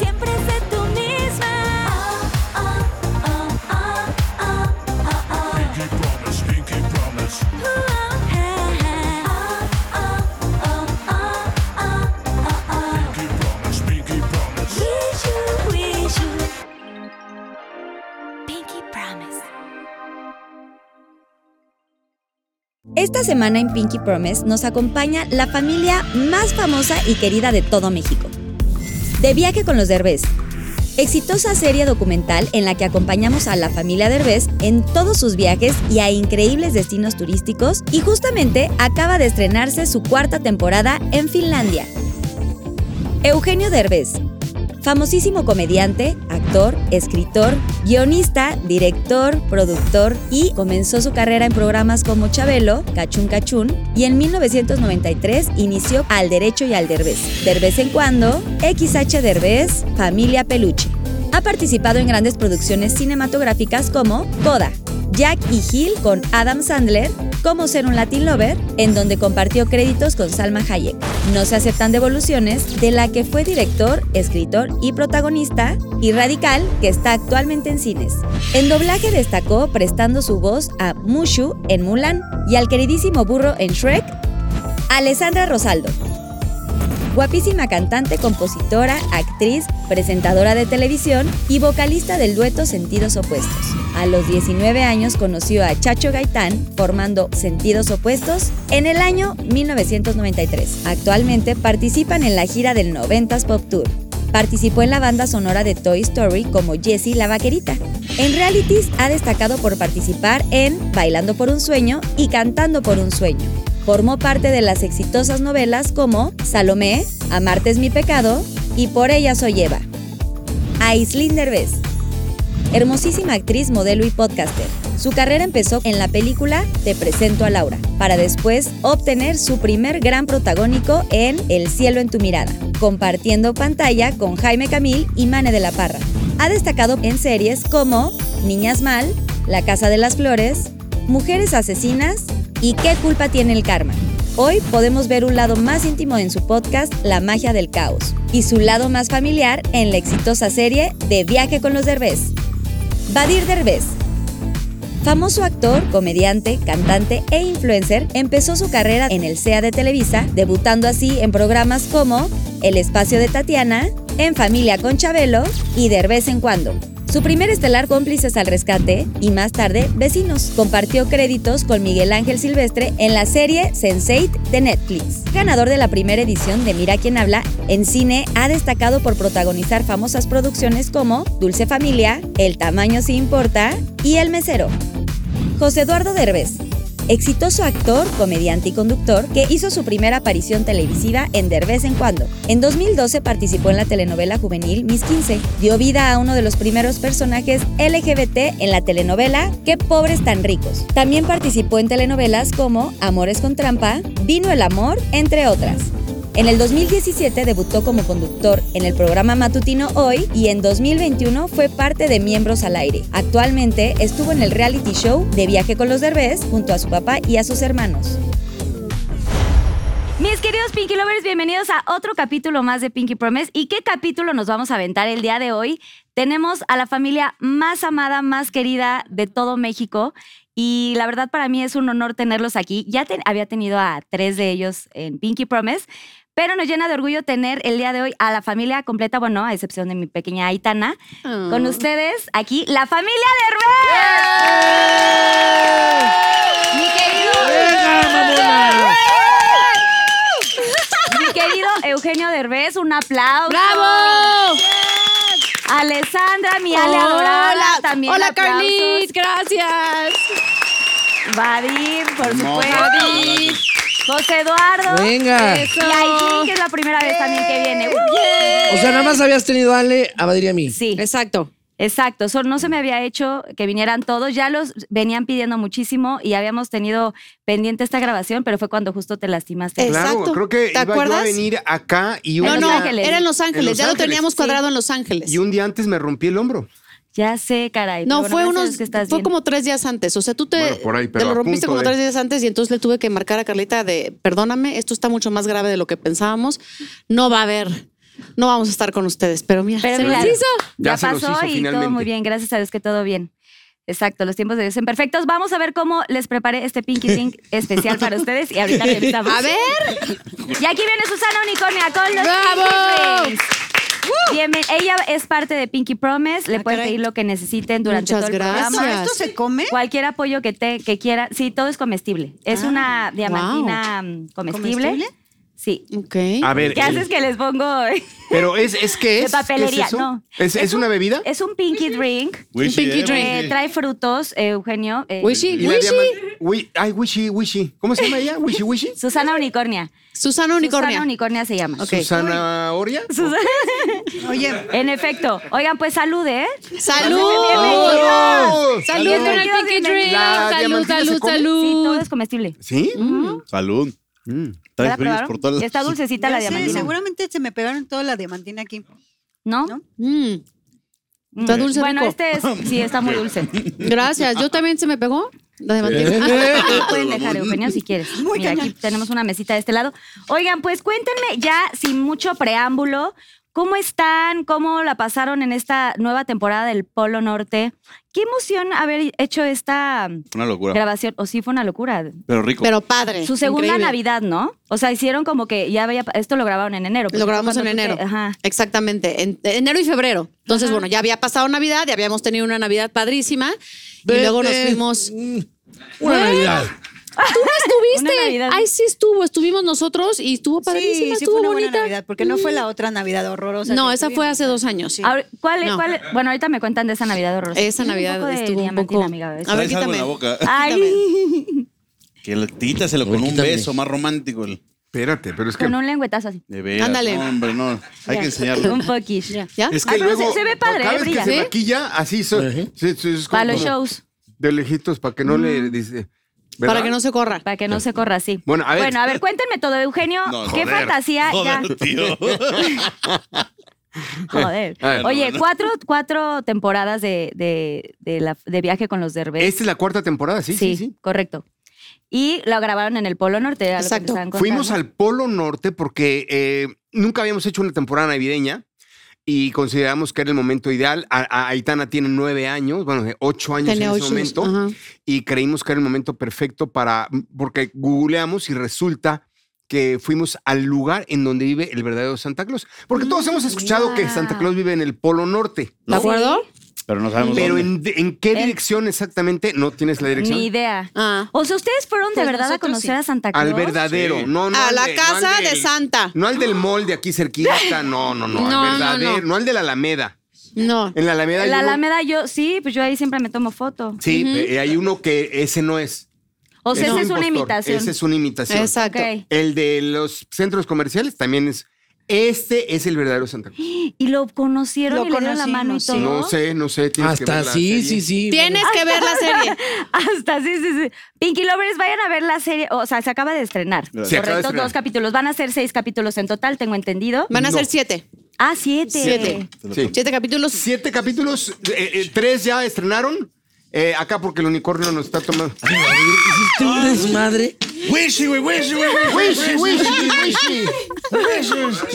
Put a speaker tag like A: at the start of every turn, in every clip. A: siempre sé tú misma. Oh, oh, oh, oh, oh, oh, oh.
B: Pinky promise, Pinky promise.
A: Uh, oh, ah, ah. Oh, oh, oh, oh, oh, oh.
B: Pinky promise, Pinky promise.
A: Wish you, wish you. Pinky promise.
C: Esta semana en Pinky Promise nos acompaña la familia más famosa y querida de todo México. De viaje con los Derbez. Exitosa serie documental en la que acompañamos a la familia Derbez en todos sus viajes y a increíbles destinos turísticos y justamente acaba de estrenarse su cuarta temporada en Finlandia. Eugenio Derbez, famosísimo comediante, actor, escritor, guionista, director, productor y comenzó su carrera en programas como Chabelo, Cachún Cachún y en 1993 inició Al Derecho y Al Derbez, Derbez en Cuando, XH Derbez, Familia Peluche. Ha participado en grandes producciones cinematográficas como Coda, Jack y Hill con Adam Sandler, Cómo ser un Latin Lover, en donde compartió créditos con Salma Hayek. No se aceptan devoluciones, de la que fue director, escritor y protagonista, y Radical, que está actualmente en cines. En doblaje destacó prestando su voz a Mushu en Mulan y al queridísimo burro en Shrek, Alessandra Rosaldo. Guapísima cantante, compositora, actriz, presentadora de televisión y vocalista del dueto Sentidos Opuestos. A los 19 años conoció a Chacho Gaitán formando Sentidos Opuestos en el año 1993. Actualmente participan en la gira del 90s Pop Tour. Participó en la banda sonora de Toy Story como Jessie la Vaquerita. En realities ha destacado por participar en Bailando por un Sueño y Cantando por un Sueño. Formó parte de las exitosas novelas como Salomé, Amarte es mi pecado y Por ella soy Eva. Aislinn Derbez. Hermosísima actriz, modelo y podcaster. Su carrera empezó en la película Te presento a Laura, para después obtener su primer gran protagónico en El cielo en tu mirada, compartiendo pantalla con Jaime Camil y Mane de la Parra. Ha destacado en series como Niñas Mal, La Casa de las Flores, Mujeres Asesinas y ¿Qué culpa tiene el karma? Hoy podemos ver un lado más íntimo en su podcast La magia del caos y su lado más familiar en la exitosa serie De viaje con los Derbez. Badir Derbez. Famoso actor, comediante, cantante e influencer, empezó su carrera en el SEA de Televisa, debutando así en programas como El Espacio de Tatiana, En Familia con Chabelo y De vez en cuando. Su primer estelar cómplices al rescate y más tarde Vecinos. Compartió créditos con Miguel Ángel Silvestre en la serie Sense8 de Netflix. Ganador de la primera edición de Mira quién habla, en cine ha destacado por protagonizar famosas producciones como Dulce Familia, El tamaño sí importa y El mesero. José Eduardo Derbez. Exitoso actor, comediante y conductor que hizo su primera aparición televisiva en Derbez en cuando. En 2012 participó en la telenovela juvenil Mis 15. Dio vida a uno de los primeros personajes LGBT en la telenovela Qué pobres tan ricos. También participó en telenovelas como Amores con trampa, Vino el amor, entre otras. En el 2017 debutó como conductor en el programa matutino Hoy y en 2021 fue parte de Miembros al Aire. Actualmente estuvo en el reality show De Viaje con los Derbez junto a su papá y a sus hermanos.
D: Mis queridos Pinky Lovers, bienvenidos a otro capítulo más de Pinky Promise. ¿Y qué capítulo nos vamos a aventar el día de hoy? Tenemos a la familia más amada, más querida de todo México. Y la verdad para mí es un honor tenerlos aquí. Ya te- había tenido a tres de ellos en Pinky Promise, pero nos llena de orgullo tener el día de hoy a la familia completa, bueno, a excepción de mi pequeña Aitana,
E: Ah.
D: con ustedes aquí, la familia de Mi querido Mi querido Eugenio Derbez, un aplauso.
E: ¡Bravo!
D: Alessandra, mi Ale adorada, también
E: hola
D: aplausos.
E: Carlis, gracias.
D: Vadir, por supuesto. José Eduardo.
F: Venga.
D: Y Aislinn, que es la primera vez también que viene. ¡Uh!
F: O sea, nada más habías tenido a Ale, a Badir y a mí.
D: Sí.
E: Exacto.
C: Exacto, so- no se me había hecho que vinieran todos, ya los venían pidiendo muchísimo y habíamos tenido pendiente esta grabación, pero fue cuando justo te lastimaste.
D: Eh,
G: Claro,
D: Exacto.
G: creo que
D: ¿Te
G: iba yo a
D: acuerdas?
G: venir acá y un,
D: No,
C: En
D: no,
C: Los Ángeles.
D: era en Los Ángeles,
G: Los
D: ya
G: Ángeles,
D: lo teníamos
C: sí.
D: cuadrado en Los Ángeles.
G: y un día antes me rompí el hombro.
C: Ya sé, caray.
D: No,
C: pero
D: fue
C: bueno, gracias a
D: unos,
C: Dios que estás
D: fue
C: bien.
D: como tres días antes. O sea, tú te,
G: Bueno, por ahí,
D: te
G: pero a
D: lo rompiste
G: punto
D: como
G: de-
D: tres días antes y entonces le tuve que marcar a Carlita de, perdóname, esto está mucho más grave de lo que pensábamos. No va a haber, no vamos a estar con ustedes. Pero mira,
C: Pero
D: se
C: mira,
D: nos hizo.
G: Ya
C: Ya,
G: se los
C: pasó
G: hizo
C: y
G: finalmente.
C: todo muy bien. Gracias a Dios que todo bien. Exacto, los tiempos de Dios son perfectos. Vamos a ver cómo les preparé este Pinky Pink especial para ustedes y ahorita revisamos.
D: A ver,
C: Y aquí viene Susana Unicornia con los
D: ¡Bravo!
C: Pinky Rings. Bienven- ella es parte de Pinky Promise. Le
D: Ah,
C: pueden
D: caray.
C: pedir lo que necesiten durante
D: Muchas
C: todo el
D: gracias.
C: programa.
H: ¿Esto se come?
C: Cualquier apoyo que te que quiera. Sí, todo es comestible. Es una diamantina mm, comestible.
H: ¿Comestible?
C: Sí.
D: ok.
G: A ver,
C: ¿Qué
G: el-
C: haces que les pongo?
G: pero es, es que es.
C: De papelería,
G: ¿qué es eso?
C: no.
G: ¿Es, es
C: un-
G: una bebida?
C: Es un pinky drink.
D: Un pinky
C: Eh,
D: drink.
C: trae frutos, eh, Eugenio. eh,
D: Wishy,
G: Y la
D: wishy.
G: llaman- Wi- ay, wishy, wishy. ¿Cómo se llama ella? Wishy, wishy.
C: Susana Unicornia.
D: Susana Unicornia.
C: Susana Unicornia se llama.
D: Ok.
G: Susana Oria.
C: Susana-
H: Oye,
C: en efecto. Oigan, pues salud, ¿eh?
D: ¡Salud!
G: ¡Oh, ¡Salud!
D: ¡Salud con el
C: Bienvenidos,
D: Pinky Dream!
G: bienvenidos. La
D: ¡Salud,
G: diamantina se
D: salud,
G: come.
C: Sí, todo
D: salud!
C: es comestible.
G: ¿Sí?
I: Salud.
G: Mm.
C: ¿Ya
I: Traes
C: la
I: brillos
C: probaron?
I: por todas las...
C: Está dulcecita la
H: ya sé,
C: diamantina.
H: seguramente se me pegaron toda la diamantina aquí.
C: ¿No?
H: ¿No?
D: Mm,
C: Mm.
D: Está dulce
C: Bueno,
D: rico.
C: este es, sí, está muy dulce.
D: Gracias. ¿Yo también se me pegó? La de mantequilla.
C: Lo pueden dejar, Eugenio, si quieres.
H: Muy
C: Mira, aquí
H: cañón.
C: tenemos una mesita de este lado. Oigan, pues cuéntenme ya sin mucho preámbulo, ¿cómo están? ¿Cómo la pasaron en esta nueva temporada del Polo Norte? Qué emoción haber hecho esta um,
I: Una locura.
C: grabación. O sí, fue una locura.
I: Pero rico.
D: Pero padre.
C: Su segunda
D: increíble.
C: Navidad, ¿no? O sea, hicieron como que ya había. Esto lo grabaron en enero. pues, porque
D: Lo grabamos en
C: cuando tú te-
D: enero.
C: ajá.
D: Exactamente, en enero y febrero. Entonces, bueno, ya había pasado Navidad, ya habíamos tenido una Navidad padrísima y luego nos fuimos.
G: Mm.
D: ¿Eh?
F: Una Navidad.
D: ¿Tú no
C: Una
D: estuviste?
C: Navidad.
D: Ahí sí estuvo, estuvimos nosotros y estuvo padrísima,
H: sí, sí
D: estuvo
H: fue una
D: bonita. Mm.
H: buena Navidad, porque no fue la otra Navidad horrorosa.
D: no,
H: que
D: esa
H: tuvimos.
D: fue hace dos años.
C: Ahora, ¿Cuál, es-
D: No.
C: cuál es? Bueno, ahorita me cuentan de esa Navidad horrorosa.
D: Esa
C: Tiene
D: Navidad
C: poco de
D: estuvo un
C: diamantina,
D: poco.
C: amiga, ¿ves?
D: A ver,
I: Traes algo en
D: quítame.
I: la boca.
C: Ah. Ay,
I: Que la- quítaselo con un
F: quítame.
I: beso más romántico. el-
G: Espérate, pero es que.
C: con un lengüetazo así.
I: De veras.
D: Ándale.
I: No, hombre, no. Hay
C: Ya.
I: que enseñarlo.
C: Un poquillo.
D: ¿Ya?
G: Es que
C: Ay, Ah, pero
G: luego,
C: se- se ve padre, ¿eh?
G: cada vez
C: brilla.
G: que se
C: ¿Sí?
G: maquilla, así so- sí, sí, es como-
C: Para los
G: como
C: shows,
G: De lejitos, para que no le dice. ¿verdad?
D: Para que no se corra.
C: para que no se corra así.
G: Bueno, a ver.
C: cuéntenme todo, Eugenio.
I: No,
C: ¿Qué
I: joder,
C: fantasía?
I: Joder, tío.
C: Ya. Joder.
G: A ver.
C: Oye, cuatro, cuatro temporadas de, de, de la- de viaje con los derbes.
G: Esta es la cuarta temporada, sí, sí, sí.
C: correcto. Y lo grabaron en el Polo Norte. era lo que te
D: Exacto.
C: estaban contando.
G: Fuimos al Polo Norte porque eh, nunca habíamos hecho una temporada navideña y consideramos que era el momento ideal. A, a- Aitana tiene nueve años, bueno, de ocho años
D: Tenía
G: en ese
D: ocho-
G: momento.
D: ajá.
G: y creímos que era el momento perfecto para, mm, porque googleamos y resulta que fuimos al lugar en donde vive el verdadero Santa Claus. Porque todos hemos escuchado que Santa Claus vive en el Polo Norte,
D: ¿De acuerdo?
I: Pero no sabemos
G: pero
I: dónde.
G: en, en qué
C: En-
G: dirección exactamente no tienes la dirección.
C: Ni idea.
D: Ah.
C: O sea, ¿ustedes fueron de
H: Pues
C: verdad a
H: nosotros
C: conocer
H: sí.
C: a Santa Claus?
G: Al verdadero,
I: Sí.
G: no, no.
D: A
G: al
D: la
G: de- no al
D: casa de
G: del-
D: Santa.
G: No al del mall de aquí cerquita, no, no, no.
D: No, no,
G: al verdadero, no,
D: no.
G: al de la Alameda.
D: No.
G: En la Alameda. hay
C: La
G: uno-
C: Alameda, yo sí, pues yo ahí siempre me tomo foto.
G: Sí, eh, hay uno que ese no es.
C: O sea,
G: Ese
C: esa
G: un
C: es una
G: impostor,
C: imitación.
G: Ese es una imitación.
D: Exacto.
C: Ok.
G: El de los centros comerciales también es. Este es el verdadero Santa Claus.
C: Y lo conocieron
H: Lo
C: y le dieron la
H: conocimos,
C: mano y
H: sí.
C: todo.
G: No sé, no sé. tienes que
F: Hasta
G: ver la
F: sí,
G: serie.
F: sí, sí.
D: Tienes que ver la serie.
C: Hasta sí, sí, sí. Pinky Lovers, vayan a ver la serie. O sea, se acaba de estrenar.
G: Se acaba de
C: Correcto,
G: estrenar.
C: dos capítulos. Van a ser seis capítulos en total, tengo entendido.
D: Van a ser siete.
C: Ah, siete.
D: Siete.
I: Te lo
G: Sí.
D: Siete capítulos.
G: Siete capítulos, eh, eh, tres ya estrenaron. Eh, acá porque el unicornio nos está tomando.
F: Hiciste un desmadre.
I: Wishy, güey, wishy, güey,
G: ¡Wishy,
I: wishy.
G: wishy, wishy!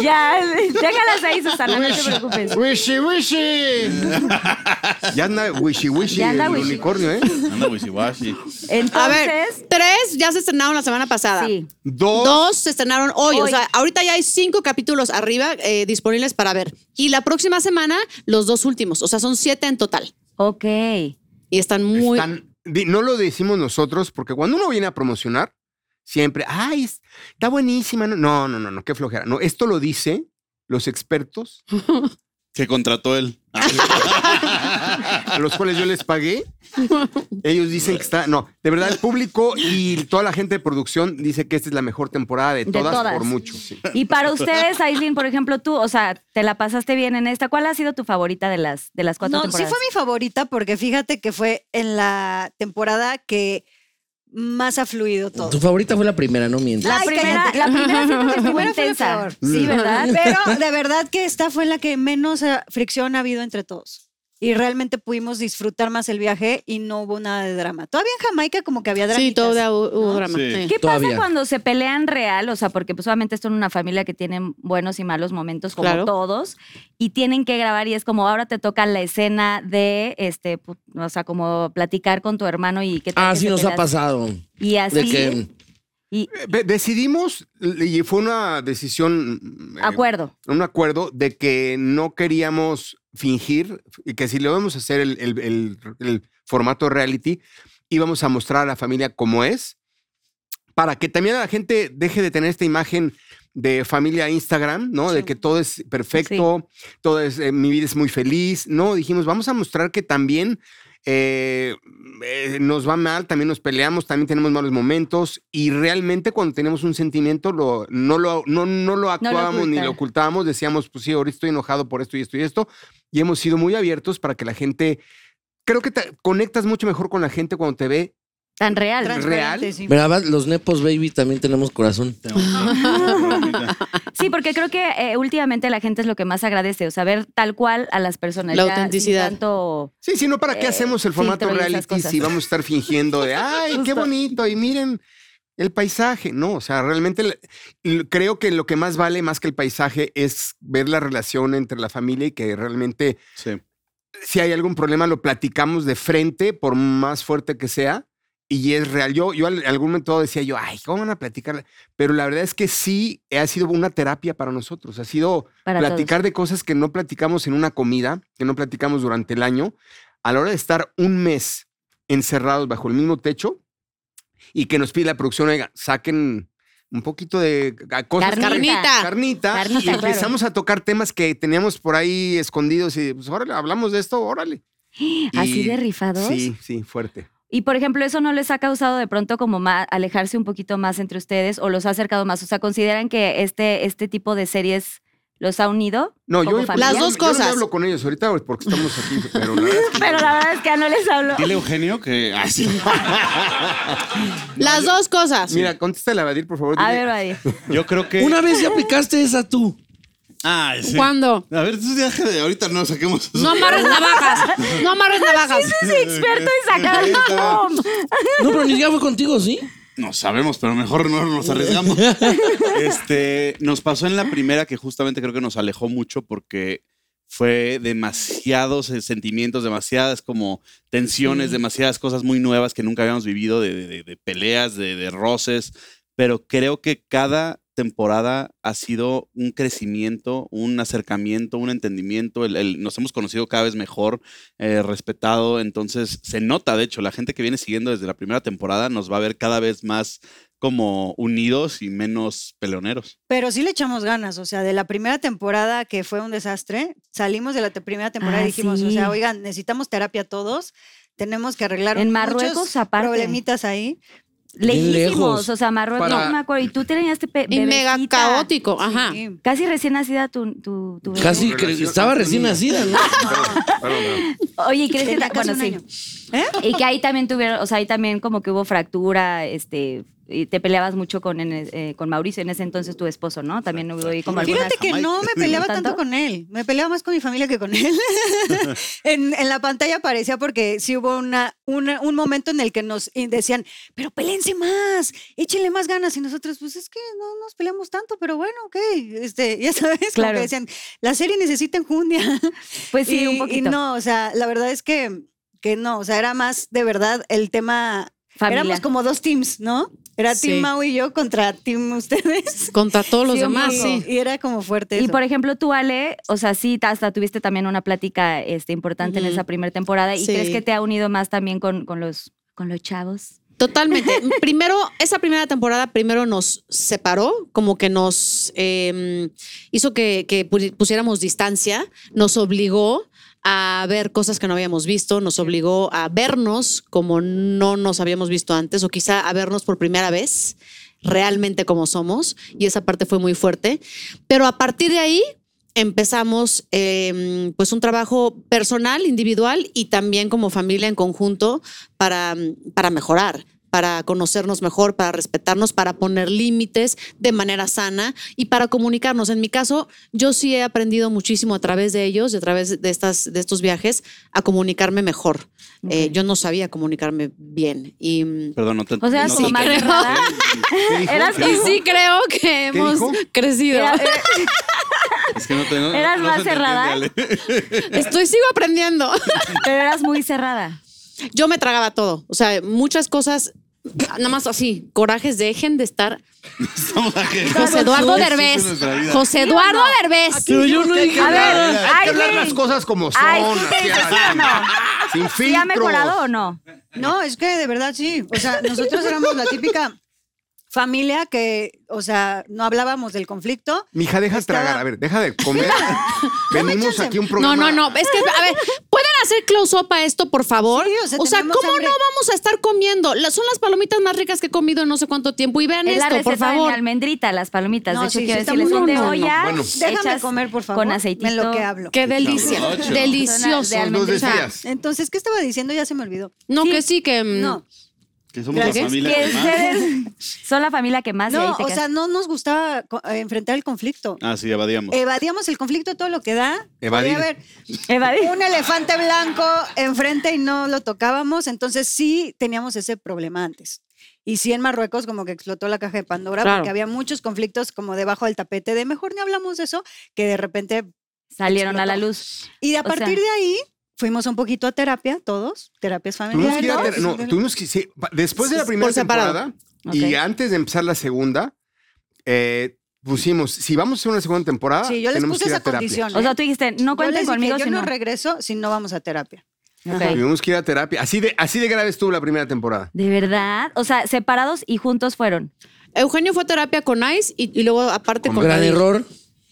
C: Ya, déjalas ahí, Susana, no te preocupes.
G: ¡Wishy, wishy! Ya anda wishy, wishy
C: Ya anda
G: el
C: wishy.
G: unicornio, ¿eh?
I: Anda, wishy-washy.
C: Entonces,
D: A ver, tres ya se estrenaron la semana pasada.
C: sí.
G: Dos.
D: Dos se estrenaron hoy. O
C: Hoy.
D: sea, ahorita ya hay cinco capítulos arriba eh, disponibles para ver. Y la próxima semana, los dos últimos. O sea, son siete en total.
C: Ok.
D: Y están muy.
G: Están- di- no lo decimos nosotros porque cuando uno viene a promocionar, siempre, ¡ay, es- está buenísima! No, no, no, no, qué flojera. No, esto lo dice los expertos
I: que contrató él. Ah,
G: a los cuales yo les pagué. Ellos dicen que está. No, de verdad, el público y toda la gente de producción dice que esta es la mejor temporada de
C: De
G: todas,
C: todas.
G: por mucho. sí.
C: Y para ustedes, Aislinn, por ejemplo, tú, o sea, te la pasaste bien en esta. ¿Cuál ha sido tu favorita de las, de las cuatro
H: No, sí
C: temporadas?
H: fue mi favorita porque fíjate que fue en la temporada que más ha fluido todo.
F: Tu favorita fue la primera, no mientas.
C: La
H: Ay,
C: primera,
H: cállate.
C: la primera siento que
H: La
C: estuvo
H: primera fue la
C: intensa.
H: peor.
C: Sí, ¿verdad?
H: Pero de verdad que esta fue la que menos eh, fricción ha habido entre todos. Y realmente pudimos disfrutar más el viaje y no hubo nada de drama. Todavía en Jamaica como que había drama.
D: Sí, todo de hubo drama.
I: Sí.
D: sí.
C: ¿Qué
F: Todavía.
C: pasa cuando se pelean real? O sea, porque pues obviamente esto en una familia que tiene buenos y malos momentos como
D: Claro.
C: todos y tienen que grabar y es como ahora te toca la escena de este, pu- o sea, como platicar con tu hermano y que
F: Ah,
C: que
F: sí
C: se
F: nos ha
C: peleas.
F: pasado.
C: Y así
F: De que
C: y
G: Eh, ve- Decidimos, y fue una decisión. eh,
C: acuerdo.
G: un acuerdo de que no queríamos fingir y que si le vamos a hacer el, el- el- el formato reality, íbamos a mostrar a la familia cómo es, para que también la gente deje de tener esta imagen de familia Instagram, ¿no? De que todo es perfecto, todo es, eh, mi vida es muy feliz, ¿no? Dijimos, vamos a mostrar que también eh, eh, nos va mal, también nos peleamos, también tenemos malos momentos y realmente cuando tenemos un sentimiento lo, no, lo, no, no lo actuábamos ni
C: ocultar.
G: lo ocultábamos, decíamos, pues sí, ahorita estoy enojado por esto y esto y esto y hemos sido muy abiertos para que la gente, creo que te conectas mucho mejor con la gente cuando te ve.
C: Tan real.
H: Transparente,
G: real.
H: sí.
F: ¿verdad? los Nepos Baby también tenemos corazón.
C: Sí, porque creo que eh, últimamente la gente es lo que más agradece, o sea, ver tal cual a las personas.
D: La
C: ya sin
D: autenticidad.
C: Tanto...
G: Sí, si no, ¿para qué
C: Eh,
G: hacemos el formato
C: filtro y esas
G: reality
C: cosas.
G: si vamos a estar fingiendo de, ay, qué
C: Justo.
G: bonito y miren el paisaje? No, o sea, realmente la- l- creo que lo que más vale más que el paisaje es ver la relación entre la familia y que realmente
I: Sí.
G: si hay algún problema lo platicamos de frente, por más fuerte que sea, y es real. Yo, yo al- algún momento decía yo, ay, ¿cómo van a platicar? Pero la verdad es que sí, ha sido una terapia para nosotros. Ha sido
C: Para
G: platicar de cosas que no platicamos en una comida, que no platicamos durante el año, a la hora de estar un mes encerrados bajo el mismo techo y que nos pide la producción, oiga, saquen un poquito de a- cosas que-
C: Carnita.
G: carnita,
C: Carnita,
G: y
C: claro.
G: empezamos a tocar temas que teníamos por ahí escondidos y pues órale, hablamos de esto, órale.
C: Así
G: Y-
C: de rifados.
G: Sí, sí, fuerte.
C: Y por ejemplo, eso no les ha causado de pronto como ma- alejarse un poquito más entre ustedes o los ha acercado más. O sea, consideran que este, este tipo de series los ha unido.
G: No, yo,
C: como
G: yo no-
C: familia?
D: Las dos
G: yo no me
D: cosas.
G: hablo con ellos ahorita pues, porque estamos aquí, pero la verdad es que-
C: Pero la verdad es que ya no les hablo.
I: Dile Eugenio que. Ah, sí.
D: Las dos cosas.
G: Mira, contéstale a Badir, por favor.
C: A
G: dile-
C: ver, Vadir.
I: Yo creo que.
F: Una vez ya aplicaste esa tú.
I: Ah, sí.
D: ¿Cuándo?
I: A ver, tú deja de ahorita no saquemos.
D: No amarres navajas. No amarres navajas.
C: Es experto en sacar el ¡Pum!
F: No, pero ni siquiera fue contigo, ¿sí?
I: No sabemos, pero mejor no nos arriesgamos. este, nos pasó en la primera que justamente creo que nos alejó mucho porque fue demasiados eh, sentimientos, demasiadas como tensiones, demasiadas cosas muy nuevas que nunca habíamos vivido de, de- de- de peleas, de, de roces, pero creo que cada temporada ha sido un crecimiento, un acercamiento, un entendimiento, el- el- nos hemos conocido cada vez mejor, eh, respetado. Entonces se nota, de hecho, la gente que viene siguiendo desde la primera temporada nos va a ver cada vez más como unidos y menos peleoneros.
H: Pero sí le echamos ganas, o sea, de la primera temporada que fue un desastre, salimos de la te- primera temporada
C: Ah,
H: y dijimos, o
C: sí.
H: sea, oigan, necesitamos terapia todos, tenemos que arreglar
C: En
H: muchos
C: Marruecos, aparte.
H: problemitas ahí.
C: Lejísimos.
F: lejos.
C: O sea, Marruecos,
G: Para-
C: no me acuerdo. Y tú tenías este pe-
D: Y mega
C: bebecita.
D: caótico. Ajá.
H: Sí.
C: Casi recién nacida tu, tu, tu bebé.
F: Casi cre-
G: Relación-
F: estaba recién nacida, ¿no?
G: Perdón, perdón, perdón.
C: Oye, ¿y crees que
H: Tenía
C: ta-
H: casi
C: bueno,
H: un
C: sí. ¿Eh?
H: año.
C: Y que ahí también tuvieron, o sea, ahí también como que hubo fractura, este, y te peleabas mucho con, en- eh, con Mauricio, en ese entonces tu esposo, ¿no? También hubo ahí como algunas-
H: Fíjate que no me peleaba
C: ¿No tanto?
H: tanto con él, me peleaba más con mi familia que con él. en, en la pantalla parecía porque sí hubo una, una- un momento en el que nos y decían, pero pelense más, échenle más ganas y nosotros, pues es que no nos peleamos tanto, pero bueno, ok, este, ya sabes, como
C: Claro.
H: que decían, la serie necesita enjundia.
C: Pues sí,
H: y,
C: un
H: y
C: poquito.
H: no, o sea, la verdad es que, que no, o sea, era más de verdad el tema.
C: Familiar.
H: Éramos como dos teams, ¿no? Era
D: Sí.
H: Team Mau y yo contra Team ustedes.
D: Contra todos los
C: Sí, un
D: demás,
C: poco.
D: sí.
H: Y era como fuerte.
C: Y
H: eso.
C: por ejemplo, tú, Ale, o sea, sí, ta- hasta tuviste también una plática este, importante en
D: Ujú.
C: esa primera temporada. ¿Y
D: Sí.
C: crees que te ha unido más también con, con los, con los chavos?
D: Totalmente. primero, esa primera temporada primero nos separó, como que nos eh, hizo que, que pu- pusiéramos distancia, nos obligó a ver cosas que no habíamos visto, nos obligó a vernos como no nos habíamos visto antes o quizá a vernos por primera vez realmente como somos y esa parte fue muy fuerte. Pero a partir de ahí empezamos eh, pues un trabajo personal, individual y también como familia en conjunto para, para mejorar para conocernos mejor, para respetarnos, para poner límites de manera sana y para comunicarnos. En mi caso, yo sí he aprendido muchísimo a través de ellos y a través de, estas, de estos viajes a comunicarme mejor. Eh, yo no sabía comunicarme bien y mm,
I: Perdón, no te
C: O sea,
I: no
C: como
I: te-
C: más
I: ¿Qué?
C: cerrada.
G: ¿Qué dijo?
C: Eras
G: ¿Qué
D: Y
G: dijo?
D: sí creo que
G: ¿Qué
D: hemos
G: dijo?
D: crecido.
C: Era- era-
I: Es que no te. no-
C: ¿Eras
I: no
C: más
I: se te entiende,
C: cerrada?
I: Ale.
D: Estoy sigo aprendiendo.
C: pero eras muy cerrada.
D: Yo me tragaba todo, o sea, muchas cosas nada más así, corajes dejen de estar
I: Estamos aquí.
D: José Eduardo
I: Nosotros
D: Derbez.
I: en nuestra vida.
D: José Eduardo Derbez.
F: Pero yo no dije
C: A ver, Ah,
F: nada.
G: Hay que
C: ay,
G: hablar
C: Liz.
G: las cosas como son.
C: Ay, ¿sí te
G: así,
C: dices sí o no?
G: Sin
C: ¿Sí ha
G: filtros.
C: mejorado o no?
H: No, es que de verdad sí. O sea, nosotros éramos la típica familia que, o sea, no hablábamos del conflicto.
G: Mija, deja
H: Estaba-
G: tragar. A ver, deja de comer. Venimos
H: chance.
G: aquí a un
D: No,
G: programa.
D: no, no, es que a ver, ¿pueden hacer close up a esto, por favor?
H: Sí, o sea,
D: o sea,
H: tenemos
D: ¿cómo
H: hambre.
D: no vamos a estar comiendo? Las- son las palomitas más ricas que he comido en no sé cuánto tiempo y vean
C: Es la
D: esto,
C: receta
D: por
C: de mi
D: favor.
C: almendrita, las palomitas.
H: No,
C: de hecho,
H: sí, sí,
C: quiero
H: está
C: decirles,
H: muy
C: son de
H: bueno.
C: olla.
G: Bueno.
H: Déjame
C: hechas
H: comer, por favor.
C: Con aceitito.
H: En lo que hablo.
D: Qué delicia,
I: Ocho.
D: delicioso.
C: Son
G: Nos
C: de-
G: decías.
H: Entonces, ¿qué estaba diciendo? Ya se me olvidó.
D: No,
C: Sí.
D: que sí, que mm,
H: No,
I: Que somos la
H: Gracias.
I: familia
C: Que
I: que más.
C: ustedes son la familia que más y ahí
H: no,
C: te
H: o
C: quedas.
H: sea, no nos gustaba co- eh, enfrentar el conflicto.
I: Ah, sí, evadíamos.
H: Evadíamos el conflicto todo lo que da.
G: Evadir.
H: Podía haber
C: Evadir.
H: un elefante blanco enfrente y no lo tocábamos. Entonces sí teníamos ese problema antes. Y sí en Marruecos como que explotó la caja de Pandora
D: Claro.
H: porque había muchos conflictos como debajo del tapete de mejor ni hablamos de eso, que de repente...
C: Salieron a la
H: explotó.
C: luz.
H: Y a
C: sea-
H: partir de ahí fuimos un poquito a terapia todos, terapias
G: Tuvimos que ir
H: familiares.
G: a ter- no, tuvimos que- sí, pa- después de la
D: Sí,
G: primera
D: por separado.
G: temporada
C: Ok.
G: y antes de empezar la segunda, eh, pusimos, si vamos a hacer una segunda temporada,
H: Sí, yo les
G: ah, tenemos
H: puse
G: que ir a
H: esa
G: terapia.
H: condición.
C: O sea, tú dijiste, no
H: Yo les
C: cuenten
H: dije,
C: conmigo
H: yo
C: si no.
H: no regreso si no vamos a terapia.
C: Ok.
G: Tuvimos que ir a terapia. Así de, así de grave estuvo la primera temporada.
C: ¿De verdad? O sea, separados y juntos fueron.
D: Eugenio fue a terapia con Ice y, y luego aparte con
F: Gran error.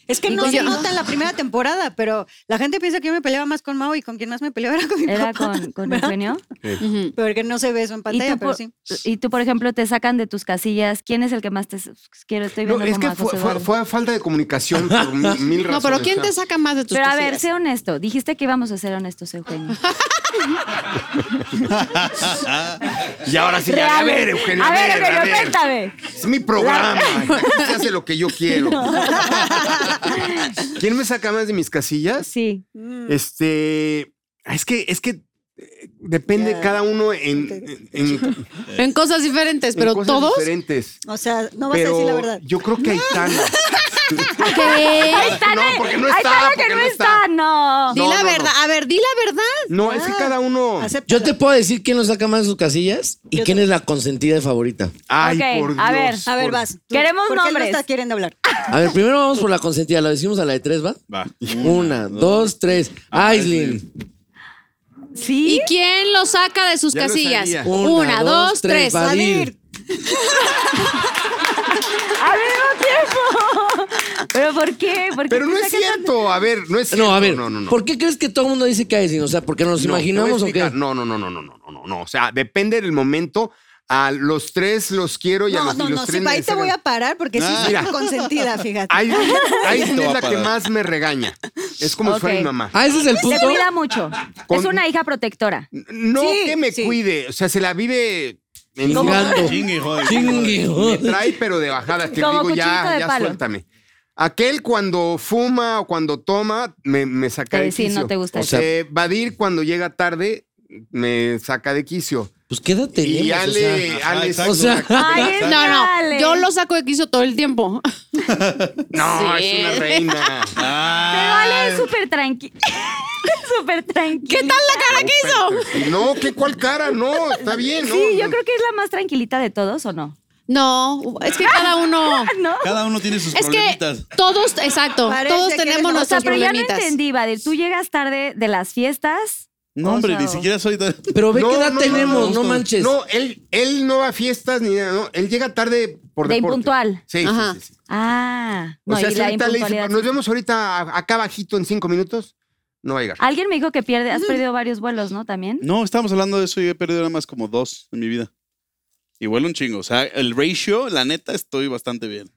H: Es que
C: ¿Y
H: no
C: con
H: se
C: quién?
H: nota en la primera temporada, pero la gente piensa que yo me peleaba más con Mao y con quien más me peleaba era con mi
C: ¿Era
H: papá.
C: con, con
H: ¿verdad?
C: Eugenio?
D: Ujú.
H: Porque no se ve eso en pantalla, pero
C: por,
H: sí.
C: y tú, por ejemplo, te sacan de tus casillas. ¿Quién es el que más te quiero? Estoy
G: No,
C: viendo
G: es
C: como
G: que
C: a
G: fue,
C: José
G: fue-
C: Eduardo.
G: fue falta de comunicación por mi- mil,
D: No,
G: razones.
D: pero ¿quién te
G: o sea,
D: saca más de tus
C: Pero a ver,
D: casillas?
C: sé honesto. Dijiste que íbamos a ser honestos, Eugenio.
G: Y ahora sí, ya, a ver, Eugenio.
C: A ver,
G: a
C: Eugenio,
G: ver.
C: cuéntame.
G: Es mi programa. Aquí se hace lo que yo quiero. ¿Quién me saca más de mis casillas?
C: Sí.
H: Mm.
G: Este, es que, es que eh, depende
H: Ya.
G: cada uno en, en- en- en
D: En cosas diferentes, pero
G: cosas
D: todos.
G: diferentes.
H: O sea, no vas a
G: Pero
H: decir la verdad.
G: yo creo que hay tan
D: ¿Qué?
C: Está
G: No,
H: ¿eh?
C: ahí-
G: porque no
C: ahí
G: está,
C: que
G: porque
C: no
G: no
C: está,
G: está.
C: no.
D: Di
G: No,
D: la
G: no, no.
D: verdad. A ver, di la verdad.
G: No,
H: Ah.
G: es que cada uno.
F: Yo
H: Acéptalo.
F: te puedo decir quién lo saca más de sus casillas y quién es la consentida y favorita.
G: Ay,
C: Ok,
G: por Dios.
C: a ver,
H: A ver,
G: por-
H: vas.
C: Queremos
H: ¿Por qué
C: nombres.
H: no está queriendo hablar?
F: A ver, primero vamos por la consentida. La decimos a la de tres, ¿va?
I: Va.
F: Una, dos, tres.
I: Ah,
F: Aislin.
C: Sí.
D: ¿Y quién lo saca de sus
G: Ya lo
D: casillas?
G: sabía.
D: Una, dos, tres.
F: Vadir.
C: Al mismo tiempo. ¿Pero por qué? ¿Por qué
G: Pero
C: te
G: no es
C: sacan-
G: cierto. A ver, no es cierto.
F: No, a ver,
G: no, no, no.
F: ¿por qué crees que todo el mundo dice que Aislin? O sea, ¿porque nos
G: No,
F: imaginamos
G: te
F: o
G: voy a
F: qué?
G: explicar. No, no, no, no, no, no, no, no, no. O sea, depende del momento. A los tres los quiero y a
H: No,
G: los, y
H: no,
G: los
H: no.
G: tres
H: Sí,
G: me
H: ahí te
G: sacan-
H: voy a parar porque sí
I: Ah.
H: soy
G: Mira.
H: consentida, fíjate.
G: Aislinn- Aislinn
I: Te voy a
G: es la que
I: parar.
G: más me regaña. Es como si fuera
C: Ok.
G: mi mamá.
F: Ah, ese es el
C: Se
F: punto.
C: cuida mucho. Es
G: Con-
C: una hija protectora.
G: No
H: Sí,
G: que me
H: sí.
G: cuide. O sea, se la vive en
F: Chingando.
I: Chingue, joder.
F: Chingue,
G: Me
F: joder.
G: trae, pero de bajada. Que
C: Como
G: digo,
C: cuchillito
G: ya,
C: de
G: ya
C: palo.
G: suéltame. Aquel cuando fuma o cuando toma, me, me saca
C: Te
G: de
C: sí,
G: quicio.
C: no te gusta
F: O
C: eso.
F: sea,
G: Eh, Badir cuando llega tarde, me saca de quicio.
F: Pues qué edad tenemos,
G: Y
F: o sea?
G: Ale,
I: Ajá,
G: Ale-
I: exacto.
F: o sea-
C: Ay, es
D: No, no.
C: Ale.
D: Yo lo saco de quiso todo el tiempo.
G: no,
D: Sí.
G: es una reina.
C: Pero Ale
I: Ah,
C: es súper tranqui. súper tranqui.
D: ¿Qué tal la cara que hizo?
G: No, ¿qué cuál cara? No, está bien, ¿no?
C: Sí, yo creo que es la más tranquilita de todos, ¿o no?
D: No, es que cada uno.
G: Ah,
C: ¿No?
I: Cada uno tiene sus
D: Es que
I: problemitas.
D: todos, exacto,
H: Parece
D: todos
H: que eres
D: tenemos
H: otra
C: O sea,
D: nuestros
C: pero ya no
D: problemitas.
C: entendí, Vadir. Tú llegas tarde de las fiestas.
I: No, hombre,
H: cosa,
I: ni
H: o-
I: siquiera soy. tan-
F: Pero ve
G: No,
F: qué edad
G: no, no,
F: tenemos, no,
G: no,
F: manches.
G: No, él, él no va a fiestas ni nada, no. Él llega tarde por
C: De
G: deporte.
C: impuntual.
G: Sí, sí,
D: Ajá.
G: sí, sí.
C: Ah,
G: O
C: no,
G: sea,
C: y
G: si
C: la
G: ahorita le dice,
C: impuntualidad.
G: nos vemos ahorita a- acá bajito en cinco minutos, no va a llegar.
C: Alguien me dijo que pierde, has perdido varios vuelos, ¿no? También.
I: No, estábamos hablando de eso y he perdido nada más como dos en mi vida. Y huele un chingo. O sea, el ratio, la neta, estoy bastante bien.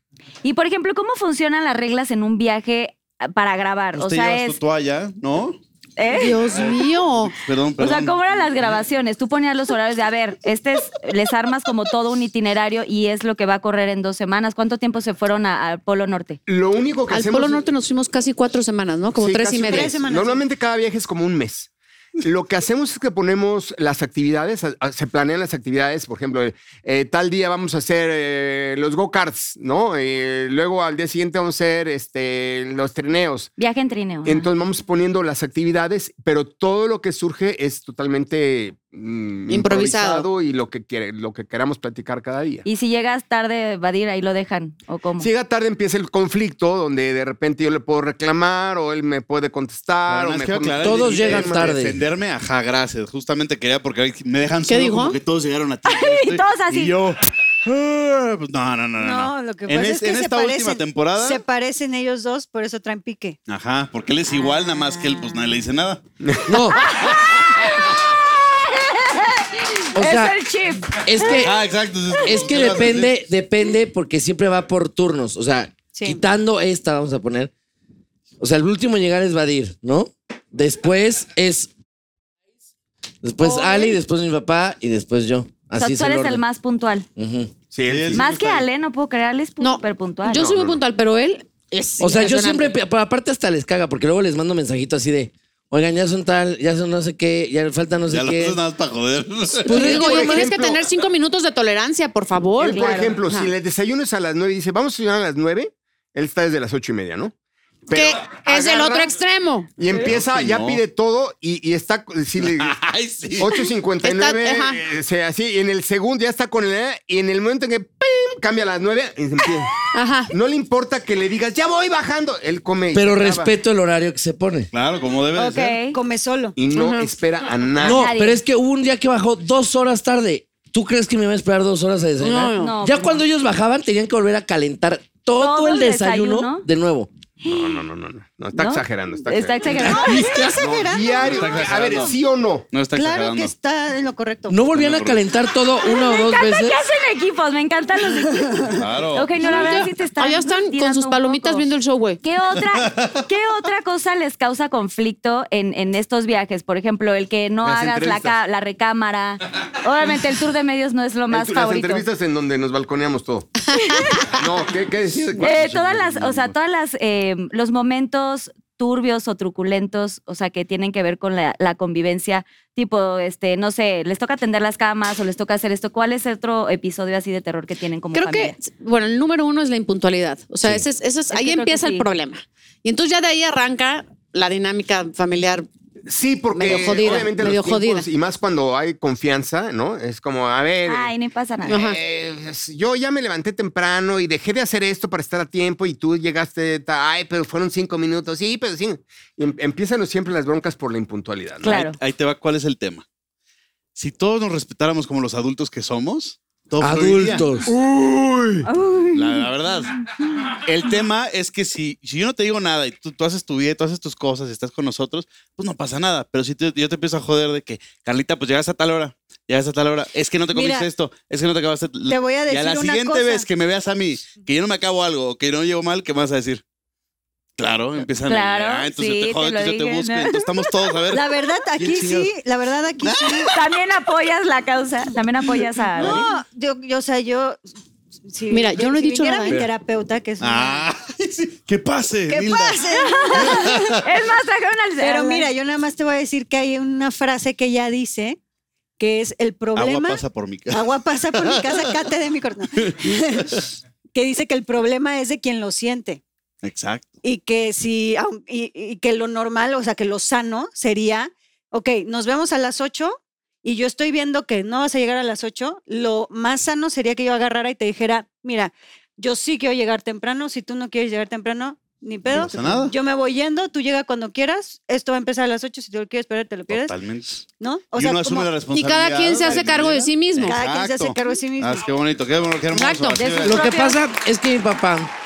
C: Y por ejemplo, ¿cómo funcionan las reglas en un viaje ah, para grabar? O
I: Usted
C: sea,
I: Pues Este, llevas
C: es.
I: tu toalla, ¿no?
C: ¿eh?
D: Dios mío.
I: Perdón,
C: O
I: perdón.
C: sea, ¿cómo eran las grabaciones? Tú ponías los horarios de, a ver, este es, les armas como todo un itinerario y es lo que va a correr en dos semanas. ¿Cuánto tiempo se fueron a- al Polo Norte?
G: Lo único que
D: Al
G: hacemos.
D: Polo Norte nos fuimos casi cuatro semanas, ¿no? Como
G: Sí,
D: tres
G: casi
D: y
G: un
D: media.
G: mes.
H: Tres semanas,
G: Normalmente cada viaje es como un mes. Lo que hacemos es que ponemos las actividades, a- a- se planean las actividades, por ejemplo, eh, eh, tal día vamos a hacer eh, los go-karts, ¿no? Eh, luego al día siguiente vamos a hacer este, los trineos.
C: Viaje en
D: Ah.
C: trineo.
G: Entonces vamos poniendo las actividades, pero todo lo que surge es totalmente mm,
D: Improvisado.
G: y lo que, quiere, lo que queramos platicar cada día.
C: Y si llegas tarde, Badir, ahí lo dejan. ¿O cómo?
G: Si Llega tarde, empieza el conflicto donde de repente yo le puedo reclamar o él me puede contestar.
I: Además,
G: o me
I: quiero
G: pone-
I: aclarar,
F: Todos
I: dijiste
F: llegan
I: tema de
F: tarde.
I: Defenderme, ajá, gracias. Justamente quería porque ahí me dejan
D: ¿Qué
I: solo
D: dijo?
I: como que todos llegaron a ti. Este,
C: Y todos así.
I: Y yo. "Ah", pues, No, no, no, no.
H: No, lo que
I: En
H: pasa es,
I: es-
H: que
I: en
H: se
I: esta
H: parecen,
I: última temporada.
H: se parecen ellos dos, por eso traen pique.
I: Ajá, porque él es igual, nada más que él, pues nadie le dice nada.
F: No. O sea,
C: es el chip.
F: es que
I: Ah, exacto.
F: Es que
I: ¿Qué vas a decir?
F: depende, depende porque siempre va por turnos. O sea,
H: Sí.
F: quitando esta, vamos a poner. O sea, el último en llegar es Vadir, ¿no? Después es. Después Ali, después mi papá y después yo.
C: O sea,
F: Así
C: tú
F: es el
C: eres el
F: orden.
C: más puntual.
F: Ujú.
G: Sí, él sí.
C: Más que Ale, no puedo creer, Ale es
D: No,
C: súper puntual.
D: Yo soy muy puntual, pero él es.
F: O sea, yo
D: impresionante.
F: siempre, pero aparte hasta les caga, porque luego les mando mensajito así de, oigan, ya son tal, ya son no sé qué, ya falta no sé
I: Ya lo
F: qué.
I: haces nada más para joder.
D: Pues digo,
G: por
D: yo tienes que
G: ejemplo-
D: tener cinco minutos de tolerancia, por favor.
G: Él, por
D: Claro.
G: ejemplo,
D: Ajá.
G: si el desayuno es a las 9 y dice, vamos a desayunar a las 9, él está desde las 8 y media, ¿no?
D: Que es el
G: agarra
D: otro extremo.
G: Y empieza,
I: que
G: ya
I: no.
G: pide todo y, y está, si le,
I: Ay, sí.
G: 8.59,
D: Está- ajá.
G: eh, sea así, y en el segundo ya está con el... eh, Y en el momento en que ¡pim! cambia a las 9, y se empieza.
D: Ajá.
G: no le importa que le digas, ya voy bajando, él come. y
F: Pero
G: acaba.
F: respeto el horario que se pone.
I: Claro, como debe de ser.
C: Ok.
H: Come solo.
G: Y no espera a nada.
F: No,
C: Ah, Nadie.
F: pero es que hubo un día que bajó dos horas tarde. ¿Tú crees que me iba a esperar dos horas a desayunar?
D: No,
C: no.
F: ya
C: No,
F: cuando ellos bajaban tenían que volver a calentar todo,
C: Todo
F: el
C: el
F: desayuno,
C: desayuno.
F: de nuevo.
G: No, no, no, no, no, no, está
C: ¿No?
G: exagerando. Está,
C: Está exagerando.
H: ¿Está exagerando?
G: Diario.
I: Está
G: A ver,
I: exagerando.
G: ¿sí o no?
I: No está
H: Claro que
I: exagerando.
H: está en lo correcto.
F: No volvían a calentar todo una o dos
C: Me encanta
F: veces.
C: que hacen equipos, me encantan los equipos.
I: Claro.
C: Ok, no, la verdad sí te están.
D: Allá están con
C: tirando
D: sus
C: un
D: palomitas
C: poco.
D: viendo el show, güey.
C: ¿Qué otra, ¿Qué otra cosa les causa conflicto en, en estos viajes? Por ejemplo, el que no
G: Las
C: hagas la, ca-
G: entrevistas.
C: la recámara. Obviamente el tour de medios no es lo más
G: En tu- las
C: favorito.
G: entrevistas en donde nos balconeamos todo. no, ¿qué, qué decir?
C: Eh, todas las, o sea, todas las, eh, los momentos turbios o truculentos, o sea, que tienen que ver con la, la convivencia, tipo, este, no sé, les toca atender las camas o les toca hacer esto. ¿Cuál es otro episodio así de terror que tienen como
D: Creo
C: familia?
D: que, bueno, el número uno es la impuntualidad. O sea, ese es, ese
C: Es
D: es-
C: que
D: ahí
C: creo que
D: empieza el
C: sí.
D: problema. Y entonces ya de ahí arranca la dinámica familiar.
G: Sí, porque
D: Medio jodida,
G: obviamente los
D: medio
G: tiempos,
D: jodida.
G: y más cuando hay confianza, ¿no? Es como, a ver,
C: Ay, no pasa nada.
D: Ajá.
G: eh, yo ya me levanté temprano y dejé de hacer esto para estar a tiempo y tú llegaste, ta- ay, pero fueron cinco minutos, sí, pero sí. Y em- empiezan siempre las broncas por la impuntualidad, ¿no?
C: Claro.
I: Ahí te va cuál es el tema. Si todos nos respetáramos como los adultos que somos, todo fluiría.
F: Adultos.
I: La, la verdad. El tema es que si, si yo no te digo nada y tú, tú haces tu vida, y tú haces tus cosas y estás con nosotros, pues no pasa nada. Pero si te- yo te empiezo a joder de que, Carlita, pues llegas a tal hora, llegas a tal hora, es que no te comiste
H: Mira,
I: esto, es que no te acabaste.
H: Te voy a
I: y
H: decir
I: a la
H: una
I: siguiente
H: cosa.
I: vez que me veas a mí, que yo no me acabo algo o que no llego mal, ¿qué me vas a decir? Claro, empiezan
C: Claro,
I: a. ah, entonces
C: sí,
I: te
C: te
I: joden,
C: lo
I: entonces yo te
C: dije,
I: busco,
C: ¿no?
I: entonces estamos todos a ver.
H: La verdad, aquí
I: ¿Quién chingados? ¿eh?
H: sí, la verdad, aquí sí.
C: También apoyas la causa, también apoyas a...
H: No, yo, yo, o sea, yo. si-
D: Mira, yo no he
H: si
D: dicho
H: viniera
D: nada,
H: mi
D: ¿eh?
H: terapeuta, que es. una-
I: Ah, que pase.
H: ¿Qué
I: Nilda.
H: pasa?
C: Es más, trajeron al...
H: Pero
C: al-
H: mira, yo nada más te voy a decir que hay una frase que ella dice, que es el
I: Agua
H: problema.
I: pasa por mi casa.
H: Agua pasa por mi casa, cate de mi corazón. que dice que el problema es de quien lo siente
I: Exacto.
H: y que si aun- y, y que lo normal, o sea, que lo sano sería, ok, nos vemos a las 8 y yo estoy viendo que no vas a llegar a las 8, lo más sano sería que yo agarrara y te dijera, mira, yo sí quiero llegar temprano, si tú no quieres llegar temprano, ni
I: No
H: pedo.
I: pasa nada.
H: Yo me voy yendo, tú llega cuando quieras. Esto va a empezar a las 8. Si tú lo quieres perder, te lo pierdes.
I: Totalmente.
H: ¿No?
I: Y uno asume la
D: Y
I: responsabilidad.
D: cada quien se hace cargo de sí mismo.
H: Cada quien se hace
I: Exacto.
H: cargo de sí mismo.
I: Ah, qué bonito, qué bonito, qué hermoso.
D: Exacto, de
I: Así
D: sus
I: debe
F: Lo que
D: propios-
F: pasa es que mi papá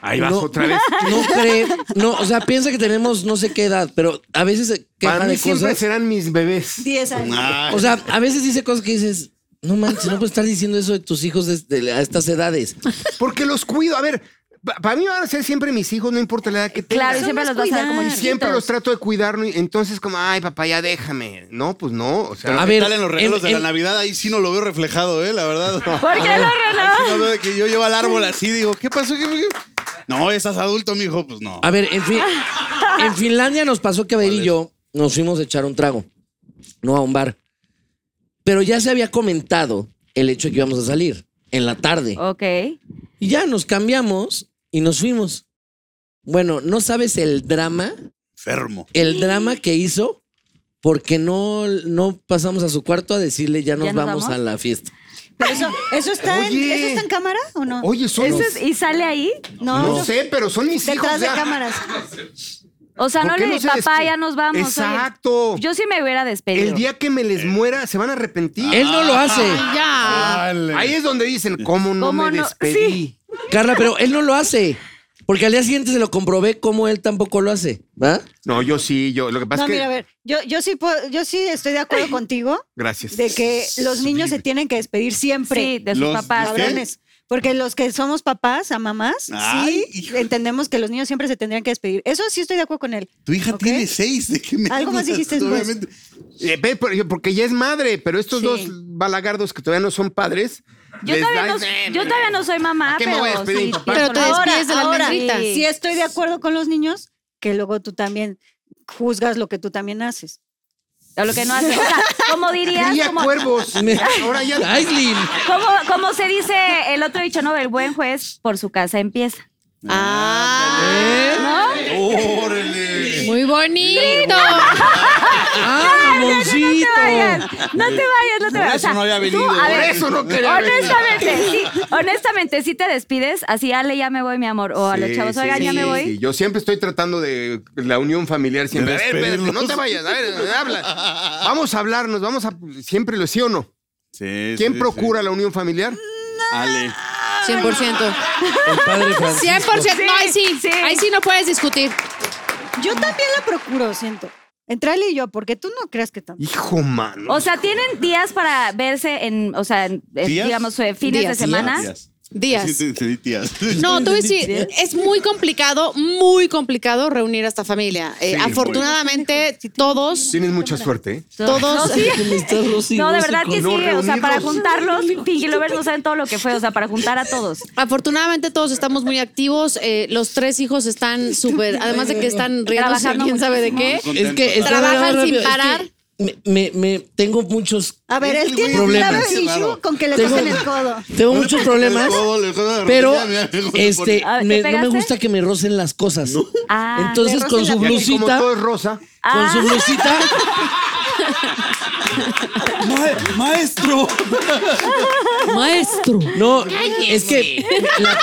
G: Ahí vas
F: No.
G: otra vez.
F: no cree, no, o sea, piensa que tenemos no sé qué edad, pero a veces se queja
G: Para mí
F: de
G: siempre
F: cosas.
G: serán mis bebés.
H: 10 años.
I: Ay,
F: O sea, a veces dice cosas que dices, no manches, no puedes estar diciendo eso de tus hijos desde- a estas edades.
G: Porque los cuido. A ver, pa- para mí van a ser siempre mis hijos, no importa la edad que tengan.
C: Claro, y siempre los vas a ver como
G: Y
C: chiquitos.
G: siempre los trato de cuidar. ¿no? Y Entonces, como, ay, papá, ya déjame. No, pues no. O sea,
F: A
I: a
F: ver,
I: ver, en los regalos
F: en-
I: de la
F: en-
I: Navidad, ahí sí no lo veo reflejado, ¿eh? La verdad.
C: ¿Por qué lo
I: Ahí sí no
C: reloj?
I: veo de que yo llevo al árbol así, digo, ¿qué pasó? ¿Qué- qué- No, estás adulto, mijo, pues no.
F: A ver, en, fin, en Finlandia nos pasó que Abel y yo nos fuimos a echar un trago, no a un bar. Pero ya se había comentado el hecho de que íbamos a salir en la tarde.
C: Ok.
F: Y ya nos cambiamos y nos fuimos. Bueno, no sabes el drama,
I: Enfermo.
F: el drama que hizo porque no, no pasamos a su cuarto a decirle ya nos,
C: ¿Ya nos
F: vamos,
C: vamos?
F: a la fiesta.
H: Pero eso, ¿eso, está en,
G: Oye.
H: ¿Eso está en cámara o no?
I: Oh,
G: oye, son
C: Eso
G: mis-
C: es- ¿Y sale ahí?
H: no,
G: No
H: eso-
G: sé, pero son mis hijos.
H: detrás de
G: ya.
H: cámaras.
C: O sea,
G: ¿Por
C: no
G: qué
C: le
G: no
C: di,
G: se
C: papá,
G: despide?
C: ya nos vamos. oye".
G: Exacto.
C: Yo sí me hubiera despedido.
G: El día que me les muera, se van a arrepentir.
F: Él no lo hace,
D: Ay, ya.
G: Ahí es donde dicen, ¿cómo no
C: ¿Cómo
G: me
C: no?
G: despedí?
C: Sí.
F: Carla, pero él no lo hace. Porque al día siguiente se lo comprobé como él tampoco lo hace, ¿va?
G: No, yo sí, yo. Lo que pasa
H: No,
G: es que.
H: mira, a ver, yo, yo, sí puedo- yo sí estoy de acuerdo contigo
G: Gracias.
H: de que los niños se tienen que despedir siempre.
C: Sí, de sus
I: Los-
C: papás.
I: ¿qué?
H: cabrones. Porque los que somos papás a mamás,
I: Ay,
H: sí,
I: hijo.
H: entendemos que los niños siempre se tendrían que despedir. Eso sí estoy de acuerdo con él.
I: Tu hija
H: ¿Ok?
I: tiene seis, ¿de qué me
H: Algo más
I: hablas?
H: dijiste, pues.
I: Obviamente.
G: Eh, ve, por- porque ya es madre, pero estos
H: Sí.
G: dos balagardos que todavía no son padres.
C: Yo
G: les eh,
C: todavía,
G: dan-
C: no, yo todavía no soy mamá,
G: ¿A qué me
C: pero
G: voy a despedir,
C: sí,
G: papá?
D: Pero te despides de la almendrita.
C: sí.
H: Sí estoy de acuerdo con los niños, que luego tú también juzgas lo que tú también haces.
C: O lo que no hace. O sea, como dirías,
G: Cría
C: como,
G: cuervos. Ahora ya.
F: Aislin.
C: como, como se dice el otro dicho, no, el buen juez por su casa empieza.
D: Ah,
I: ¡Órale!
D: muy bonito.
F: ¡Ah, mamoncito!
C: No te vayas, no te vayas.
I: eso
C: O sea,
I: no había
C: tú,
I: venido,
C: a
I: por
C: ver,
G: eso no quería venir.
C: Honestamente, sí, honestamente, si te despides, así, Ale, ya me voy, mi amor. O a los
G: Sí,
C: chavos,
G: sí,
C: oigan, ya
G: sí,
C: me voy.
G: sí. Yo siempre estoy tratando de la unión familiar. Siempre.
I: De
G: A ver, espérate,
I: despedirlos.
G: no te vayas. A ver, habla. Vamos a hablarnos. Vamos a. Siempre lo sí o no.
I: Sí,
G: ¿Quién
I: sí,
G: procura la unión familiar?
I: sí. Ale.
D: 100%.
F: El padre Francisco.
D: 100%. No, ahí sí.
C: Sí.
D: Ahí sí no puedes discutir.
H: Yo también la procuro, siento. Entre él y yo, porque tú no creas que tanto.
G: Hijo, mano.
C: O sea, tienen días para verse en, o sea, en- en,
I: ¿Días?
C: digamos, eh, fines
D: Días.
C: de semana.
I: Tías.
D: Días.
I: Sí, sí, sí, tías.
D: No, tú decís, es muy complicado, muy complicado reunir a esta familia. Eh,
I: Sí,
D: afortunadamente, todos,
G: Tienes mucha suerte. ¿eh?
D: todos,
F: Que me está Rosy,
C: No, de
F: Rosy
C: verdad que
G: no
C: sí, o sea, para
G: reunirlos.
C: juntarlos, Pinky Lovers no saben todo lo que fue, o sea, para juntar a todos.
D: afortunadamente todos estamos muy activos. eh, los tres hijos están súper, además de que están riéndose,
C: Trabajando
D: quién sabe de qué.
F: con- Es que está-
D: Trabajan sin
F: es que
D: parar.
F: me, me- me- tengo muchos.
H: A ver, él
I: Qué
H: tiene un
F: problemas.
H: grave
I: Qué
H: issue
I: bárbaro.
H: con que le
F: Tengo-
H: toquen el codo.
F: Tengo muchos problemas.
I: Todo, pues, le- todo,
F: Pero
I: mira, mira, mira,
F: este,
C: A ver, ¿te
F: me- no me
C: Ah, pegaste?
F: gusta que me rocen las cosas.
C: Ah,
F: Entonces,
H: te
F: con
H: rocen
F: su
H: la
G: Y aquí, como
F: blusita.
G: todo es rosa.
F: Con su
C: Ah.
F: blusita.
I: Ma- maestro.
D: Maestro.
F: No, es que. la-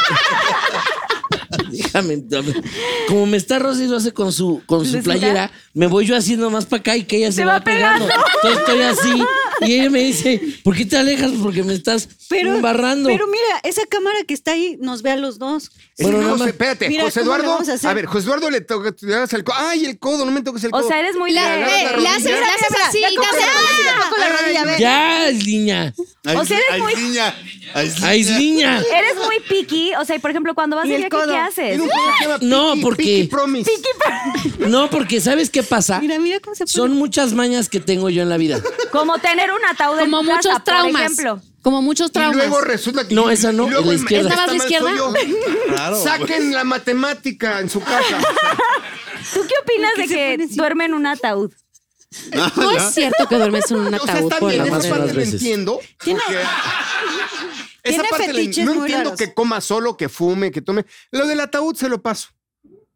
F: Déjame. Como me está Rosy lo hace con su, con su
C: ¿Blusita?
F: playera, me voy yo haciendo más para acá y que ella se
C: Te
F: va,
C: va pegando.
F: Entonces estoy así. Y ella me dice, ¿por qué te alejas? Porque me estás
H: Pero,
F: embarrando.
H: pero mira, esa cámara que está ahí nos ve a los dos.
F: Bueno,
G: Sí,
F: nada
G: José,
F: más-
G: espérate,
H: Mira,
G: José
H: ¿cómo le
G: Eduardo.
H: vamos a hacer?
G: A, ver, José Eduardo le toca, le das el codo. Ay, el codo, no me toques el codo.
C: O sea, eres muy
D: La,
C: leal.
D: eh, le haces, le haces así,
H: Ve
D: y
H: cómo
D: te
H: se
D: hace-
H: toca, si le toco la rodilla, ve.
F: Ya, niña.
C: O sea, eres muy-
I: niña.
F: Ay, niña.
C: Eres muy picky, o sea, y por ejemplo, cuando vas
H: Y
C: a
H: el
C: ir, ¿qué,
H: codo.
C: qué
G: Tiene
C: haces?
G: un juego que se llama
F: No,
G: Pinky-
F: porque-
G: Pinky Promise.
F: No, porque ¿sabes qué pasa?
H: Mira, mira cómo se pone.
F: Son muchas mañas que tengo yo en la vida.
C: Como tener un ataúd en
D: Como
C: tu casa,
D: muchos
C: por
D: traumas.
C: ejemplo.
D: Como muchos
G: Y
D: traumas.
G: luego resulta que.
F: No, esa no,
G: y luego
F: la
G: el-
F: izquierda.
G: está
D: ¿Esta vas de
G: mal, soy yo.
I: Claro.
G: Saquen la matemática en su casa.
C: ¿Tú qué opinas de
H: ¿Por qué se pone
C: que
H: así?
C: duerme en un ataúd?
D: No es cierto que duermes en un
G: O sea,
D: ataúd.
G: está
D: por
G: bien,
D: la
F: la
G: esa
F: madre.
G: parte la
F: Veces.
G: entiendo. porque- Esa
H: Tiene
G: parte la-
H: fetiches
G: no
H: muy
G: entiendo
H: raros.
G: que coma solo, que fume, que tome. Lo del ataúd se lo paso.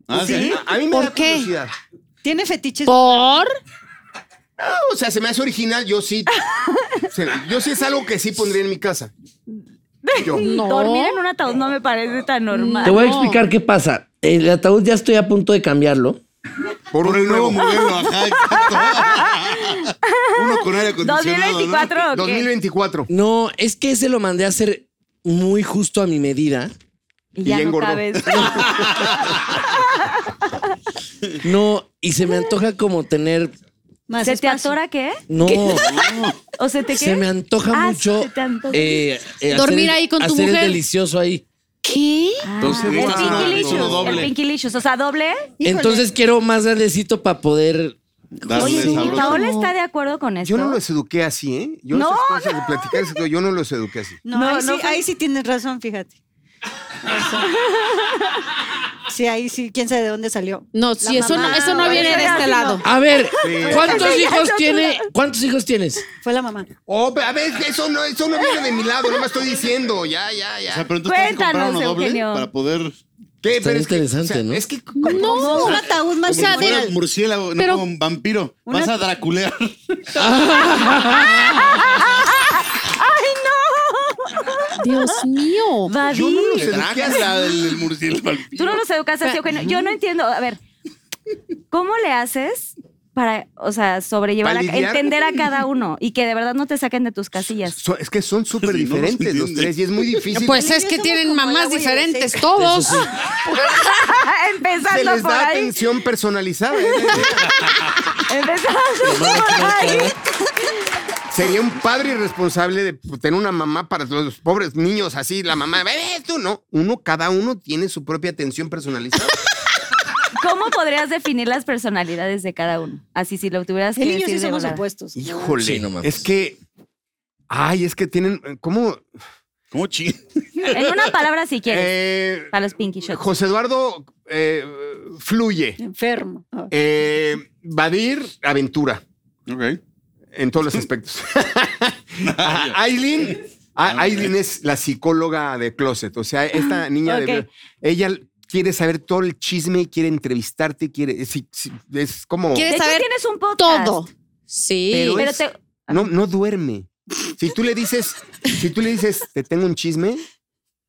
I: Ah, ¿sí?
G: A, a mí me
D: ¿Por
G: da
D: qué?
G: curiosidad.
H: Tiene fetiches.
D: ¿Por?
G: Ah, o sea, se me hace original. Yo sí. se- yo sí es algo que sí pondría en mi casa. Yo.
D: No.
C: Dormir en un ataúd Ah, no me parece tan normal.
F: Te voy a explicar qué pasa. El ataúd ya estoy a punto de cambiarlo.
G: Por,
I: Por
G: un
I: el nuevo
G: nuevo.
I: modelo, ajá, exacto. Uno con aire acondicionado. ¿no?
C: 2024. ¿o qué?
G: 2024.
F: No, es que ese lo mandé a hacer muy justo a mi medida.
C: Y
G: Y
C: ya
G: ya
C: no
G: engordó.
C: cabes.
F: No, y se me antoja como tener.
H: Más
C: ¿Se te
H: espacio.
C: atora qué?
F: No,
C: ¿O se te qué?
F: se me antoja
C: Ah,
F: mucho.
C: se te antoja.
F: eh, eh,
D: Dormir
F: hacer el-
D: ahí con tu
F: hacer el
D: mujer.
F: delicioso ahí.
D: ¿Qué?
I: Entonces,
C: Ah. el
I: estás haciendo todo
C: Pinkilicious, el
I: doble.
C: Pinkilicious, o sea, doble.
H: Híjole.
F: Entonces quiero más grandecito para poder.
I: Darle
C: Oye,
I: sabroso.
C: Paola está de acuerdo con esto.
G: Yo no los eduqué así, ¿eh? Yo
C: No,
G: esas cosas de platicar, esas cosas, yo no los eduqué así.
H: No,
C: No,
H: ahí,
C: no
H: sí,
C: fue-
H: ahí sí tienes razón, fíjate. Eso. Sí, ahí sí, quién sabe de dónde salió.
D: No, sí, eso no,
H: mamá.
D: eso no viene de este lado.
F: A ver,
G: Sí.
F: ¿cuántos hijos tiene? ¿Cuántos hijos tienes?
H: Fue la mamá.
G: Oh, pero a ver, eso no, eso no viene de mi lado, no me estoy diciendo, ya, ya, ya.
I: O sea, pero entonces tienes que comprar
C: Cuéntanos,
I: uno doble
C: Eugenio.
I: para poder.
G: ¿Qué?
F: Está
G: es que,
F: interesante,
G: o sea,
F: ¿no?
G: Es que
H: No, un ataúd
I: Como
H: más
I: si fuera
H: original.
I: murciélago, no
D: Pero-
I: como un vampiro.
H: Una-
I: Vas a draculear.
D: Dios mío.
C: David,
G: yo no los
I: Dracula,
G: eduqué así.
I: el, el murciélago. vampiro.
C: tú no los educas así, Eugenio. Yo no entiendo. A ver, ¿cómo le haces para, o sea, sobrellevar, a,
G: ¿Para lidiar?
C: entender a cada uno y que de verdad no te saquen de tus casillas?
G: So- es que son súper
I: Sí, no los
G: diferentes los
I: entiende.
G: tres y es muy difícil.
D: Pues es
H: Yo
D: que
H: somos
D: tienen
H: como el
D: mamás
H: abuelo,
D: diferentes
H: sí.
D: todos.
F: Eso sí.
G: se
C: Ah, Empezando
G: les
C: por
G: da
C: ahí.
G: atención personalizada. ¿eh?
C: Empezando por ahí.
G: Sería un padre irresponsable de pues, tener una mamá para los pobres niños así, la mamá, bebé, tú no. Uno, cada uno tiene su propia atención personalizada.
C: ¿Cómo podrías definir las personalidades de cada uno? Así si lo tuvieras que
H: El niño
C: decir
H: sí
C: de
H: somos
C: volada.
H: opuestos.
G: Híjole,
F: Sí, no mames.
G: es que, ay, es que tienen, ¿cómo?
I: ¿Cómo ching?
C: En una palabra si quieres,
G: Eh,
C: para los pinky shots.
G: José Eduardo eh, fluye.
H: Enfermo. Ah.
G: Eh, Badir, aventura.
I: Ok.
G: En todos los aspectos. Ah, A- Ah, Aileen. a- Aileen es la psicóloga de closet. O sea, esta niña
C: Ok.
G: de. Ella quiere saber todo el chisme, quiere entrevistarte, quiere. sí, sí, es como.
C: De
D: ¿Quieres
C: hecho,
D: saber
C: tienes un podcast.
D: todo? Sí.
G: Pero
C: Pero
G: es-
C: te-
G: No, no duerme. Si tú le dices, si tú le dices, te tengo un chisme,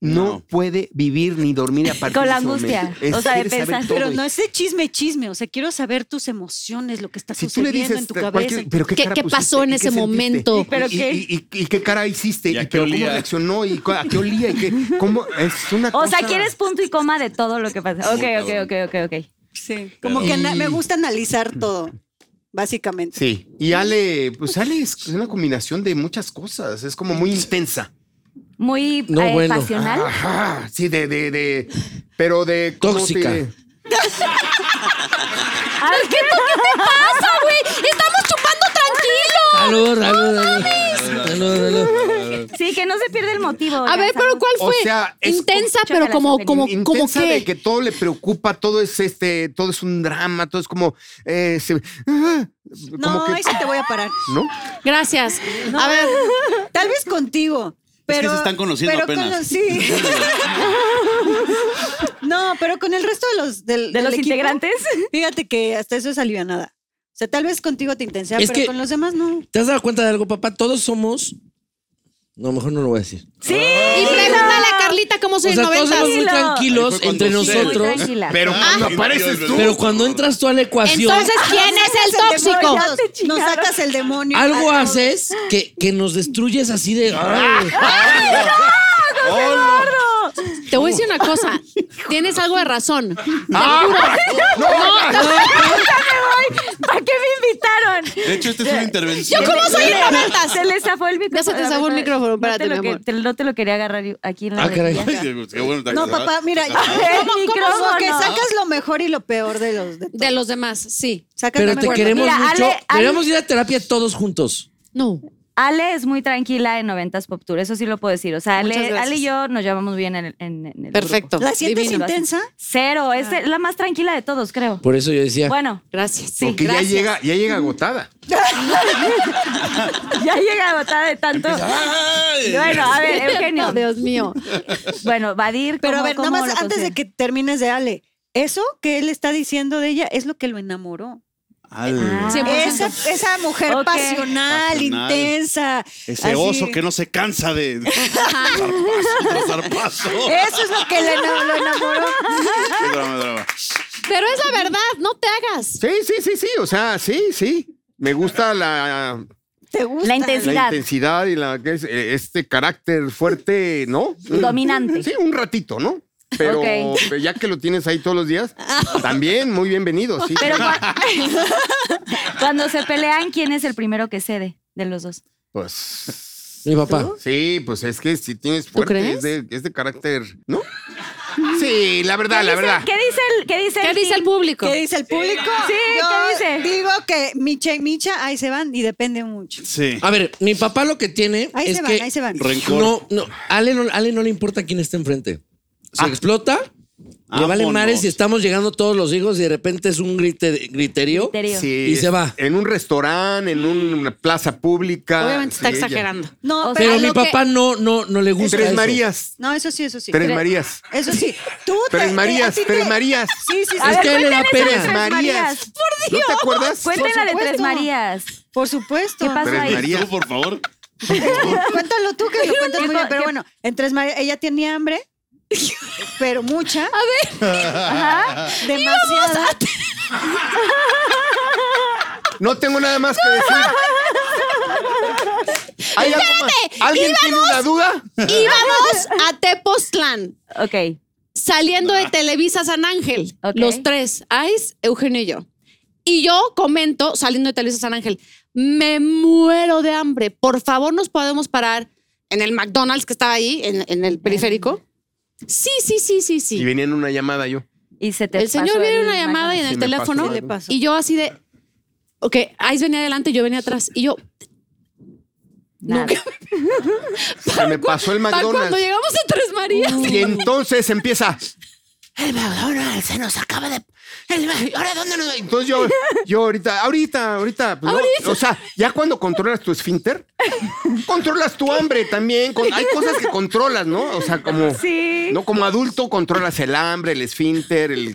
G: no,
I: No.
G: puede vivir ni dormir a partir
C: Con la
G: de ese
C: angustia.
G: momento.
C: O sea, de
G: quiere saber
C: pensar.
G: todo.
H: Pero no es de chisme, chisme. O sea, quiero saber tus emociones, lo que está
G: si tú le
H: sucediendo
G: dices
H: en tu
G: te-
H: cabeza.
G: cualquier- pero qué,
D: ¿Qué-
G: cara
D: qué
G: pusiste?
D: pasó en
G: ¿Y qué
D: ese
G: sentiste?
D: momento?
G: ¿Y,
C: ¿Pero
G: y-
C: qué?
G: y- y- y qué cara hiciste?
I: ¿Y a
G: ¿Y
I: qué
G: pero cómo
I: olía?
G: reaccionó? ¿Y cu- a qué olía? ¿Y qué- cómo? Es una
C: O sea,
G: cosa-
C: quieres punto y coma de todo lo que pasa. Ok, ok, ok, ok, ok.
H: Sí, como que ana- me gusta analizar todo, básicamente.
G: Sí. Y Ale, pues Ale es una combinación de muchas cosas. Es como muy intensa.
C: Muy
F: No,
C: eh,
F: bueno.
C: pasional.
G: Ah. Ajá. Sí, de, de, de. Pero de. ¿cómo te
F: Tóxica.
G: diré?
C: Ay, ¿qué
D: pasa, güey? Estamos chupando tranquilo.
F: Salud, salud, salud. Salud, salud.
C: t- Sí, que no se pierde el motivo.
D: A
C: ya
D: ver, pero
C: sabes.
D: ¿cuál
G: O
D: fue?
G: sea, es
D: Intensa,
C: como-
D: pero como,
C: Chócalas,
D: como, como
G: intensa de
D: qué.
G: que todo le preocupa, todo es este, todo es un drama, todo es como. eh, se- ah, como
H: No,
G: que-
H: ahí sí te voy a parar.
G: ¿No?
D: Gracias.
H: A ver, tal vez contigo.
I: que
H: Pero,
I: se están conociendo
H: pero con
I: apenas.
H: los- sí. no, pero con el resto de los del-
C: ¿De
H: del
C: los
H: equipo,
C: integrantes?
G: Ah,
H: Fíjate que hasta eso es alivianada. O sea, tal vez contigo te intensea,
F: Es
H: pero
F: que-
H: con los demás no.
F: ¿Te has dado cuenta de algo, papá? Todos somos. No, mejor no lo voy a decir.
C: Sí.
D: Y pregúntale a Carlita cómo
F: O
D: soy
F: sea,
D: en
F: todos somos muy
C: Tranquilo.
F: tranquilos
I: Ahí fue cuando
F: entre
C: Muy
I: sí.
F: nosotros.
C: tranquila.
G: Pero
I: Ah,
G: cuando apareces tú.
F: Pero cuando entras tú a la ecuación,
D: Entonces, ¿quién es el tóxico?
C: Ya te
H: Nos
C: chingaron.
H: sacas el demonio.
F: algo
H: Ah, no.
F: haces que, que nos destruyes así de.
G: Ah.
F: ¡ay!
G: ¡Hola!
D: Te voy a decir una cosa. Tienes algo de razón.
G: No,
C: ¿Para qué me invitaron?
I: De hecho, esta es una intervención.
D: ¿Yo cómo soy ignorante?
C: Se le zafó el micrófono.
D: Ya se te zafó el
C: No,
D: micrófono,
C: no
D: espérate,
C: te lo
D: mi
C: que-
D: amor.
C: te- no te lo quería agarrar yo aquí en la
F: Ah, caray.
C: mejilla.
I: Ay, qué bueno,
H: No, papá, mira,
C: ¿Cómo, cómo,
H: como que
C: no?
H: sacas lo mejor y lo peor de los de,
D: De los demás, sí.
H: sacas lo
F: Pero te
H: mejor.
F: queremos
C: Mira,
F: mucho.
C: Ale- Ale-
F: Deberíamos ir a terapia todos juntos.
D: No.
C: Ale es muy tranquila en 90s Pop Tour, eso sí lo puedo decir. O sea,
D: Muchas
C: Ale,
D: gracias.
C: Ale y yo nos llevamos bien en el, en- en el
D: Perfecto. Ah.
C: grupo.
H: ¿La sientes
D: Divino.
H: intensa?
C: Cero, es la más tranquila de todos, creo.
F: Por eso yo decía.
C: Bueno,
D: Gracias. Sí,
G: Pues Porque ya
D: gracias.
G: llega, ya llega agotada.
C: ya llega agotada de tanto. Bueno, a ver, Eugenio.
D: No, Dios mío.
C: Bueno, Badir,
H: Pero a
C: ¿cómo-
H: ver, nada
C: cómo
H: más
C: lo
H: antes de
C: consideras?
H: que termines de Ale, eso que él está diciendo de ella es lo que lo enamoró.
I: Al-
C: Ah.
H: Esa, esa mujer
C: Ok.
H: pasional,
I: Pasional.
H: intensa.
I: Ese
H: así.
I: oso que no se cansa de dar paso.
H: Eso es lo que le ena- lo enamoró.
I: Qué drama, drama.
D: Pero es la verdad, no te hagas.
G: Sí, sí, sí, sí. O sea, sí, sí. Me gusta la,
H: ¿Te gusta?
C: La
G: la
C: intensidad.
G: intensidad y la, que es, eh, este carácter fuerte, ¿no?
C: Dominante.
G: Sí, un ratito, ¿no? Pero
C: Ok.
G: pero ya que lo tienes ahí todos los días, también muy bienvenido. Sí,
C: Pero
G: Sí.
C: Cuando se pelean, ¿quién es el primero que cede de los dos?
G: pues.
F: Mi papá.
G: Sí, pues es que si tienes fuerte,
D: crees?
G: es de, es de carácter, ¿no? Sí, la verdad, la
C: ¿Qué dice-
G: verdad.
C: ¿Qué dice el ¿Qué dice
D: ¿Qué
C: el
D: dice el
C: team?
D: público?
H: ¿Qué dice el público?
C: Sí, ¿qué
H: Yo
C: dice?
H: Digo que Micha y Micha, ahí se van y depende mucho.
I: Sí.
F: A ver, mi papá lo que tiene
H: Ahí
F: es
H: se
F: que
H: van, ahí se van.
I: Rencor.
F: no, no, Ale no, Ale no le importa quién está enfrente.
G: Ah.
F: Se explota, le vale
I: Vámonos.
F: mares y estamos llegando todos los hijos y de repente es un grite- griterío.
C: Criterio.
G: Sí,
F: Y se va.
G: En un restaurante, en un- una plaza pública.
D: Obviamente
F: Ah,
D: está
G: Sí, ella.
D: exagerando.
H: No,
C: O sea,
F: Pero
C: a
F: mi
C: lo
F: papá no, no, no le gusta.
G: Tres
F: eso.
G: Marías.
H: No, eso sí, eso sí.
G: Tres Marías.
H: Eso sí. Tú te-
G: Tres Marías,
H: eh, a ti
G: Tres
H: te-
G: Marías.
H: Sí, sí, sí.
C: A
F: Es
C: ver,
F: que a él le da
C: cuéntales
F: pena.
C: de Tres Marías.
G: Por Dios. ¿No te acuerdas?
C: Cuéntela de
H: supuesto.
C: Tres Marías.
H: Por supuesto.
C: ¿Qué pasó
G: Tres
C: ahí?
G: Marías.
I: Tú, por favor.
H: Cuéntalo tú, que lo cuentas muy bien. Pero bueno, en Tres Marías, ella tenía hambre, pero mucha. A ver. Demasiada.
G: No tengo nada más que decir. ¿Hay algo más? ¿Alguien tiene una duda?
D: Íbamos a Tepoztlán,
C: Ok.
D: saliendo de Televisa San Ángel,
C: Ok.
D: los tres, Ais, Eugenio y yo. Y yo comento, saliendo de Televisa San Ángel, me muero de hambre. Por favor, nos podemos parar en el McDonald's que estaba ahí, en, en el periférico. Sí, sí, sí, sí, sí.
G: Y venía en una llamada yo.
C: Y se te
D: El señor
C: pasó
D: viene
C: el
D: una llamada y en
G: Sí,
D: el
G: me pasó
D: teléfono
G: algo.
H: ¿Qué pasó?
D: y yo así de, ok, Ais venía adelante, yo venía atrás y yo,
C: Nada.
G: Se me pasó el
D: pa, cuando
G: McDonald's. Uh,
D: llegamos a Tres Marías,
G: Y entonces empieza.
D: el McDonald's se nos acaba de...
G: ¿Ahora dónde nos Entonces yo, yo ahorita, ahorita, ahorita. pues, no.
D: Ahorita.
G: O sea, ya cuando controlas tu esfínter, controlas tu hambre también. Con- hay cosas que controlas, ¿no? O sea, como.
C: Sí.
G: No, como adulto controlas el hambre, el esfínter, el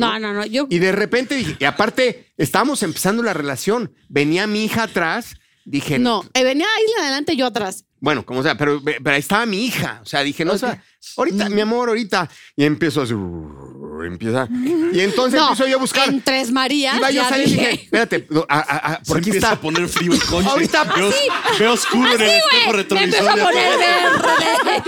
D: No, no, no, yo...
G: Y de repente dije, y aparte, estábamos empezando la relación. Venía mi hija atrás, dije,
D: No, eh, venía Isla adelante, yo atrás.
G: Bueno, como sea, pero, pero ahí estaba mi hija. O sea, dije, no, o sea, ahorita, mi amor, ahorita. Y empiezo así, empieza. Y entonces
D: No,
G: empiezo yo a buscar.
D: en Tres Marías.
G: Iba yo
D: ya
G: saliendo y dije,
D: dije,
G: espérate, no, a- a- a-
I: Se
G: por aquí
I: empieza
G: está.
I: a poner frío el coche.
G: Ahorita-
I: veo, veo oscuro en el espejo
D: Me
I: retrovisor.
D: empezó a
I: ya
D: poner
I: todo.
D: verde. güey.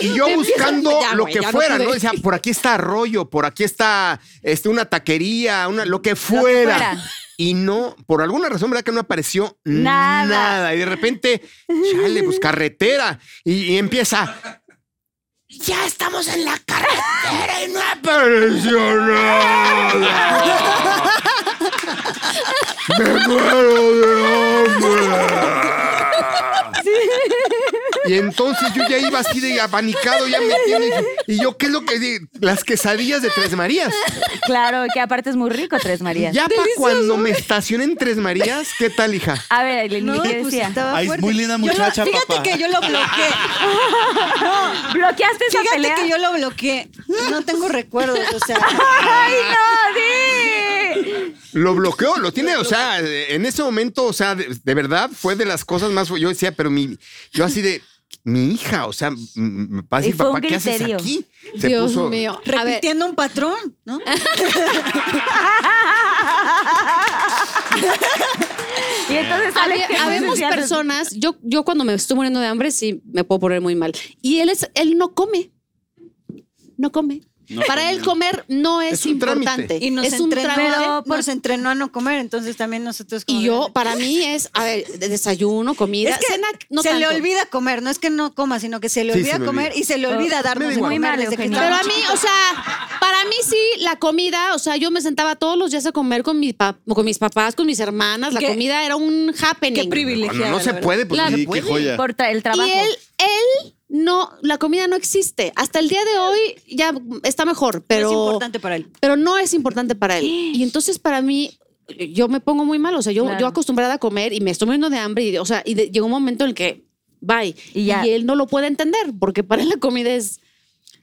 G: Y yo
D: Me empiezo-
G: buscando
D: Ya,
G: lo
D: güey,
G: que
D: ya
G: fuera,
D: pude.
G: ¿no? Decía, por aquí está arroyo, por aquí está este, una taquería, una, lo que fuera.
C: fuera.
G: Y no, por alguna razón, ¿verdad? Que no apareció nada.
C: Nada.
G: Y de repente, chale, pues carretera. Y, y empieza. Ya estamos en la carretera y no apareció nada. Me muero de hambre. Y entonces yo ya iba así de abanicado, ya me tiene. Y yo, ¿qué es lo que di- Las quesadillas de Tres Marías.
C: Claro, que aparte es muy rico Tres Marías.
G: Ya para cuando me estacioné en Tres Marías, ¿qué tal, hija?
C: A ver, Aileen,
H: No,
C: ¿qué
H: pues
C: decía?
H: estaba
I: Ay, es
H: fuerte.
I: muy linda
H: Yo lo-
I: muchacha,
H: Fíjate
I: papá.
H: que yo lo bloqueé.
C: ¿Bloqueaste esa
H: Fíjate
C: pelea?
H: que yo lo bloqueé. No tengo recuerdos, o sea.
C: ¡Ay, no! ¡Sí!
G: Lo bloqueó, lo tiene, o sea, en ese momento, o sea, de, de verdad fue de las cosas más. Yo decía, pero mi. Yo así de. Mi hija, o sea, m- m- papá, sí,
C: Y fue un
G: papá, ¿qué haces
C: criterio.
G: aquí? Se
D: Dios
G: puso-
D: mío. A ver,
H: Repitiendo un patrón, ¿no?
C: Y entonces sale
D: Habe-
C: que
D: habemos personas, yo, yo cuando me estoy muriendo de hambre sí me puedo poner muy mal. Y él es, él no come. No come.
I: No
D: Para
I: come.
D: él comer no es,
G: Es un trámite.
D: importante.
H: Y nos,
D: es un
H: entrenó,
D: trámite.
H: a- nos entrenó a no comer, entonces también nosotros como
D: Y yo, para mí es, a ver, de- desayuno, comida,
H: Es que
D: cena, no
H: se le
D: tanto.
H: olvida comer, no es que no coma, sino que se le
G: Sí,
H: olvida
G: se me
H: comer
G: olvida.
H: y se le
D: Oh,
H: olvida darnos
G: da
H: de
G: igual.
H: comer
C: Muy mal,
H: desde que
C: Eugenio.
D: Pero
H: estaba
D: a mí, o sea, para mí sí, la comida, o sea, yo me sentaba todos los días a comer con, mi pa- con mis papás, con mis hermanas. La
H: Qué-
D: comida era un happening.
H: Qué
G: Cuando
H: privilegiado.
G: no se puede, pues.
D: Claro.
G: ni-
I: Sí, qué joya.
C: Por tra- el trabajo.
D: Y él, él no, la comida no existe. Hasta el día de hoy ya está mejor, pero
H: Es importante para él.
D: pero no es importante para él. Y entonces para mí yo me pongo muy mal, o sea, yo
C: Claro.
D: yo acostumbrada a comer y me estoy muriendo de hambre y o sea, y de- llegó un momento en el que bye
C: Y ya.
D: él no lo puede entender porque para él la comida es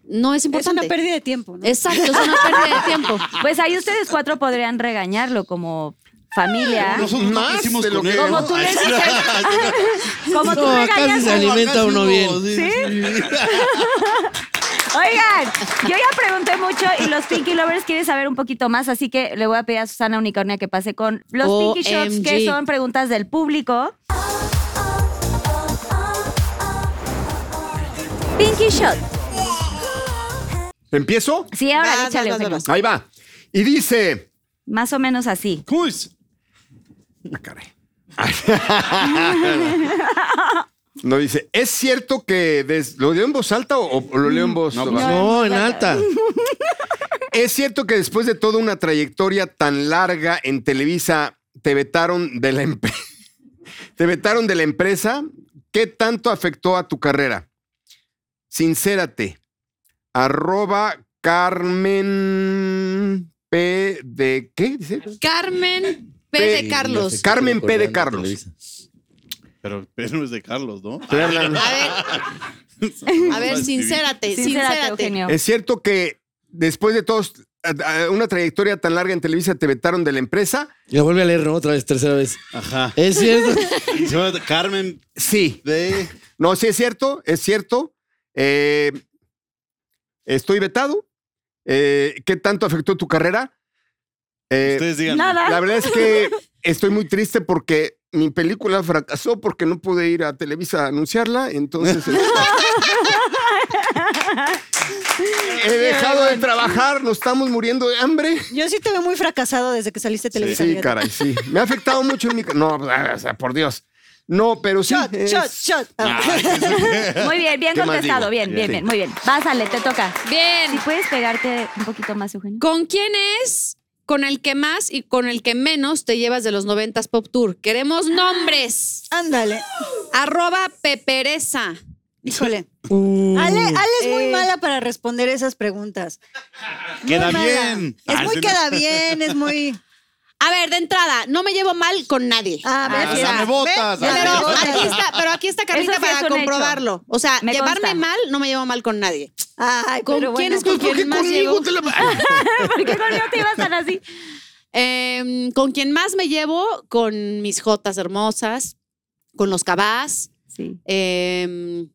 D: no es
H: Es una
D: importante.
H: pérdida de tiempo, ¿no?
D: Exacto, es una pérdida de tiempo.
C: Pues ahí ustedes cuatro podrían regañarlo como familia.
I: Nosotros no
G: Más
I: hicimos
G: de lo
I: con
G: que-
I: él.
C: Como tú les dices. Como tú
F: No,
C: regañas
F: casi se
C: como-
F: alimenta uno bien.
C: Oigan, yo ya pregunté mucho y los Pinky Lovers quieren saber un poquito más, así que le voy a pedir a Susana Unicornia que pase con los Pinky Shots, que
D: OMG.
C: son preguntas del público.
J: Pinky Shot.
G: ¿Empiezo?
C: Sí, ahora
D: Vas,
C: échale,
D: vas, vas,
C: Eugenio.
D: vas.
G: Ahí va. Y dice.
C: Más o menos así.
G: Ah, caray. No dice, ¿es cierto que des- lo leo en voz alta o, o lo leo en voz
I: No, pues
G: baja?
F: No, en alta.
G: ¿Es cierto que después de toda una trayectoria tan larga en Televisa te vetaron de la empresa? ¿Te vetaron de la empresa? ¿Qué tanto afectó a tu carrera? Sincérate. Arroba Carmen P de ¿qué? Dice?
D: Carmen P.
G: P.
D: de Carlos.
G: Carmen P. de Carlos.
I: Pero, pero es de Carlos, ¿no?
G: Estoy hablando.
D: A ver, a ver, sincérate,
C: Sincérate,
D: sincérate.
C: Eugenio.
G: ¿Es cierto que después de todos a- a- una trayectoria tan larga en Televisa te vetaron de la empresa?
F: La vuelve a leer, ¿no? Otra vez, tercera vez.
I: Ajá.
F: Es cierto.
I: Y se llama Carmen
G: Sí.
I: de.
G: No, sí es cierto, es cierto. Eh, estoy vetado. Eh, ¿Qué tanto afectó tu carrera? Eh,
I: Ustedes digan.
C: Nada.
G: la verdad es que estoy muy triste porque mi película fracasó porque no pude ir a Televisa a anunciarla, entonces eh, he dejado de trabajar, nos estamos muriendo de hambre.
H: Yo sí te veo muy fracasado desde que saliste de Televisa.
G: Sí,
H: fíjate.
G: caray, sí. Me ha afectado mucho en mi... No, o sea, por Dios. No, pero sí.
H: Shot,
G: es-
H: shot, shot. Ah.
C: Muy bien, bien
G: ¿Qué más
C: contestado.
G: digo?
C: Bien, bien,
G: Sí.
C: bien, muy bien. Pásale, te toca. Si
D: Bien.
C: puedes pegarte un poquito más, Eugenio.
D: ¿Con quién es? Con el que más y con el que menos te llevas de los 90s Pop Tour. Queremos nombres.
H: Ándale.
D: Arroba Pepereza.
H: Híjole.
I: Uh,
H: Ale, Ale es
C: eh.
H: muy mala para responder esas preguntas. Muy
I: Queda
H: mala.
I: bien.
H: Es
I: Ah, sí,
H: muy
I: no.
H: queda bien, es muy.
D: A ver, de entrada, no me llevo mal con nadie.
H: A ver,
I: Ah,
H: si-
I: dame
H: ¿ves?
I: botas,
H: Ya
I: dame
H: te
D: pero,
I: botas.
H: botas.
D: aquí está, pero aquí está Carlita
C: Eso sí es
D: para
C: un hecho.
D: comprobarlo. O sea,
C: Me
D: llevarme
C: consta.
D: mal, no me llevo mal con nadie.
H: Ay,
D: ¿Con
H: pero
D: quién
H: bueno.
D: es con
G: ¿Por qué
D: quién más
G: conmigo
D: llevo?
G: te la- Ay,
C: ¿Por qué conmigo te ibas tan así?
D: Em, con quien más me llevo, con mis jotas hermosas, con los cabás,
C: Sí.
D: em,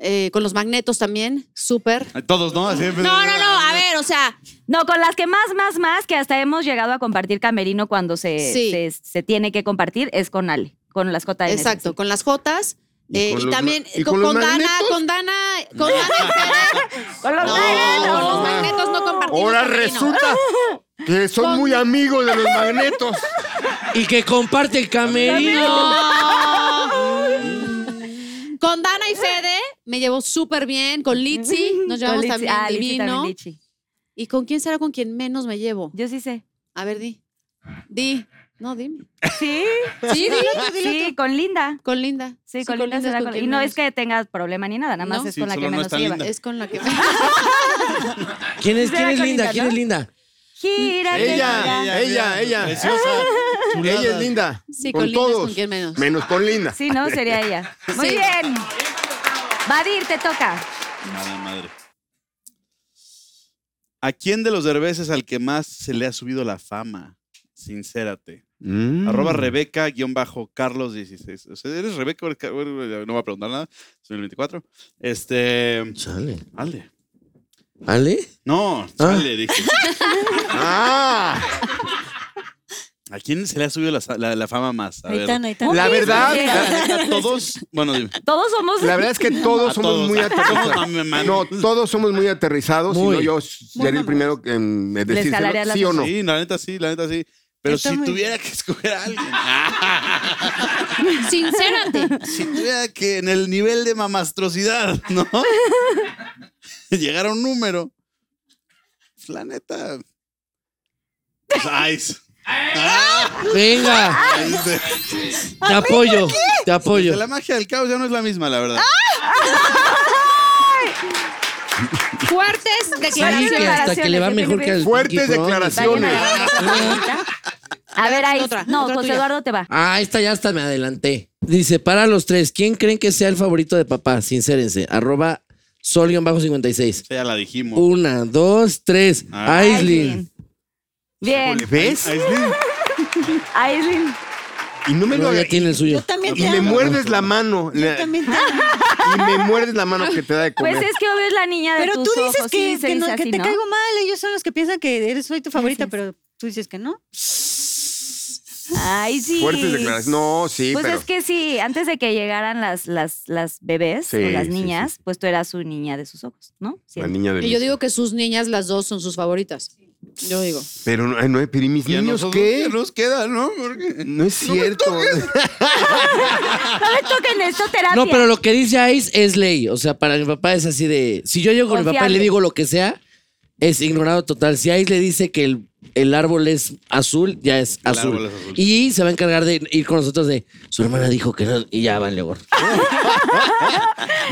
D: eh, con los magnetos también, súper.
I: Todos, ¿no? Así-
D: No, no, no, a ver, o sea,
C: No, con las que más, más, más, que hasta hemos llegado a compartir camerino cuando se,
D: Sí.
C: se, se tiene que compartir, es con Ale, con las JNS.
D: exacto,
C: sí.
D: con las jotas.
G: ¿Y
D: eh,
G: con
D: y
G: los
D: también
G: ma- y
D: con,
G: con los
D: con Dana,
G: magnetos?
D: con Dana, con Dana.
C: Con los
D: No,
C: magnetos.
D: con los magnetos no compartimos.
G: Oh. Ahora
D: camino.
G: resulta que son muy amigos de los magnetos.
F: Y que comparte el camerino.
D: Con Dana y Fede me llevo súper bien. Con Litzy nos llevamos
C: Con Litsi-
D: también
C: ah, Litsi
D: divino.
C: también, Litsi.
D: ¿Y con quién será con quien menos me llevo?
C: Yo sí sé.
D: A ver, di. Di. No, dime.
C: Sí,
D: Sí, dilo tú, dilo
C: sí,
D: tú.
C: con Linda.
D: Con Linda.
C: Sí, con Linda será
D: es
C: con-
D: quien
C: Y no
D: menos.
C: es que tengas problema ni nada, nada más
D: No.
C: es
I: Sí,
C: con la que
I: solo no
C: menos
I: está
C: te llevas.
I: Linda.
D: Es con la que.
F: ¿Quién es,
C: Será
F: quién es
C: con
F: linda?
C: Linda,
F: ¿Quién
C: ¿no?
F: es linda?
C: Gira,
G: Ella,
C: gira.
G: ella, ella.
I: Preciosa. chulada.
G: Ella es linda.
D: Sí,
G: con,
D: con Linda es
G: todos.
D: con quien menos.
G: Menos con Linda.
C: Sí, no, sería ella. Muy
D: Sí.
C: bien. Vadir, te toca.
I: Mala madre. ¿A quién de los derbeces al que más se le ha subido la fama? Sincérate.
G: Mm.
I: Arroba Rebeca, guión bajo, Carlos 16. O sea, ¿Eres Rebeca? o eres Car- bueno, No voy a preguntar nada. Soy el 24. Este.
F: Chale.
I: Ale.
F: ¿Ale?
I: No, Ale, dije.
G: Ah,
I: ¿A quién se le ha subido la, la- la fama más? A ver.
H: Aitana, Aitana.
G: la verdad,
I: La neta, Todos. Bueno, dime.
C: Todos somos.
G: la verdad es que todos
I: A
G: somos
I: todos,
G: muy
I: a todos,
G: aterrizados.
I: mamá.
G: No, todos somos muy aterrizados.
F: Muy.
G: sino yo sería el primero en decir
C: jalaría las
G: sí o no.
I: Sí, la neta sí, la neta sí. Pero
H: Está
I: si
H: muy
I: tuviera que escoger a alguien.
D: Sincérate.
I: si tuviera que en el nivel de mamastrosidad, ¿no? Llegar a un número. pues, La neta. pues, ay, s-
F: Venga,
I: ay, s-
F: te apoyo. Te
I: de
F: apoyo.
I: la magia del caos ya no es la misma, la verdad.
D: Fuertes
F: Sí, que
D: declaraciones.
F: hasta que le va
C: Declaraciones,
F: mejor que al
G: Fuertes
F: Pinky Promise.
G: declaraciones.
C: A ver, ahí.
D: Otra,
C: no,
D: otra
C: José
D: tuya.
C: Eduardo te va.
F: Ah, esta ya hasta me adelanté. Dice, para los tres, ¿quién creen que sea el favorito de papá? Sincérense. Arroba sol-56.
I: O sea, ya la dijimos.
F: Una, dos, tres.
I: Ah.
F: Aislin.
C: Bien.
G: ¿Ves?
I: Aislin.
C: Aislinn.
G: Y no me lo
F: Luego ya tiene el suyo.
H: Yo también
G: Y
H: te
G: me
H: amo.
G: muerdes la mano.
H: Yo
G: la-
H: también te amo.
G: y me muerdes la mano que te da de comer.
C: Pues es que obvio es la niña de
H: Pero
C: tus
H: tú dices
C: ojos,
H: que,
C: sí, se
H: que no-
C: dice
H: que
C: así,
H: te
C: ¿no?
H: caigo mal. Ellos son los que piensan que eres, soy tu favorita,
C: Gracias.
H: pero tú dices que no.
C: Ay, sí.
G: Fuertes declaraciones. No, sí,
C: Pues
G: pero.
C: es que sí, antes de que llegaran las, las, las bebés
G: Sí,
C: o las
G: sí,
C: niñas,
G: sí,
C: pues tú eras su niña de sus ojos, ¿no? Sí.
G: La niña del.
D: Y yo digo que sus niñas, las dos, son sus favoritas. Yo digo.
G: Pero no, ay, no, pero ¿y mis
I: Y a
G: niños
I: nosotros
G: qué?
I: ya nos queda, ¿no? Porque-
G: No es cierto.
C: No me toquen esto, terapia.
F: No, pero lo que dice Ice es ley. O sea, para mi papá es así de. Si yo llego con mi papá y
C: Confiable.
F: le digo lo que sea, es ignorado total. Si Ice le dice que el, el árbol es azul, ya es
I: El
F: azul.
I: árbol es azul.
F: Y se va a encargar de ir con nosotros de. Su hermana dijo que no, y ya van gorro.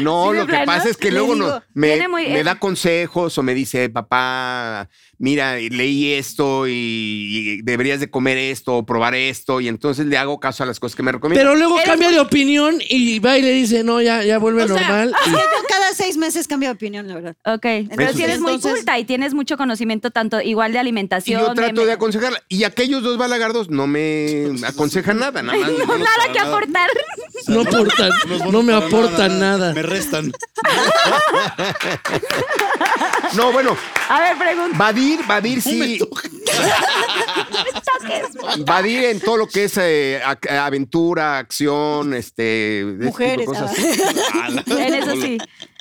G: No,
C: Sí, de
G: lo que
C: plano,
G: pasa es que
H: le
G: luego
H: digo,
G: no- me,
C: tiene muy-
G: me da consejos o me dice, papá, mira, leí esto y, y deberías de comer esto o probar esto. Y entonces le hago caso a las cosas que me recomiendan.
F: Pero luego cambia de opinión y va y le dice, no, ya, ya vuelve
H: O sea,
F: normal. Y-
H: es que yo cada seis meses cambio de opinión, la verdad.
C: Ok, pero sí eres muy
D: Entonces-
C: culta y tienes mucho conocimiento, tanto igual de
G: Y
C: alimentación.
G: yo trato
C: me-
G: de aconsejarla. Y aquellos dos balagardos no me aconsejan nada, nada más.
C: No, nada que aportar.
F: no aportan, no me
I: para
F: aportan nada.
I: Me restan.
G: No, bueno,
C: A ver, pregunta.
G: Vadir, Vadir sí. Vadir en todo lo que es eh, ac- aventura, acción, este. de este tipo de
H: Mujeres, ah.
G: cosas.
I: Ah,
C: En eso sí.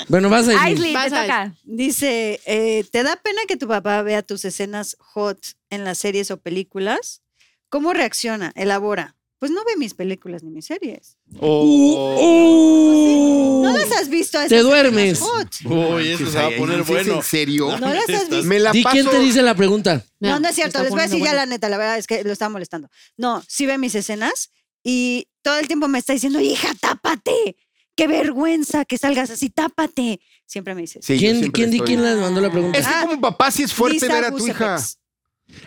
F: Bueno, vas a ir.
C: Aislinn, te
D: Vas,
C: toca.
H: Dice, eh, ¿te da pena que tu papá vea tus escenas hot en las series o películas? ¿Cómo reacciona? Elabora. Pues no ve mis películas ni mis series.
I: Oh,
H: ¿No las has visto a
F: Te
H: esas
F: duermes.
H: escenas hot?
I: Uy, esto se va a
G: Ay,
I: poner
G: ¿es en
I: bueno.
G: serio?
H: ¿No las has visto?
G: Me la
F: Di
G: paso.
F: quién te dice la pregunta.
H: No, no es
D: se
H: cierto.
D: está
H: Les voy a
D: poniendo
H: decir ya
D: bueno.
H: la neta. La verdad es que lo estaba molestando. No, sí ve mis escenas y todo el tiempo me está diciendo, hija, tápate. Qué vergüenza que salgas así, tápate. Siempre me dice eso.
G: Sí, yo
F: ¿Quién,
G: siempre
F: quién, di
G: estoy-
F: quién les mandó la pregunta?
G: Es que como papá sí es fuerte
H: Lisa
G: ver a tu hija.
H: Gusefets.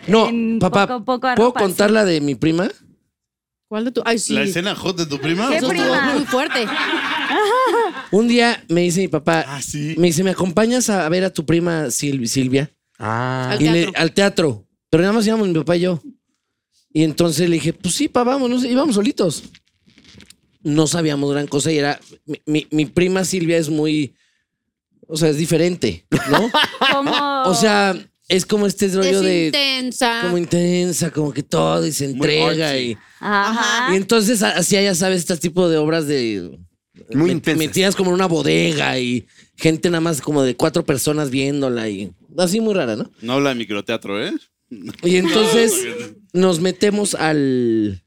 F: No,
C: En
F: papá,
C: poco- poco a
F: ¿puedo
C: ropas.
F: contar la de mi prima?
D: ¿Cuál de tu? Ay, sí.
I: La escena hot de tu prima.
C: ¿Qué
D: Eso estuvo
C: prima?
D: muy fuerte.
F: Un día me dice mi papá,
I: Ah, sí.
F: me dice, ¿me acompañas a ver a tu prima Sil- Silvia?
G: Ah.
D: Al
F: y le-
D: teatro.
F: al teatro. Pero nada más íbamos mi papá y yo. Y entonces le dije, pues sí, pa, vámonos. Íbamos solitos. No sabíamos gran cosa y era... Mi, mi- mi prima Silvia es muy... O sea, es diferente, ¿no?
C: ¿Cómo?
F: o sea, es como este rollo
D: Es
F: de...
D: intensa.
F: Como intensa, como que todo y se entrega.
I: artsy.
F: Y,
C: Ajá.
F: y entonces a- hacía, ya sabes, este tipo de obras de...
G: Muy
F: me-
G: intensas.
F: Metidas como en una bodega y gente nada más como de cuatro personas viéndola y... Así muy rara, ¿no?
I: No habla de microteatro, ¿eh?
F: Y entonces nos metemos al,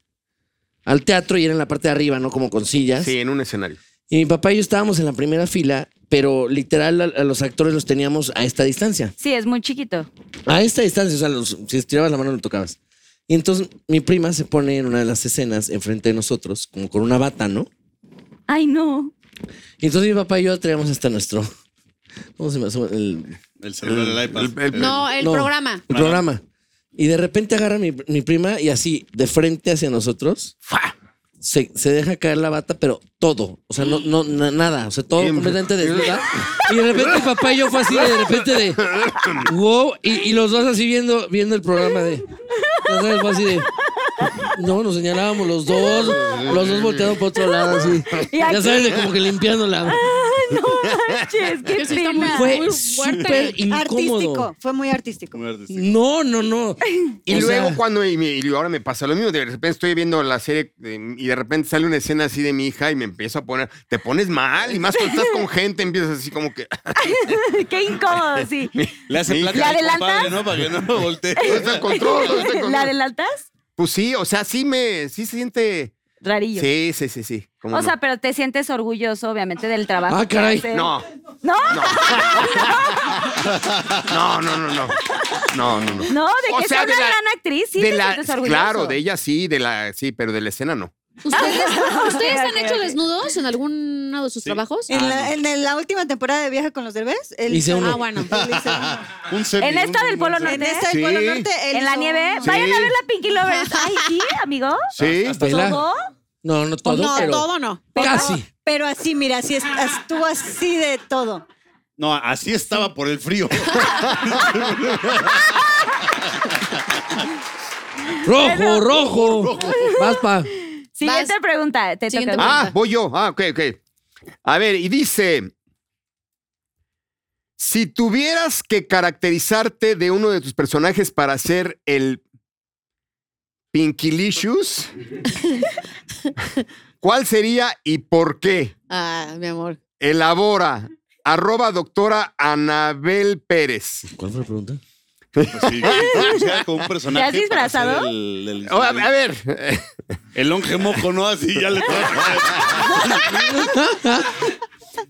F: al teatro y era en la parte de arriba, ¿no? Como con sillas.
G: Sí, en un escenario.
F: Y mi papá y yo estábamos en la primera fila, pero literal a, a los actores los teníamos a esta distancia.
C: Sí, es muy chiquito.
F: A esta distancia, o sea, los- si estirabas la mano no tocabas. Y entonces mi prima se pone en una de las escenas enfrente de nosotros, como con una bata, ¿no?
C: Ay, no.
F: Y entonces mi papá y yo traíamos hasta nuestro... ¿Cómo se llama? El,
I: El celular, el iPad.
G: El- el-
D: No, el
F: no,
D: programa.
F: El programa. Y de repente agarra mi, mi prima y así, de frente hacia nosotros, ¡fua! se, se deja caer la bata, pero todo. O sea, no, no na- nada. O sea, todo
G: Bien.
F: completamente desnuda. Y de repente mi papá y yo fue así, de repente de wow. Y, y los dos así viendo, viendo el programa de. ya sabes, fue así de. No, nos señalábamos los dos, los dos volteados por otro lado, así.
C: Y
F: Ya
C: aquí-
F: sabes, de como que limpiando la.
C: No manches, qué
D: sí está muy
C: pena.
F: Fue
D: Muy fuerte.
F: súper incómodo.
H: Artístico, fue muy artístico.
F: No, no, no.
G: Y
F: O
G: luego
F: sea,
G: cuando y, me- y ahora me pasa lo mismo, de repente estoy viendo la serie de- y de repente sale una escena así de mi hija y me empiezo a poner, te pones mal y más cuando estás con gente empiezas así como que
C: Qué incómodo, sí.
I: Le hace
G: Mi hija.
I: plata al
C: ¿Le adelantas?
I: compadre, ¿no? Para que no lo voltee.
G: no está el control, no está el
C: ¿La
G: control.
C: adelantas?
G: Pues sí, o sea, sí me sí se siente
C: Rarillo.
G: Sí, sí, sí, sí. cómo
C: O
G: no.
C: sea, pero te sientes orgulloso, obviamente, del trabajo.
F: Ah,
C: que
F: caray.
C: haces.
G: no,
C: ¿No?
G: no, no, no, no. No, no, no.
C: No, de
G: O
C: que
G: sea,
C: sea
G: de
C: una
G: la-
C: gran actriz, sí
G: de
C: te
G: la-
C: sientes orgulloso.
G: claro, de ella sí, de la sí, pero de la escena no.
D: ¿Ustedes, ¿ustedes han
C: Ok,
D: hecho
C: ok.
D: desnudos en alguno de sus trabajos?
H: En, la, en la última temporada de Viaja con los Derbez, él
F: Hice uno.
D: Ah, bueno.
H: él hizo pues, uno.
I: Un semi,
C: En esta
I: un-
C: del Polo
I: un-
C: Norte.
H: En esta del
G: Sí.
H: Polo Norte, él "Mm,
C: En la
H: hizo
C: nieve.
H: un-
C: Vayan a ver la Pinky Lovers. Ay, sí, amigo.
G: Sí.
F: Vela.
C: ¿Todo?
F: No, no todo,
D: Pues no,
F: pero
D: todo no.
F: casi.
H: Pero así, mira, así es- estuvo así de todo.
I: No, así estaba por el frío.
F: Rojo, rojo. Vas pa.
C: Siguiente
D: Vas.
C: pregunta. Te
D: Siguiente
C: toca.
G: Ah, voy yo. Ah, ok, ok. A ver, y dice. Si tuvieras que caracterizarte de uno de tus personajes para ser el Pinkilicious, ¿cuál sería y por qué?
D: Ah, mi amor.
G: Elabora. Arroba doctora Anabel Pérez.
F: ¿Cuál fue la pregunta?
I: Pues sí, o sea, como un personaje.
C: ¿Te has
I: para
C: disfrazado?
I: hacer El, el,
G: Oh, a, a ver,
I: el longe moco, ¿no? Así ya le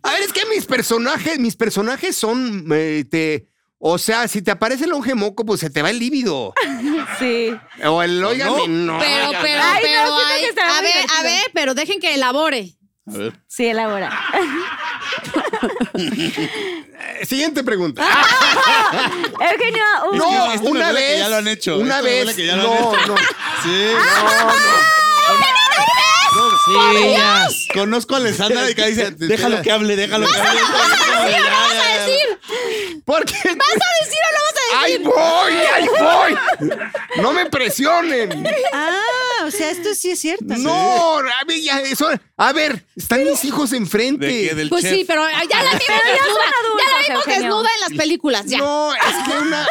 G: A ver, es que mis personajes, mis personajes son. eh, te- o sea, si te aparece el longe moco, pues se te va el líbido. Ah.
C: Sí.
G: O el óigame, no.
D: Pero, pero,
C: Ay, no,
D: pero.
C: siento
D: ay,
C: que estará
D: a
C: muy
D: ver,
C: divertido.
D: a ver, pero dejen que elabore.
I: A ver.
C: Sí, elabora.
G: Eh, Siguiente pregunta.
C: Eugenio, un-
G: no,
I: esto me
G: una
I: huele que
G: vez.
I: ya lo han hecho.
G: Una
I: Esto me huele
G: vez.
I: que ya lo han
G: no,
I: hecho.
G: no.
I: Sí. No, no,
F: Sí, ya.
I: Conozco a Alessandra de que dice, déjalo que hable, déjalo que hable.
D: ¿Vas a decir?
G: Porque.
D: ¿Vas a decir o lo vas a decir?
G: ¡Ahí voy! ¡Ahí voy! ¡No me presionen!
H: Ah, o sea, esto sí es cierto.
G: ¡No! A ver, ya, eso- a ver, están mis hijos enfrente.
I: ¿De qué? Del
D: Pues
I: chef.
D: sí, pero ay, ya la vimos
C: ya son
D: desnuda. Ya
C: adultos,
D: la vimos
C: Eugenio.
D: desnuda en las películas, ya.
G: No, es que una.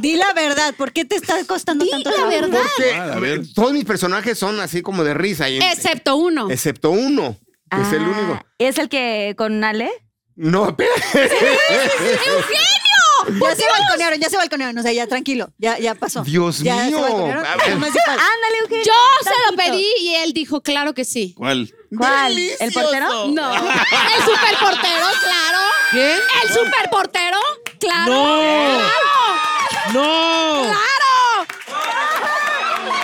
H: Di la verdad, ¿por qué te está costando
D: Di
H: tanto
D: la
H: trabajo?
D: verdad.
G: Porque
I: Ah, a ver.
G: todos mis personajes son así como de risa. y-
D: Excepto uno.
G: Excepto uno, que es el
C: Ah,
G: único.
C: ¿Es el que con Ale?
G: No, espérate.
D: ¡Eugenio!
H: Ya se balconearon, ya se balconearon. O sea, ya tranquilo, ya, ya pasó.
G: Dios
H: Ya se
G: mío.
H: balconearon, "Ah,
G: A ver.
H: no más de paz.
C: Ándale, Eugenio.
D: Yo se lo
C: tantito.
D: pedí y él dijo, claro que sí.
I: ¿Cuál?
C: ¿Cuál? ¿El
I: Delicioso.
C: portero?
D: No. ¿El superportero? Claro.
F: ¿Qué?
D: ¿El superportero? Claro.
F: No.
D: ¡Claro!
F: ¡No!
D: ¡Claro!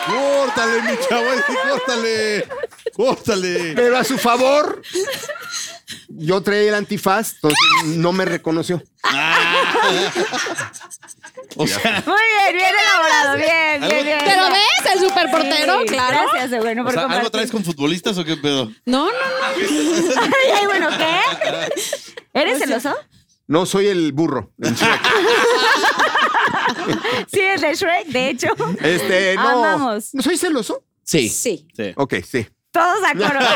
I: Córtale, mi chavo, este, córtale. Córtale.
G: Pero a su favor, yo traía el antifaz, entonces no me reconoció.
I: O sea,
C: Muy bien, bien elaborado. Bien,
I: Algo-
C: bien, bien.
D: ¿Pero ves? ¿El
C: Sí,
D: superportero? Claro.
C: Gracias, Eugenio,
I: o
C: por
I: sea, ¿algo
C: compartir.
I: traes con futbolistas o qué pedo?
D: No, no, no.
C: Ay, ay, bueno, ¿qué? ¿Eres celoso?
G: No soy el burro.
C: Sí, es de Shrek, de hecho.
G: Este, no.
C: Amamos.
G: ¿No soy celoso?
F: Sí,
D: Sí.
I: Sí.
G: Ok, sí.
C: Todos de acuerdo.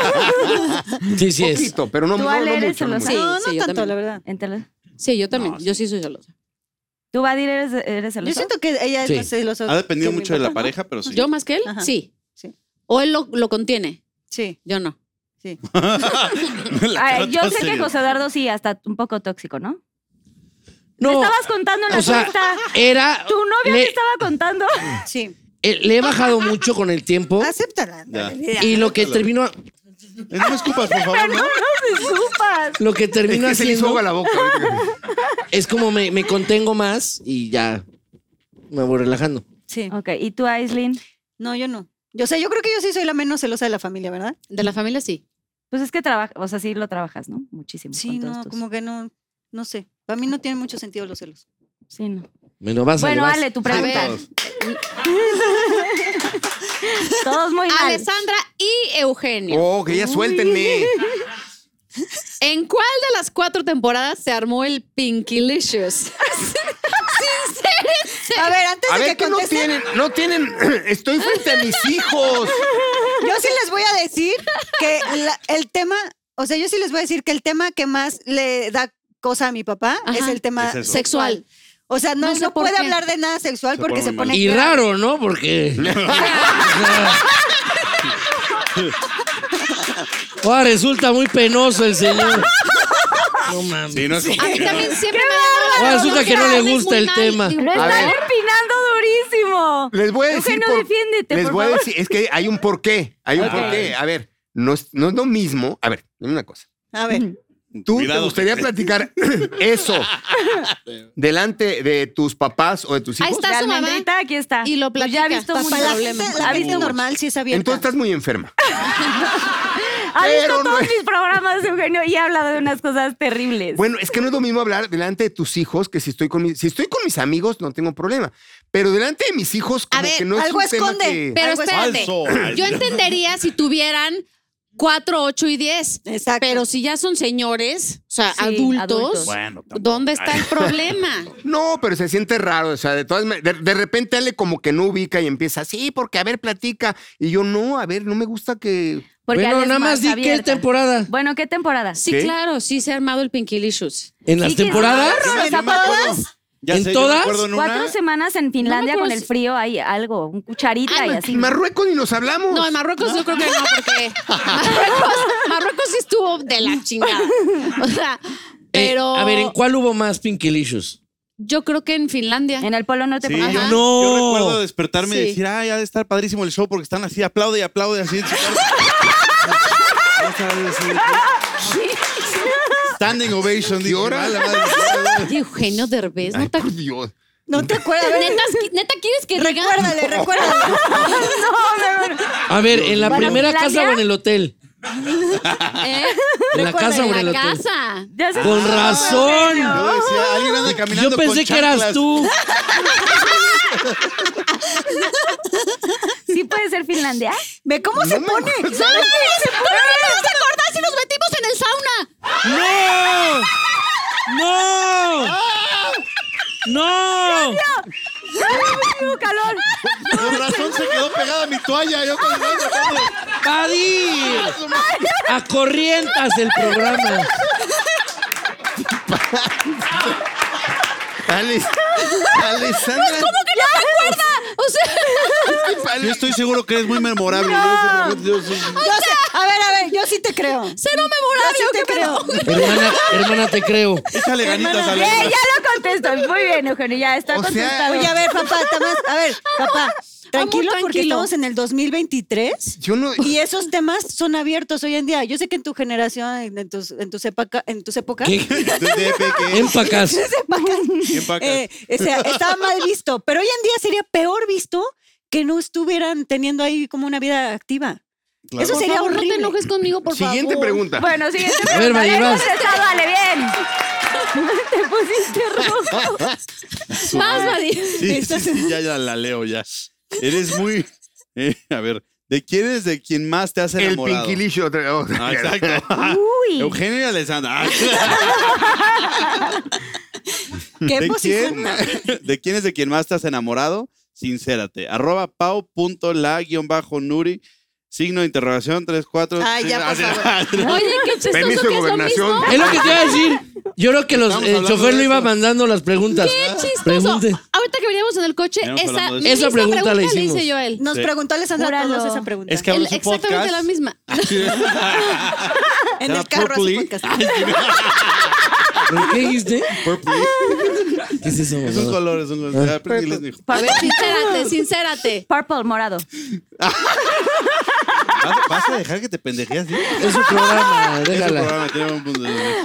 F: sí, sí es.
G: Poquito, pero no,
C: ¿Tú,
G: no,
C: Ale,
G: no
C: eres
G: mucho. no
C: celoso?
D: Sí,
G: mucho.
H: No, no
D: sí, yo
H: tanto,
D: también.
H: la verdad.
C: Entonces,
D: Sí, yo también. yo sí soy celosa.
C: ¿Tú, Badir, eres, eres
H: Yo
C: celoso?
H: siento que ella es
F: Sí.
H: más celosa.
I: Ha dependido
H: que mi
I: mucho de la
H: papá.
I: pareja, pero sí.
D: ¿Yo más que él?
H: Ajá.
D: Sí.
H: Sí.
D: O él lo, lo contiene.
H: Sí,
D: Yo no.
H: sí.
I: La
C: Ay,
I: cara
C: yo
I: toda
C: sé que
I: seria.
C: José Eduardo sí, hasta un poco tóxico, ¿no? Me
F: No,
C: estabas contando en la
F: o sea,
C: fiesta.
F: era.
C: Tu novia
F: le-
C: te estaba contando.
H: Sí.
F: eh, le he bajado mucho con el tiempo
D: Ah,
H: Acéptala.
I: Ya.
F: y lo que termino,
I: Eh, No me escupas, por favor, ¿no?
C: No disculpas.
F: lo que
G: Es
F: termino
G: que se le hizo
F: haciendo
G: agua la boca.
F: es como me, me contengo más y ya me voy relajando.
H: Sí.
C: Ok, ¿y tú, Aislin?
H: No, yo no. Yo sé, yo creo que yo sí soy la menos celosa de la familia, ¿verdad?
D: De la familia sí.
C: Pues es que trabajas, o sea, sí lo trabajas, ¿no?
D: Mm,
C: Muchísimo.
H: Sí,
C: con todos
H: no,
C: tus-
H: como que no, no sé. Para mí no tiene mucho sentido los celos.
C: Sí, no.
F: Me lo vas
C: Bueno,
F: a llevar.
C: Ale, tu
D: A
C: pregunta.
D: ver,
C: Todos muy mal.
D: Alessandra y Eugenio.
G: Oh, que ya suéltenme.
D: ¿En cuál de las cuatro temporadas se armó el Pinkylicious?
H: A ver, antes
G: A
H: de
G: ver,
H: que
G: que no
H: contesten,
G: tienen, no tienen. Estoy frente a mis hijos.
H: yo sí les voy a decir que la- el tema, o sea, yo sí les voy a decir que el tema que más le da cosa a mi papá
D: Ajá.
H: es el tema
I: Es eso.
H: sexual. O sea, no,
D: No sé
H: no
D: por
H: puede
D: qué.
H: hablar de nada sexual
I: Se
H: porque
I: pone
H: se
I: muy
H: pone...
F: Y
H: grave.
F: raro, ¿no? Porque. Ahora resulta muy penoso el señor. No mames.
I: Sí, no es
D: A mí también siempre me
F: Ahora
D: ha dado
F: resulta que no le gusta el tema.
C: Lo
D: Ah,
G: A
C: están
G: ver.
C: opinando durísimo.
G: Les voy a decir.
C: Eugenio,
G: por-
C: defiéndete,
G: Les
C: por
G: voy a
C: favor.
G: decir, es que hay un porqué. Hay un porqué. A ver, no es, no es lo mismo. A ver, dime una cosa.
H: A ver,
G: ¿Tú
I: Cuidado,
G: te gustaría
I: gente.
G: platicar eso delante de tus papás o de tus hijos?
D: Ahí está
C: De
D: su mamá.
C: Almendrita, aquí está.
D: Y lo
C: Pues ya ha visto
D: platica. Papá,
C: mucho.
H: para la
D: problema.
H: gente, la
C: Ha
H: gente
C: visto,
H: normal sí es abierta.
G: Entonces estás muy enferma.
C: ha visto
G: Pero no
C: todos
G: es-
C: mis programas, Eugenio, y ha hablado de unas cosas terribles.
G: Bueno, es que no es lo mismo hablar delante de tus hijos que si estoy con mis, si estoy con mis amigos no tengo problema, pero delante de mis hijos como
D: A ver,
G: que no es
H: algo
G: un tema
H: esconde,
G: que-
D: Pero
H: Algo es
D: espérate,
I: falso.
D: yo entendería si tuvieran 4, 8 y 10.
H: Exacto.
D: Pero si ya son señores, o sea,
C: Sí,
D: adultos,
C: adultos.
I: Bueno, tampoco.
D: ¿dónde está el problema?
G: No, pero se siente raro, o sea, de todas maneras, de, de repente Ale como que no ubica y empieza, sí, porque a ver, platica. Y yo, no, a ver, no me gusta que...
C: Porque
F: bueno,
C: Ale es
F: nada más
C: más
F: di qué
C: abierta.
F: temporada.
C: Bueno, ¿qué temporada?
D: Sí,
I: ¿Qué?
D: claro, sí se ha armado el Pinkilicious.
F: ¿En las
C: Sí, que-
F: temporadas?
C: Claro,
F: Eh,
I: Yo me-
C: o sea,
I: yo me acuerdo. Ya
F: ¿En
I: sé, yo me
F: todas?
I: acuerdo en una-
C: Cuatro semanas en Finlandia
D: acuerdo
C: con el
D: si- Ah,
C: frío hay algo, un cucharita y así.
G: Marruecos ni nos hablamos.
D: No, en Marruecos yo creo que no, porque Marruecos, Marruecos sí estuvo de la chingada. O sea, pero
F: Eh, a ver, ¿en cuál hubo más Pinkilicious?
D: yo creo que en Finlandia.
C: En el polo norte.
I: Sí,
C: por
I: yo,
C: ejemplo.
D: Ajá.
F: No.
I: yo recuerdo despertarme y
D: Sí.
I: decir, ay, ha de estar padrísimo el show porque están así, aplaude y aplaude así. Standing ovation. dije,
G: hora?
I: "Vale, vale, vale".
D: Ay, Eugenio Derbez,
G: Ay,
D: ¿no te
G: por Dios.
H: No te acuerdas. A ver,
D: ¿Neta, neta quieres que diga?
H: recuérdale, recuérdale.
F: A ver, ¿en la
C: Bueno,
F: primera
C: ¿Finlandia?
F: casa o en el hotel?
D: ¿Eh?
F: ¿En la casa o en
D: En
F: el
D: la
F: hotel?
D: casa.
C: Ya se-
F: Con razón.
I: Yo decía, alguien anda caminando
F: Yo pensé
I: con
F: que eras
I: chanclas".
F: tú.
C: Sí puede ser Finlandia.
H: Ve cómo se pone.
D: ¡Ay! ¿Cómo no te vas a acordar si nos metimos en el sauna?
F: ¡No! ¡No! ¡No!
C: calor!
I: Con razón se quedó pegada mi toalla. Yo con el baño, ¿cómo?
F: ¡Padi! A corrientas el programa.
G: Ale- Alessandra,
D: O sea,
I: Yo estoy seguro que eres muy memorable. Yo en ese momento, yo soy-
H: Yo sé- a ver, a ver, yo sí te creo. Yo
D: cero
H: sí
D: memorable.
H: te creo.
F: Hermana, hermana, te creo.
I: Échale ganitas a la
C: Eh, ya lo contestó. Muy bien, Eugenio, ya está
G: O sea,
C: contestado.
H: Oye, a ver, papá, está más- a ver, papá, tranquilo porque
D: tranquilo.
H: estamos en el 2023
G: yo no...
H: y esos temas son abiertos hoy en día. Yo sé que en tu generación, en en tus, en tus, época- en tus épocas,
F: ¿Qué?
I: Desde pequeño.
F: Empacas.
H: épocas,
I: Empacas.
H: eh, o sea, estaba mal visto, pero hoy en día sería peor visto que no estuvieran teniendo ahí como una vida activa.
I: Claro.
H: Eso sería
D: favor, No
H: horrible.
D: te enojes conmigo, por favor.
G: Siguiente pregunta.
C: Bueno, siguiente
F: A ver,
C: pregunta.
F: Mari,
C: Bien
F: vas.
C: contestado, Ale, bien. Te pusiste rojo.
D: Vas, Madi.
I: Sí, sí, sí, ya, ya la leo ya. Eres muy. eh, a ver, ¿de quién es de quien más te has
G: el
I: enamorado?
G: pinquilillo. otra- otra-
I: Ah, exacto.
C: Uy.
I: Eugenio y Alessandra. Ah,
H: ¿Qué
I: ¿De
H: posición?
I: quién, ¿De quién es de quien más te has enamorado? Sincérate. Arroba pau.la-nuri. Signo de interrogación 34.
H: Ay, ya, por
I: Ah,
D: Oye, qué chistoso
G: Permiso de
D: que es lo
G: gobernación.
D: mismo.
F: Es lo que te iba a decir. Yo creo que los,
I: Estamos
F: el
I: hablando
F: chofer
I: de
F: lo iba
I: eso.
F: mandando las preguntas.
D: Qué chistoso.
F: Ah, Pregunte.
D: Ahorita que veníamos en el coche,
I: Veníamos
D: esa,
I: hablando de
D: misma
F: eso. Esa pregunta la
D: le hice
F: hicimos.
D: yo a él.
H: Nos
I: Sí.
H: preguntó Alessandra
C: Júralo.
H: todos esa pregunta.
I: Es que abre
D: El-
I: su
D: exactamente
I: podcast.
D: la misma.
H: en
I: Era
H: el carro hace
I: Purpley.
H: podcast.
F: ¿Pero ¿Qué dijiste?
I: Purple.
F: ¿Qué es eso,
I: Es un
F: mamá?
I: color, es un color. Ya aprendí les dijo.
D: A ver, sincérate, sincérate.
C: Purple, morado.
I: ¿Vas, vas a dejar que te pendejeas? ¿sí?
F: Es un programa,
I: Ese
F: déjala.
I: programa tiene un punto de-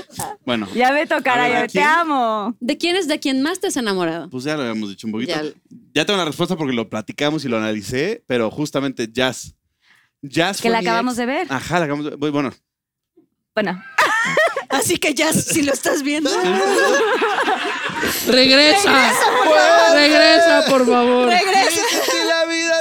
I: Bueno,
C: Ya me
I: A
C: tocará,
I: ver, ¿a
C: yo te
I: quién?
C: amo.
D: ¿De quién es de quien más te has enamorado?
I: pues ya lo habíamos dicho un poquito.
D: Ya.
I: Ya, tengo la respuesta porque lo platicamos y lo analicé, pero justamente Jazz. Jazz
C: Que
I: fue
C: la
I: mi
C: acabamos
I: ex.
C: de ver.
I: Ajá, la acabamos de ver. Bueno,
C: Bueno,
H: Así que ya, si lo estás viendo,
F: ¡Regresa! ¡Regresa, por favor!
H: regresa.
I: Existe la vida.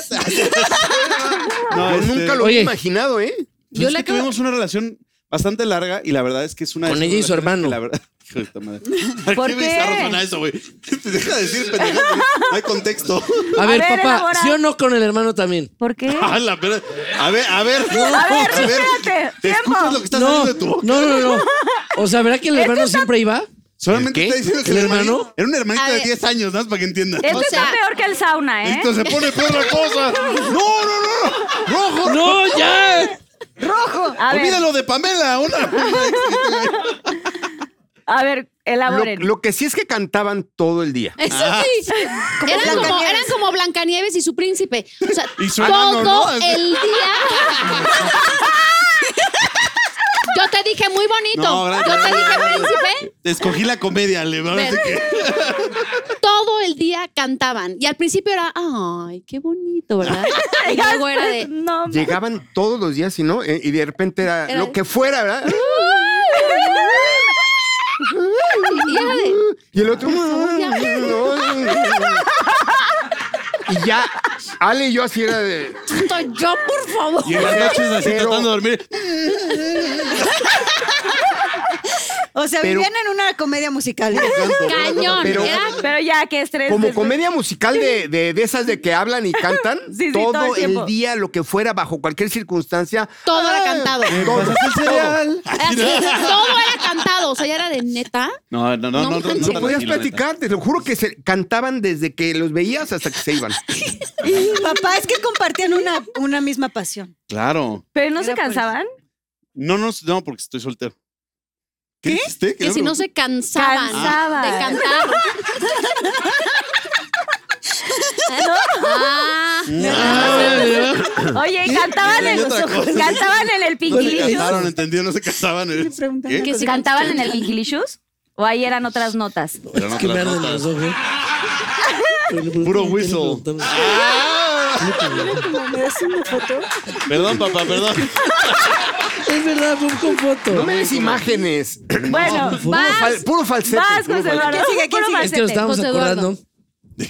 I: no,
G: Yo
I: este,
G: nunca lo
F: Oye.
G: había imaginado, ¿eh?
I: pues
D: Yo
I: es
D: la
I: que
D: acabo-
I: tuvimos una relación bastante larga y la verdad es que es una. de
F: Con
I: esas
F: ella y su
I: relaciones
F: hermano.
I: que La verdad. Hijo de esta madre.
C: ¿Por
I: qué
C: qué?
I: bizarro suena eso, güey? Te deja de decir, pendejo. No hay contexto.
F: A ver,
C: A ver,
F: papá,
C: elabora.
F: ¿sí o no con el hermano también?
C: ¿por qué?
I: A, la verdad. a ver, a ver.
C: A ver, espérate,
I: ¿Te
C: tiempo.
I: escuchas lo que está
F: No,
I: saliendo de tu
F: no,
I: boca?
F: no, no. O sea, ¿verdad que el hermano siempre iba?
I: Solamente
G: ¿El qué?
I: está diciendo que
F: ¿El
I: el
F: hermano?
I: hermano era un hermanito
D: A
I: de
D: ver.
I: 10 años, nada más para que entiendan.
C: Esto
D: O sea-
C: Este está peor que el sauna, ¿eh?
I: Esto se pone peor la cosa. No, no, no, no. Rojo.
F: ¡No, ya!
C: A ver,
I: Olvídalo de Pamela. Una.
C: a ver,
G: Lo,
C: elaboren.
G: lo que sí es que cantaban todo el día.
D: Eso
I: Ah.
D: sí. Eran, como,
H: Blancanieves.
D: eran como Blancanieves y su príncipe. O sea,
I: Y su
D: todo
I: hermano, ¿no?
D: el día. Yo te dije muy bonito.
I: No, gracias.
D: Yo te dije príncipe.
I: Escogí la comedia, le ahora sí que-
D: Todo el día cantaban. Y al principio era, ay, qué bonito, ¿verdad? Y luego era de.
C: No,
G: Llegaban todos los días, y no, Eh, y de repente era,
D: Era-
G: lo que fuera, ¿verdad?
D: Y era de.
G: Y el otro.
D: ya.
G: Y ya, Ale y yo así era de.
D: "Santo, Yo, por favor.
I: Y en las noches así
G: Pero-
I: tratando de dormir.
H: O sea,
G: Pero-
H: vivían en una comedia musical. ¿eh?
D: Cañón.
G: Pero-
D: Era
C: Pero ya, que estrés.
G: Como
C: estrés.
G: comedia musical de, de, de esas de que hablan y cantan,
C: Sí, sí,
G: todo,
C: todo el
G: el,
C: tiempo.
G: día, lo que fuera, bajo cualquier circunstancia. Ah,
D: Todo era cantado.
I: pues,
G: Todo.
D: Así, todo era cantado. O sea, ya era de neta.
I: No, no, no, no.
D: No
I: no,
D: manches.
I: no
G: Lo
I: tan
G: podías
I: así, la neta.
G: platicar, te lo juro que se cantaban desde que los veías hasta que se iban.
H: Papá, es que compartían una, una misma pasión.
I: Claro.
C: Pero no se
H: Era por-
C: cansaban.
I: No, no, no, porque estoy soltero. ¿Qué? dijiste? ¿Qué
D: Que si no
I: pregunté?
D: se cansaban
C: Cansaban.
D: de cantar. Ah,
C: Oye, y cantaban en,
I: Y otra cosa.
C: cantaban en el
I: No se
C: Pinky
I: casaron, entendido, no se casaban. ¿eh? ¿Qué?
D: que si
C: ¿Cantaban en el Pinky ¿O ahí eran otras notas?
I: Eran
F: Es que me
I: otras
F: arden ¿eh?
I: notas.
F: los ojos.
I: Puro whistle. Perdón, papá, perdón.
F: Es verdad, fue con foto.
G: No me des imágenes.
C: Bueno,
G: Puro,
C: vas,
G: fal- puro falsete.
C: vas,
G: puro
C: José
G: falsete.
C: Eduardo.
H: sigue? ¿Quién
C: puro
H: sigue?
F: Es que
C: falsete.
F: nos estábamos
D: José Eduardo.
F: acordando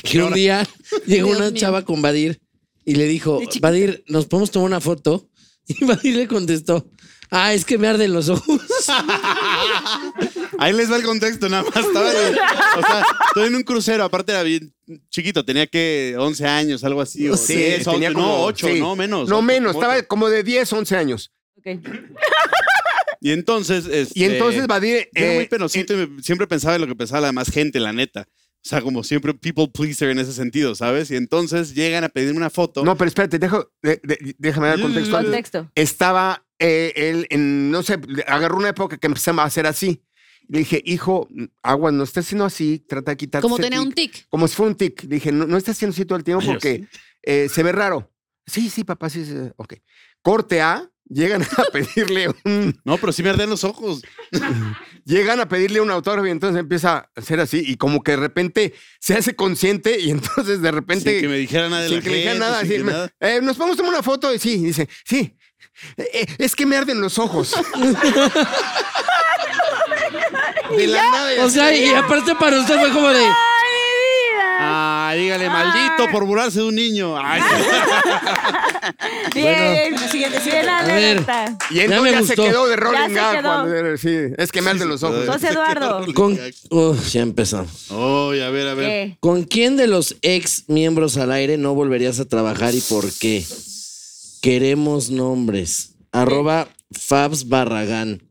F: que un día llegó
D: Dios
F: una
D: mío.
F: chava con Badir y le dijo, Badir, ¿nos podemos tomar una foto? Y Badir le contestó, ah, es que me arden los ojos.
I: Ahí les va el contexto, nada más. Estaba en- o sea, estoy en un crucero, aparte era bien chiquito, tenía que 11 años, algo así. O
G: Sí,
I: 10,
G: tenía
I: 11,
G: como-
I: no, 8,
G: sí.
I: no, menos.
G: No
I: ocho,
G: menos,
I: ocho.
G: estaba como de 10, 11 años.
C: Ok.
I: Y entonces. Este,
G: Y entonces Badir...
I: Yo era muy
G: eh,
I: penosito y me- siempre pensaba en lo que pensaba la demás gente, la neta. O sea, como siempre, people pleaser en ese sentido, ¿sabes? Y entonces llegan a pedirme una foto.
G: eh, No, pero espérate, dejo- de- de- déjame dar contexto. antes.
C: Contexto.
G: estaba eh, él en, no sé, agarró una época que empezaba a hacer así. Le dije, hijo, agua, no estés haciendo así, trata de quitar.
D: Como tenía un tic.
G: Como si fuera un tic. Le dije, no, no estés haciendo así todo el tiempo porque eh, se ve raro. Sí, sí, papá, sí, sí. Ok. Corte A, llegan a pedirle un,
I: No, pero sí me arden los ojos.
G: llegan a pedirle un autógrafo y entonces empieza a hacer así y como que de repente se hace consciente y entonces de repente
I: Sin que me dijera nada de
G: sin
I: la
G: que le dijera
I: gente,
G: nada,
I: sin
G: así,
I: que
G: me-
I: nada.
G: "Eh, nos vamos a tomar una foto y sí, dice, sí, eh, eh, es que me arden los ojos. de la nada. y
F: O
G: así,
F: sea, y aparte para usted fue como de,
I: Ah, dígale, maldito por burlarse de un niño. Ay,
C: Ah. Bien, bien alerta.
G: y
F: ya
G: entonces
F: me
G: ya, se
F: gustó.
G: quedó de Rolling
C: Ya se
G: Gag,
C: quedó.
G: cuando- sí, es que me arden los ojos.
C: José Eduardo.
F: con... Uf, ya empezamos.
I: Ay, pues, a ver, a ver.
C: ¿Qué?
F: ¿Con quién de los ex miembros al aire no volverías a trabajar y por qué? Queremos nombres. Arroba Fabs Barragán.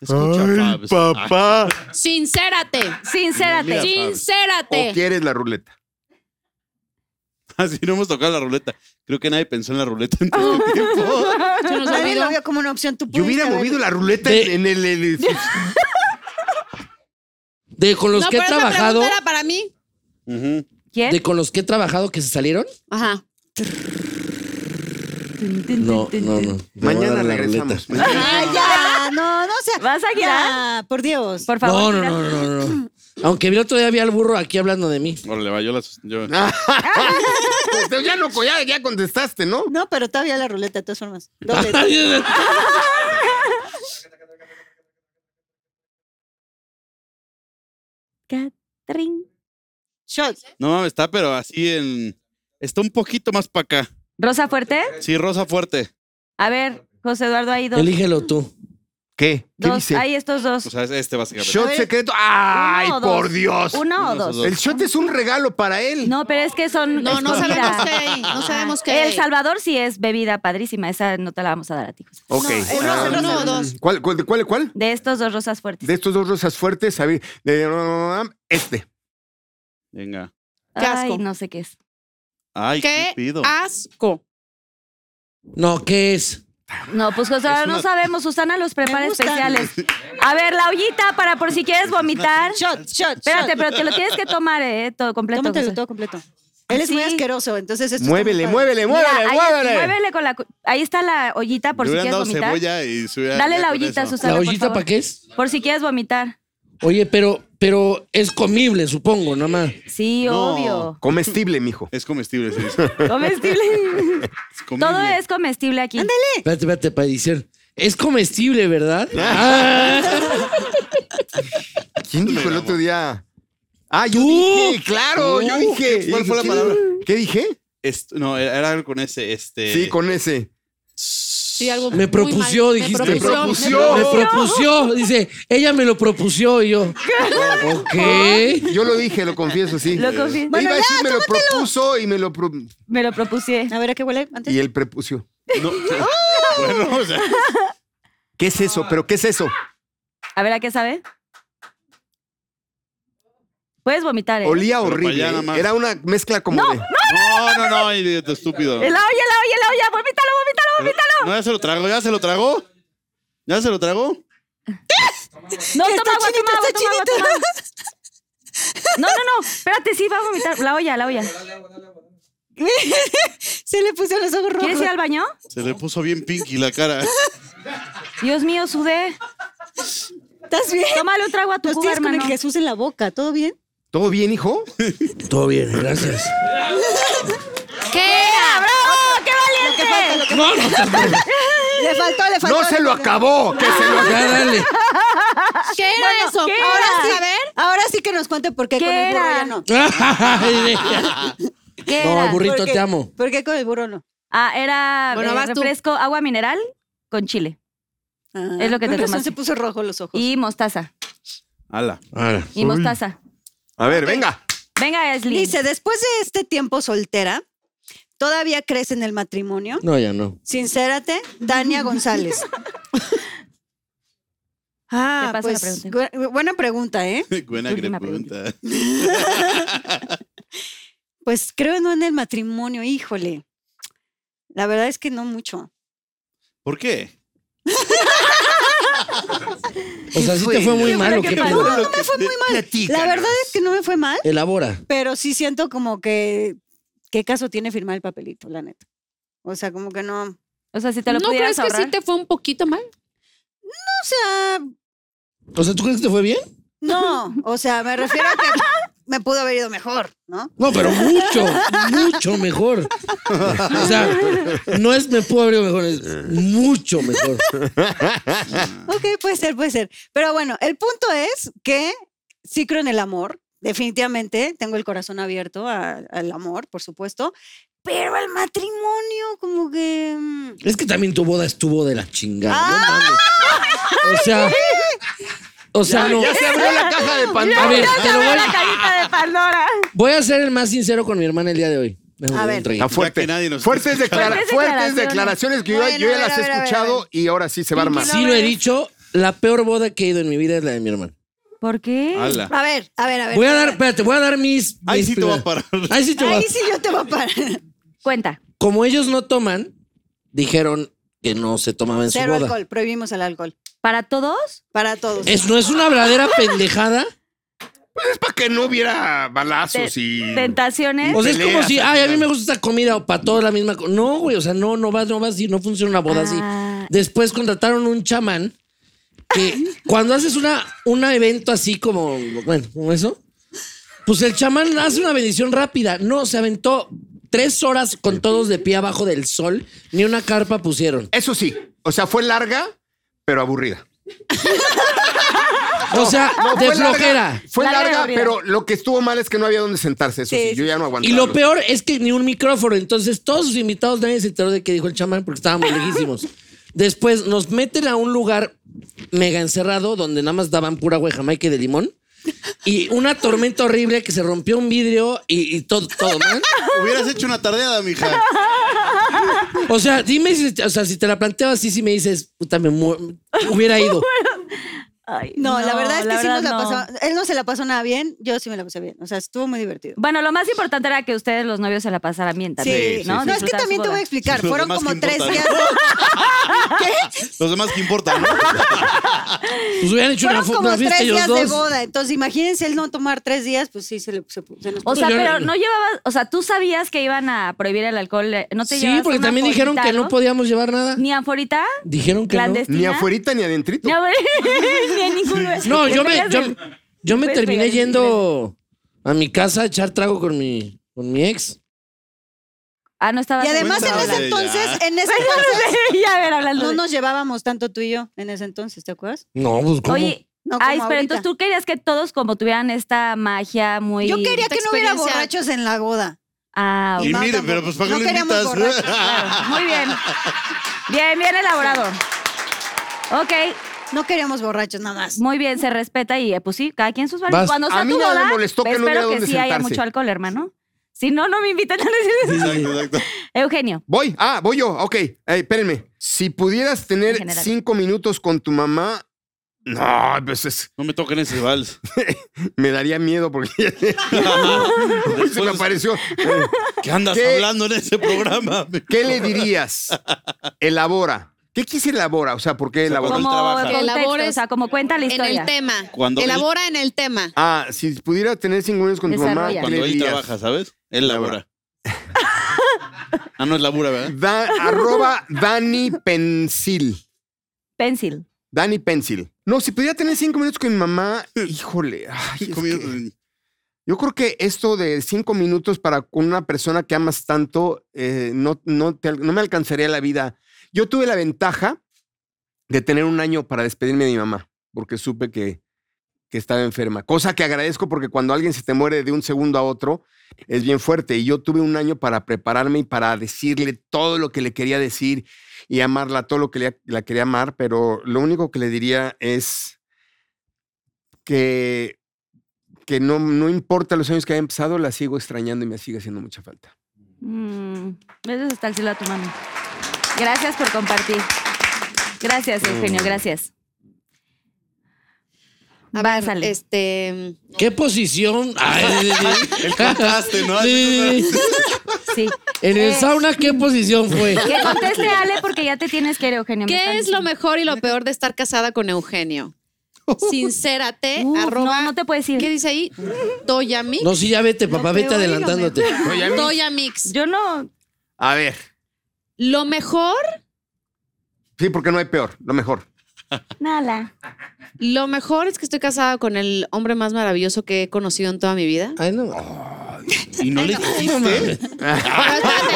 I: Escucha, Fabs.
G: papá.
D: Ah. Sincérate.
C: Sincérate.
I: Mira.
G: ¿O
D: Sincérate.
G: quieres la ruleta?
I: Así no hemos tocado la ruleta. Creo que nadie pensó en la ruleta en todo el tiempo.
D: Se nos
H: Nadie
D: olvidó.
H: lo vio como una opción. Tú
G: Yo hubiera
H: pudiste
G: movido
H: haber-
G: la ruleta
F: De-
G: en, en el, el- el-
F: De con los
D: No,
F: que he
D: pero esa
F: trabajado,
D: pregunta era para mí.
I: Ujú.
C: ¿Quién?
F: de con los que he trabajado que se salieron.
D: Ajá.
F: No, no, no. Le voy a
G: Mañana
F: dar la
G: regresamos.
F: ruleta.
H: Ay, ya, no, no, o sea.
C: ¿Vas a girar?
H: Ya, por Dios.
C: Por
F: No,
C: favor.
F: no,
C: mira.
F: no, no, no, no. Aunque el otro día había al burro aquí hablando de mí.
I: Órale, va, yo las. yo-
G: Entonces, ya, no, pues, ya, ya contestaste, ¿no?
H: No, pero todavía la ruleta, de todas formas. Doble.
C: Catrín.
H: Shot.
I: No mames, está, pero así en. Está un poquito más para acá.
C: Rosa Fuerte.
I: Sí, rosa fuerte.
C: A ver, José Eduardo, ahí dos.
F: Elígelo tú.
G: ¿Qué? ¿Qué
C: dos.
G: dice?
C: Ahí estos dos.
I: O sea, es este básicamente.
G: Shot
H: ver.
G: secreto. ¡Ay,
C: Uno o dos.
G: por Dios!
C: Uno o
I: Uno, esos
C: dos.
I: dos.
G: El shot es un regalo para él.
C: No, pero es que son.
D: No,
C: es
D: no
C: comida.
D: sabemos qué hay. No sabemos qué
C: El
D: hay.
C: Salvador sí es bebida padrísima. Esa no te la vamos a dar a ti, José.
G: Ok.
H: uno,
G: Ah,
H: uno o
D: dos.
G: ¿Cuál, cuál, cuál, cuál?
C: De estos dos rosas fuertes.
G: De estos dos rosas fuertes, a ver, de- este.
I: Venga.
D: Qué asco.
C: Ay, no sé qué es.
I: Ay, qué,
D: Qué
I: pido.
C: Ah,
D: asco.
F: No, ¿qué es?
C: No, pues José Eduardo,
I: Es una-
C: no sabemos. Susana los prepara
H: Me gusta.
C: especiales. A ver, la ollita para por si quieres vomitar.
H: Shot, shot.
C: Espérate,
H: shot.
C: pero te lo tienes que tomar, eh, todo completo.
H: Tómatelo
C: José.
H: todo completo. Él es muy
C: Sí.
H: asqueroso, entonces esto está
G: Muévele,
H: muy
G: muévele,
C: Mira,
G: muévele,
C: ahí,
G: muévele.
C: muévele con la cu- Ahí está la ollita por
I: Le
C: si
I: hubieran
C: quieres
I: dado
C: vomitar.
I: cebolla y se hubiera-
C: Dale
I: ya
C: la
I: con
C: ollita,
I: eso.
C: Susana.
F: ¿La
C: por
F: ollita
C: favor.
F: para qué es?
C: Por si quieres vomitar.
F: Oye, pero, pero es comible, supongo, nomás.
C: Sí,
I: No.
C: obvio.
G: Comestible, mijo.
I: Es comestible, sí. es
C: Comestible.
I: comible.
C: Todo es comestible aquí.
F: Espérate, espérate, para decir. Es comestible, ¿verdad? Ah,
G: ¿Quién dijo el
I: grabó.
G: otro día? Ah, yo
F: Tú.
G: dije, claro, yo dije.
I: ¿Cuál fue la
G: ¿Qué-
I: palabra?
G: ¿Qué dije?
I: Est- no, era algo con ese. Este,
G: Sí, con ese.
D: Sí, algo
F: Me
D: muy
F: propusió,
D: mal.
F: dijiste.
D: Me propusió.
G: propusió.
F: Me propusió, dice, ella me lo propusió y yo. ¿Qué?
G: Yo lo dije, lo confieso, sí.
I: Eh.
C: Lo confieso.
G: Iba a decir, me lo propuso y me lo pro-
C: Me lo propuse.
H: A ver, ¿a qué huele antes?
G: y él prepucio.
I: No, bueno, o sea,
G: ¿Qué es
C: Ah.
G: eso? ¿Pero qué es eso?
C: A ver, ¿a qué sabe? Puedes vomitar, ¿eh?
G: Olía
I: Pero para
G: horrible.
I: allá nada más.
G: Era una mezcla como de.
I: no, no, no, idiota, estúpido.
C: En la olla, en la olla, en la olla. Vomítalo, vomítalo, vomítalo.
I: No, ya se lo tragó, ya se lo tragó. ¿Ya se lo tragó?
C: No, toma agua, toma agua, toma agua, toma agua. No, no, no. Espérate, sí, va a vomitar. La olla, la olla.
H: Se le pusieron los ojos
C: ¿Quieres
H: rojos.
C: ir al baño?
I: Se le puso bien pinky la cara.
C: Dios mío, sudé.
H: ¿Estás bien?
C: Tómale un trago a tu
H: Los
C: cuba,
H: tienes con el
C: hermano.
H: Jesús en la boca, ¿todo bien?
G: ¿Todo bien, hijo?
F: Todo bien, gracias.
D: ¿Qué?
C: ¡Bravo! ¡Qué valiente!
F: No, no, tampoco.
H: Le faltó, le faltó.
G: ¡No se lo acabó! ¡Que se lo
F: ya dale.
D: ¿Qué era eso?
C: ¿qué
D: Ahora
C: era?
D: sí, a ver.
H: Ahora sí que nos cuente por qué,
C: ¿Qué
H: con el burro
C: era?
H: ya no.
C: ¿Qué
F: No,
C: era?
F: burrito,
H: ¿Por qué?
F: te amo.
H: ¿Por qué con el burro no?
C: Ah, era
D: Bueno,
C: eh,
D: vas tú.
C: refresco, agua mineral con chile
H: Ah,
C: Es lo que te
H: con razón
C: tomaste.
H: se puso rojo los ojos.
C: y mostaza.
I: Ala.
C: Y mostaza.
G: A ver, venga.
C: Venga, Slim.
H: Dice, después de este tiempo soltera, ¿todavía crees en el matrimonio?
F: No, ya no.
H: Sincérate, Dania González. Ah,
C: Te paso la
H: pues,
C: pregunta.
H: bu- buena pregunta, ¿eh?
I: Buena
C: Última
I: pregunta.
H: Pues creo no en el matrimonio, híjole. La verdad es que no mucho.
I: ¿Por qué?
F: O sea, sí te fue muy
C: Qué
F: malo.
C: bueno que
F: ¿Qué
C: pasó.
F: pedo?
H: No, no me fue muy mal. La verdad es que no me fue mal,
F: Elabora.
H: pero sí siento como que qué caso tiene firmar el papelito, la neta. O sea, como que no. O
C: O sea, si te lo
D: ¿No
C: pudieras
D: crees que
C: ahorrar.
D: sí te fue un poquito mal?
H: sea,
F: O sea, ¿tú crees que te fue bien?
H: no. O sea, me refiero a que me pudo haber ido mejor, ¿no?
F: No, pero mucho, mucho mejor. O sea, no es me puedo abrir mejor, es mucho mejor.
H: Ok, puede ser, puede ser. Pero bueno, el punto es que sí creo en el amor. Definitivamente tengo el corazón abierto a- al amor, por supuesto. Pero al matrimonio, como que. mm,
F: Es que también tu boda estuvo de la chingada. no mames. O sea, o sea, no.
G: Ya se abrió la caja de
F: A
G: Pandora.
F: ver, te lo voy,
C: la carita de Pandora.
F: voy a ser el más sincero con mi hermana el día de hoy. Déjame
H: A
F: un
H: ver.
F: traguito.
G: Está fuerte.
I: Ya que nadie nos
G: fuertes,
I: escucha.
G: declara-
C: Fuertes
G: fuertes
C: declaraciones.
G: declaraciones que yo,
H: Bueno,
G: yo ya
H: a ver,
G: las
H: a ver,
G: he
H: a ver,
G: escuchado
H: a ver.
G: y ahora sí se va a armar.
F: Sí lo he dicho, la peor boda que he ido en mi vida es la de mi hermana.
C: ¿Por qué?
I: Ala.
H: A ver, a ver, a ver.
F: Voy a dar, espérate, voy a dar mis.
I: Ahí
F: mis
I: sí te va a
F: primeras-
I: parar.
F: Ahí sí te voy a
H: Ahí sí yo te voy a parar.
C: Cuenta.
F: Como ellos no toman, dijeron que no se tomaba en su
H: Cero
F: boda.
H: alcohol, prohibimos el alcohol.
C: ¿Para todos?
H: Para todos.
F: Es, no es una verdadera pendejada.
G: Es para que no hubiera balazos
C: Te-
G: y.
C: ¿Tentaciones?
F: O sea, es como
G: Peleas,
F: si,
G: al
F: ay, a mí
G: final.
F: me gusta esta comida o para todos la misma. co-". No, güey, o sea, no, no va, no va así, no funciona una boda
C: Ah.
F: así. Después contrataron un chamán que cuando haces una, un evento así como, bueno, como eso, pues el chamán hace una bendición rápida. No, se aventó tres horas con todos de pie abajo del sol, ni una carpa pusieron.
G: Eso sí. O sea, fue larga, pero aburrida.
F: O sea, de
G: fue larga,
F: flojera.
G: Fue
C: Larga y
G: larga,
C: aburrida.
G: pero lo que estuvo mal es que no había donde sentarse. Eso sí, yo ya no aguantaba.
F: Y lo
G: los-
F: peor es que ni un micrófono. Entonces, todos sus invitados nadie se enteró de que dijo el chamán porque estábamos lejísimos. Después nos meten a un lugar mega encerrado donde nada más daban pura agua de jamaica y de limón. Y una tormenta horrible que se rompió un vidrio y, y todo, todo mal.
I: Hubieras hecho una tardeada, mija.
F: O sea, dime si, o sea, si te la planteo así, si me dices, puta, me mu- hubiera ido.
C: Ay,
H: No, la verdad es que sí nos la
C: no.
H: pasó. Él no se la pasó nada bien, yo sí me la pasé bien. O sea, estuvo muy divertido.
C: Bueno, lo más importante era que ustedes, los novios, se la pasaran bien también.
I: Sí, sí,
C: ¿no?
I: sí.
H: No, es que
C: Disfrutar su
H: también te
C: boda.
H: voy a explicar.
I: Los
H: Fueron
I: demás
H: como
I: que
H: tres
I: importan.
H: días.
I: Los demás que importan, ¿no?
F: Pues hubieran hecho una,
H: Fueron
F: fo-
H: como
F: una
H: tres
F: fiesta ellos
H: días de
F: dos.
H: boda. Entonces, imagínense él no tomar tres días, pues sí, se, le, se, se nos
C: O sea,
F: Yo-
C: pero no llevabas, o sea, tú sabías que iban a prohibir el alcohol, eh, no te
F: Sí,
C: llevabas
F: porque
C: una
F: también dijeron
C: aforita,
F: que no podíamos llevar nada.
C: Ni aforita,
F: Dijeron que no.
C: clandestina.
G: Ni afuerita ni adentrito.
C: Ni, afor- ni en ningún lugar.
F: No, yo me,
C: Tenías
F: yo,
C: el-
F: yo
C: puedes
F: me
C: pegar
F: terminé
C: el
F: yendo a mi casa a echar trago con mi, con mi ex.
C: Ah, no estaba.
H: Y además, en
I: Cuéntale
H: ese
I: ya.
H: entonces, en ese entonces,
C: a ver, hablando.
H: no
C: de-
H: nos llevábamos tanto tú y yo en ese entonces, ¿te acuerdas?
F: No, pues ¿cómo?
C: Oye,
H: No, como
C: ay, espera,
H: ahorita.
C: entonces tú querías que todos como tuvieran esta magia muy.
H: Yo quería
D: esta
H: que no hubiera
D: experiencia-
H: borrachos en la boda.
C: Ah, ok.
I: Y
H: Mao
I: mire,
H: tampoco.
I: pero pues ¿para qué
H: No
I: lo
H: queríamos
I: invitas?
H: borrachos,
C: Claro, Muy bien. Bien, bien elaborado. Ok,
H: No queríamos borrachos nada más.
C: muy bien, se respeta y eh, pues sí, cada quien sus
F: Vas.
C: valores. Cuando sea
G: A mí
C: tu
G: nada me
C: boda, pues
G: molestó que no hubiera
C: espero que
G: dónde
C: sí haya
G: sentarse.
C: mucho alcohol, hermano. Si no, no me invitan a decir eso.
I: Exacto, exacto.
C: Eugenio,
G: Voy, ah, voy yo, ok. Eh, espérenme. Si pudieras tener
C: En general.
G: cinco minutos con tu mamá, no, pues es-
I: No me toquen ese vals.
G: me daría miedo porque se me
I: Después-
G: apareció. Eh,
I: Pues, ¿Qué andas
G: ¿Qué?
I: hablando en ese programa?
G: ¿Qué le dirías? Elabora. ¿Qué quise elabora? O sea, ¿por qué elabora?
I: Cuando él
C: como
I: trabaja.
C: contexto,
D: Que elabores
C: o sea, como cuenta la
D: En
C: historia.
D: el tema.
I: Cuando él-
D: Elabora en el tema.
G: Ah, si pudiera tener cinco minutos con tu mamá,
C: Desarrolla.
G: ¿qué le
I: Cuando él
G: dirías?
I: trabaja, ¿sabes? Él labora. ah, no es labura, ¿verdad?
G: Da- arroba Dani Pensil.
C: Pencil.
G: Dani Pensil. No, si pudiera tener cinco minutos con mi mamá, híjole. ay, es
I: Cinco
G: que-
I: minutos.
G: yo creo que esto de cinco minutos para con una persona que amas tanto, eh, no, no, te al- no me alcanzaría la vida. Yo tuve la ventaja de tener un año para despedirme de mi mamá, porque supe que, que estaba enferma. Cosa que agradezco porque cuando alguien se te muere de un segundo a otro, es bien fuerte. Y yo tuve un año para prepararme y para decirle todo lo que le quería decir y amarla todo lo que le- la quería amar, pero lo único que le diría es que, que no, no importa los años que hayan pasado, la sigo extrañando y me sigue haciendo mucha falta.
C: Mm, eso es taxilo a tu mano. Gracias por compartir. Gracias, Eugenio, gracias.
D: A
C: Vas,
D: ver,
C: Ale.
D: este.
F: ¿Qué posición? Ay, sí, sí, sí.
I: El contraste, ¿no?
F: Sí, sí, sí.
C: Sí.
F: En el
C: Eh,
F: sauna, ¿qué posición fue?
C: Que conteste Ale porque ya te tienes que ir, Eugenio. me están
D: ¿Qué es lo
C: diciendo.
D: mejor y lo peor de estar casada con Eugenio? Sincérate,
C: Uf,
D: arroba.
C: No, no te puedes ir.
D: ¿Qué dice ahí? Toyami.
F: No, sí, ya vete, papá, vete
H: te oigo,
F: adelantándote.
D: Toyamix.
C: Yo no.
G: A ver,
D: Lo mejor,
G: sí, porque no hay peor, lo mejor.
C: Nada.
D: lo mejor es que estoy casada con el hombre más maravilloso que he conocido en toda mi vida.
F: Ay, no.
I: Y no le dijiste.
D: Pero espérate,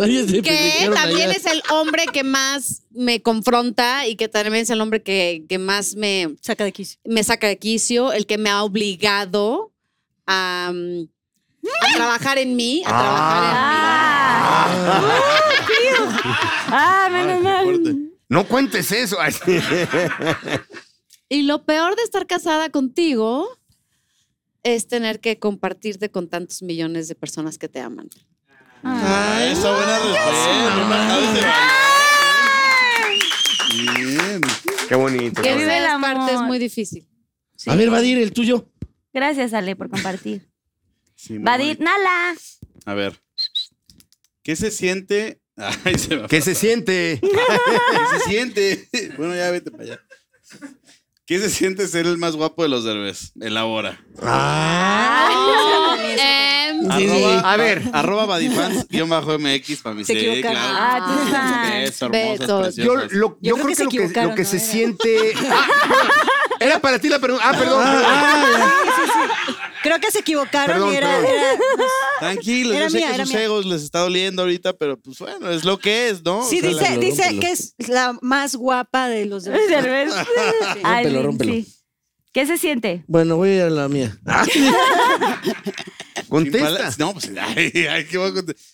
F: Oye, se
D: que
F: pendejearon
D: también
F: allá.
D: es el hombre que más me confronta y que también es el hombre que, que más me,
H: Saca de quicio.
D: me saca de quicio, el que me ha obligado a, mm, a trabajar en mí, a trabajar
C: Ah. Uh, tío. Ah, menos mal.
G: No cuentes eso. Ay, sí.
D: en mí. Y lo peor de estar casada contigo es tener que compartirte con tantos millones de personas que te aman.
I: Ah, esa buena respuesta. Bien.
G: Qué bonito.
C: Que
G: qué
C: vive
G: bonito.
C: el
D: Esa
C: amor.
D: parte es muy difícil.
F: A ver, va a ir el tuyo.
C: Gracias, Ale, por compartir.
I: Sí, muy
C: Vadir, Nala.
I: bonito. A ver. ¿Qué se siente? Ay, se me
G: ¿Qué se siente?
I: ¿Qué se siente? Bueno, ya vete para allá. ¿Qué se siente ser el más guapo de los derbes? Elabora.
D: Em,
F: Sí, sí.
I: Arroba-
G: A ver.
I: Arroba badifans, guión bajo MX para mi
H: Se
I: sí,
H: equivocaron.
I: claro.
C: Ah, tus fans.
I: Eso, hermosas,
D: Besos.
G: Yo,
I: preciosas.
G: lo, yo, creo, que,
H: se
G: lo que- lo que,
H: equivocaron,
G: se
H: ¿no? Era-
G: siente. Ah, era para ti la pregunta. Ah, perdón.
H: Creo que se equivocaron
G: Perdón,
H: y era,
G: perdón.
H: era-
I: Tranquilos,
H: Era
I: yo sé
H: mía,
I: que
H: era
I: sus
H: mía.
I: egos les está doliendo ahorita, pero pues bueno, es lo que es, ¿no?
H: Sí,
I: O sea,
H: dice,
I: la-
H: dice que es la más guapa de los dos.
C: De revés. Ay,
F: Rómpelo, rómpelo.
C: sí. ¿Qué se siente?
F: Bueno, voy a ir a la mía.
I: sin
G: Contesta.
I: pala- No, pues ay, ay, ¿qué voy a contestar?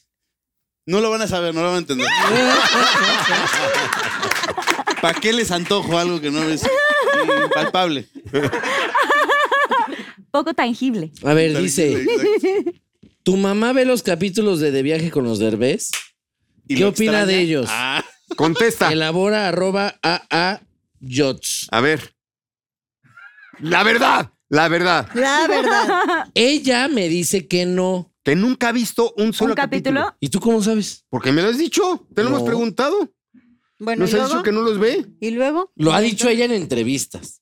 I: No lo van a saber, no lo van a entender. ¿Para qué les antojo algo que no es palpable?
C: Poco tangible.
F: A ver, dice,
I: Exacto.
F: ¿tu mamá ve los capítulos de De Viaje con los Derbés?
I: ¿Y
F: ¿Qué
I: lo
F: opina
I: extraña?
F: de ellos?
I: Ah,
G: Contesta.
F: Elabora arroba AA Yots.
G: A ver. La verdad. La verdad.
H: La verdad.
F: Ella me dice que no.
G: Que nunca ha visto un solo
C: ¿Un capítulo?
F: ¿Y tú cómo sabes?
G: Porque me lo has dicho. Te lo
F: No.
G: hemos preguntado.
H: Bueno,
G: Nos
H: ¿y
G: has
H: luego?
G: dicho que no los ve.
H: ¿Y luego?
F: Lo ha dicho ella en entrevistas.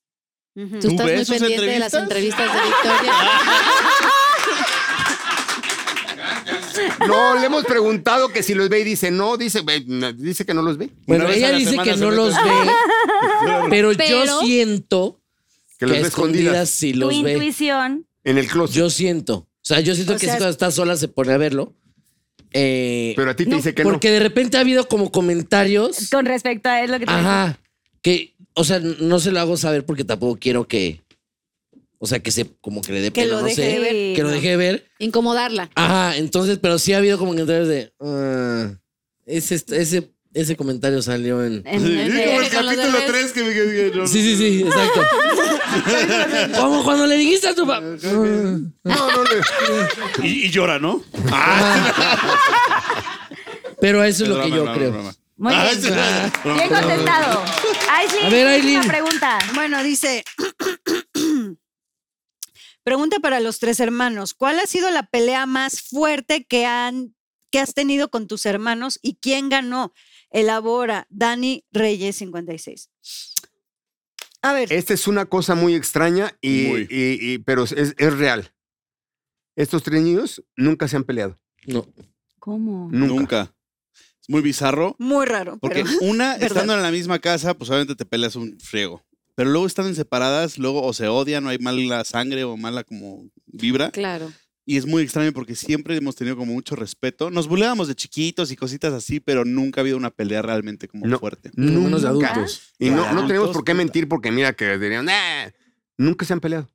D: Tú
I: ¿Tú
D: estás
I: ves
D: muy
I: sus
D: pendiente de las
I: entrevistas?
D: entrevistas de Victoria.
G: No, le hemos preguntado que si los ve y dice no, dice, ve, no, dice que no los ve.
F: Bueno,
I: vez a
F: ella
I: la
F: dice
I: semana
F: que
I: se
F: no
I: mete.
F: los ve, pero, yo
D: Pero-
F: siento
G: Que los
F: a
G: ve
F: escondidas
G: escondidas
F: sí
C: Tu
F: los ve.
C: intuición.
G: en el closet.
F: Yo siento. O sea, yo siento
H: O
F: que
H: sea,
F: si cuando está sola se pone a verlo. Eh,
G: Pero a ti te dice que
F: porque de repente ha habido como comentarios.
C: Con respecto a él, lo que te
F: Ajá. Que, o sea, no se lo hago saber porque tampoco quiero que. O sea, que se como que le dé
H: Que
F: pena,
H: lo
F: no
H: deje
F: sé,
H: de ver.
F: que lo deje de ver.
D: Incomodarla.
F: Ajá, entonces, pero sí ha habido como que entradas de. "Ah, ese, ese, ese comentario salió en.
C: En- en-
I: como el
D: con los
I: capítulo
D: bebés.
I: 3 que me que- que- no.
F: Sí, sí, sí, exacto. como cuando le dijiste a tu papá.
G: No, no, le-
I: Y, y llora, ¿no? Ah,
F: Pero eso es lo
I: Broma,
F: que yo
I: broma,
F: creo.
I: broma.
C: Muy
I: Ah,
C: bien.
I: sí, broma,
C: Bien
I: broma.
C: contestado. Aislinn,
F: A ver, Aislinn.
C: Una pregunta.
H: Bueno, dice. Pregunta para los tres hermanos. ¿Cuál ha sido la pelea más fuerte que, han, que has tenido con tus hermanos y quién ganó? Elabora Dani Reyes 56. A ver,
G: Esta es una cosa muy extraña, y,
I: Muy.
G: y- y- pero es, es real. Estos tres niños nunca se han peleado.
F: No.
C: ¿Cómo?
G: Nunca.
I: Nunca. Es muy bizarro.
H: muy raro.
I: Porque
H: pero-
I: una,
H: ¿verdad?
I: estando en la misma casa, pues obviamente te peleas un friego. Pero luego están separadas, luego o se odian, o hay mala sangre o mala como vibra.
D: Claro.
I: Y es muy extraño porque siempre hemos tenido como mucho respeto. Nos buleábamos de chiquitos y cositas así, pero nunca ha habido una pelea realmente como
G: No.
I: fuerte.
F: Por lo menos de
G: Nunca.
F: adultos.
G: Y no,
I: Claro.
G: no tenemos por qué
I: Puta.
G: mentir porque mira que dirían, "Nah, nunca se han peleado.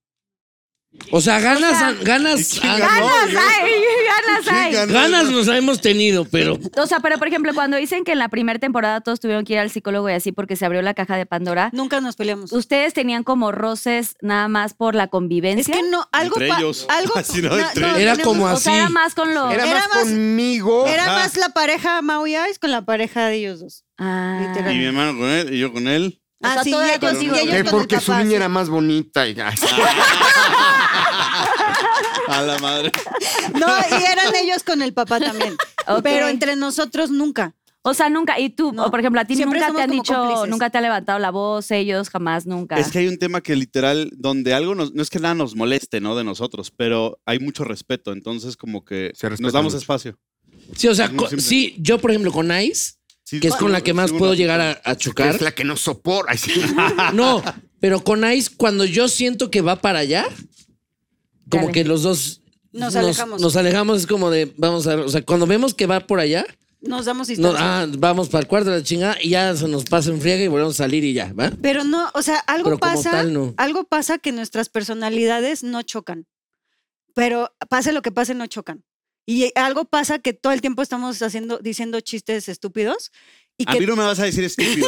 F: O sea, ganas,
I: ¿Y
F: ganas,
I: quién
F: ganas,
I: ganó?
C: Ganas hay, ganas
I: ¿Quién
C: hay.
I: ganó?
F: ganas nos hemos tenido, pero
C: O sea, pero por ejemplo, cuando dicen que en la primera temporada todos tuvieron que ir al psicólogo y así porque se abrió la caja de Pandora,
H: Nunca nos peleamos.
C: ¿ustedes tenían como roces nada más por la
H: Es
C: convivencia?
H: que no, algo.
I: Entre
H: pa-
I: ellos.
H: algo
I: Así, ¿no? Entre ellos.
F: era
H: tenemos-
F: como
C: o
F: así.
C: sea, era más con los.
G: Era,
H: Era
G: más,
H: más-
G: conmigo.
H: Era
I: Ajá.
H: más la pareja Mau y Ais con la pareja de ellos dos.
C: Ah.
I: Y mi
H: Literal.
I: hermano con él y yo con él.
C: O sea,
H: Ah, sí,
C: todo era
H: ellos- y
C: contigo.
H: ellos
G: Que
H: con el
G: porque su
H: papá,
G: niña
H: sí.
G: era más bonita. y- ay,
F: Ah,
I: A la madre.
H: No, y eran ellos con el papá también.
C: Ok.
H: Pero entre nosotros nunca.
C: O sea, nunca. Y tú,
H: No.
C: o por ejemplo, a ti
H: Siempre
C: nunca te
H: somos
C: han
H: como
C: dicho,
H: cómplices.
C: nunca te ha levantado la voz, ellos jamás, nunca.
I: Es que hay un tema que literal, donde algo nos, no es que nada nos moleste, ¿no? De nosotros, pero hay mucho respeto. Entonces, como que
G: Se respeta
I: nos damos
G: mucho.
I: espacio.
F: Sí, o sea,
I: Como
F: co-
I: siempre.
F: sí, yo por ejemplo con Ice,
I: Sí,
F: que es con la que más
I: sí,
F: puedo
I: una-
F: llegar a, a
G: que
F: chocar.
G: es la que no soporta. Ay, sí.
F: No, pero con Ice, cuando yo siento que va para allá, como
C: Dale.
F: que los dos
H: Nos alejamos.
F: Nos alejamos, es como de, vamos a, o sea, cuando vemos que va por allá,
H: Nos damos
F: no,
H: historias.
F: ah, vamos para el cuarto de la chingada y ya se nos pasa en friega y volvemos a salir y ya, ¿va?
H: Pero no, o sea, algo
F: Pero como
H: pasa,
F: tal, no.
H: algo pasa que nuestras personalidades no chocan. Pero pase lo que pase, no chocan. Y algo pasa que todo el tiempo estamos haciendo, diciendo chistes estúpidos y
I: A mí
H: que
I: no me vas a decir estúpido.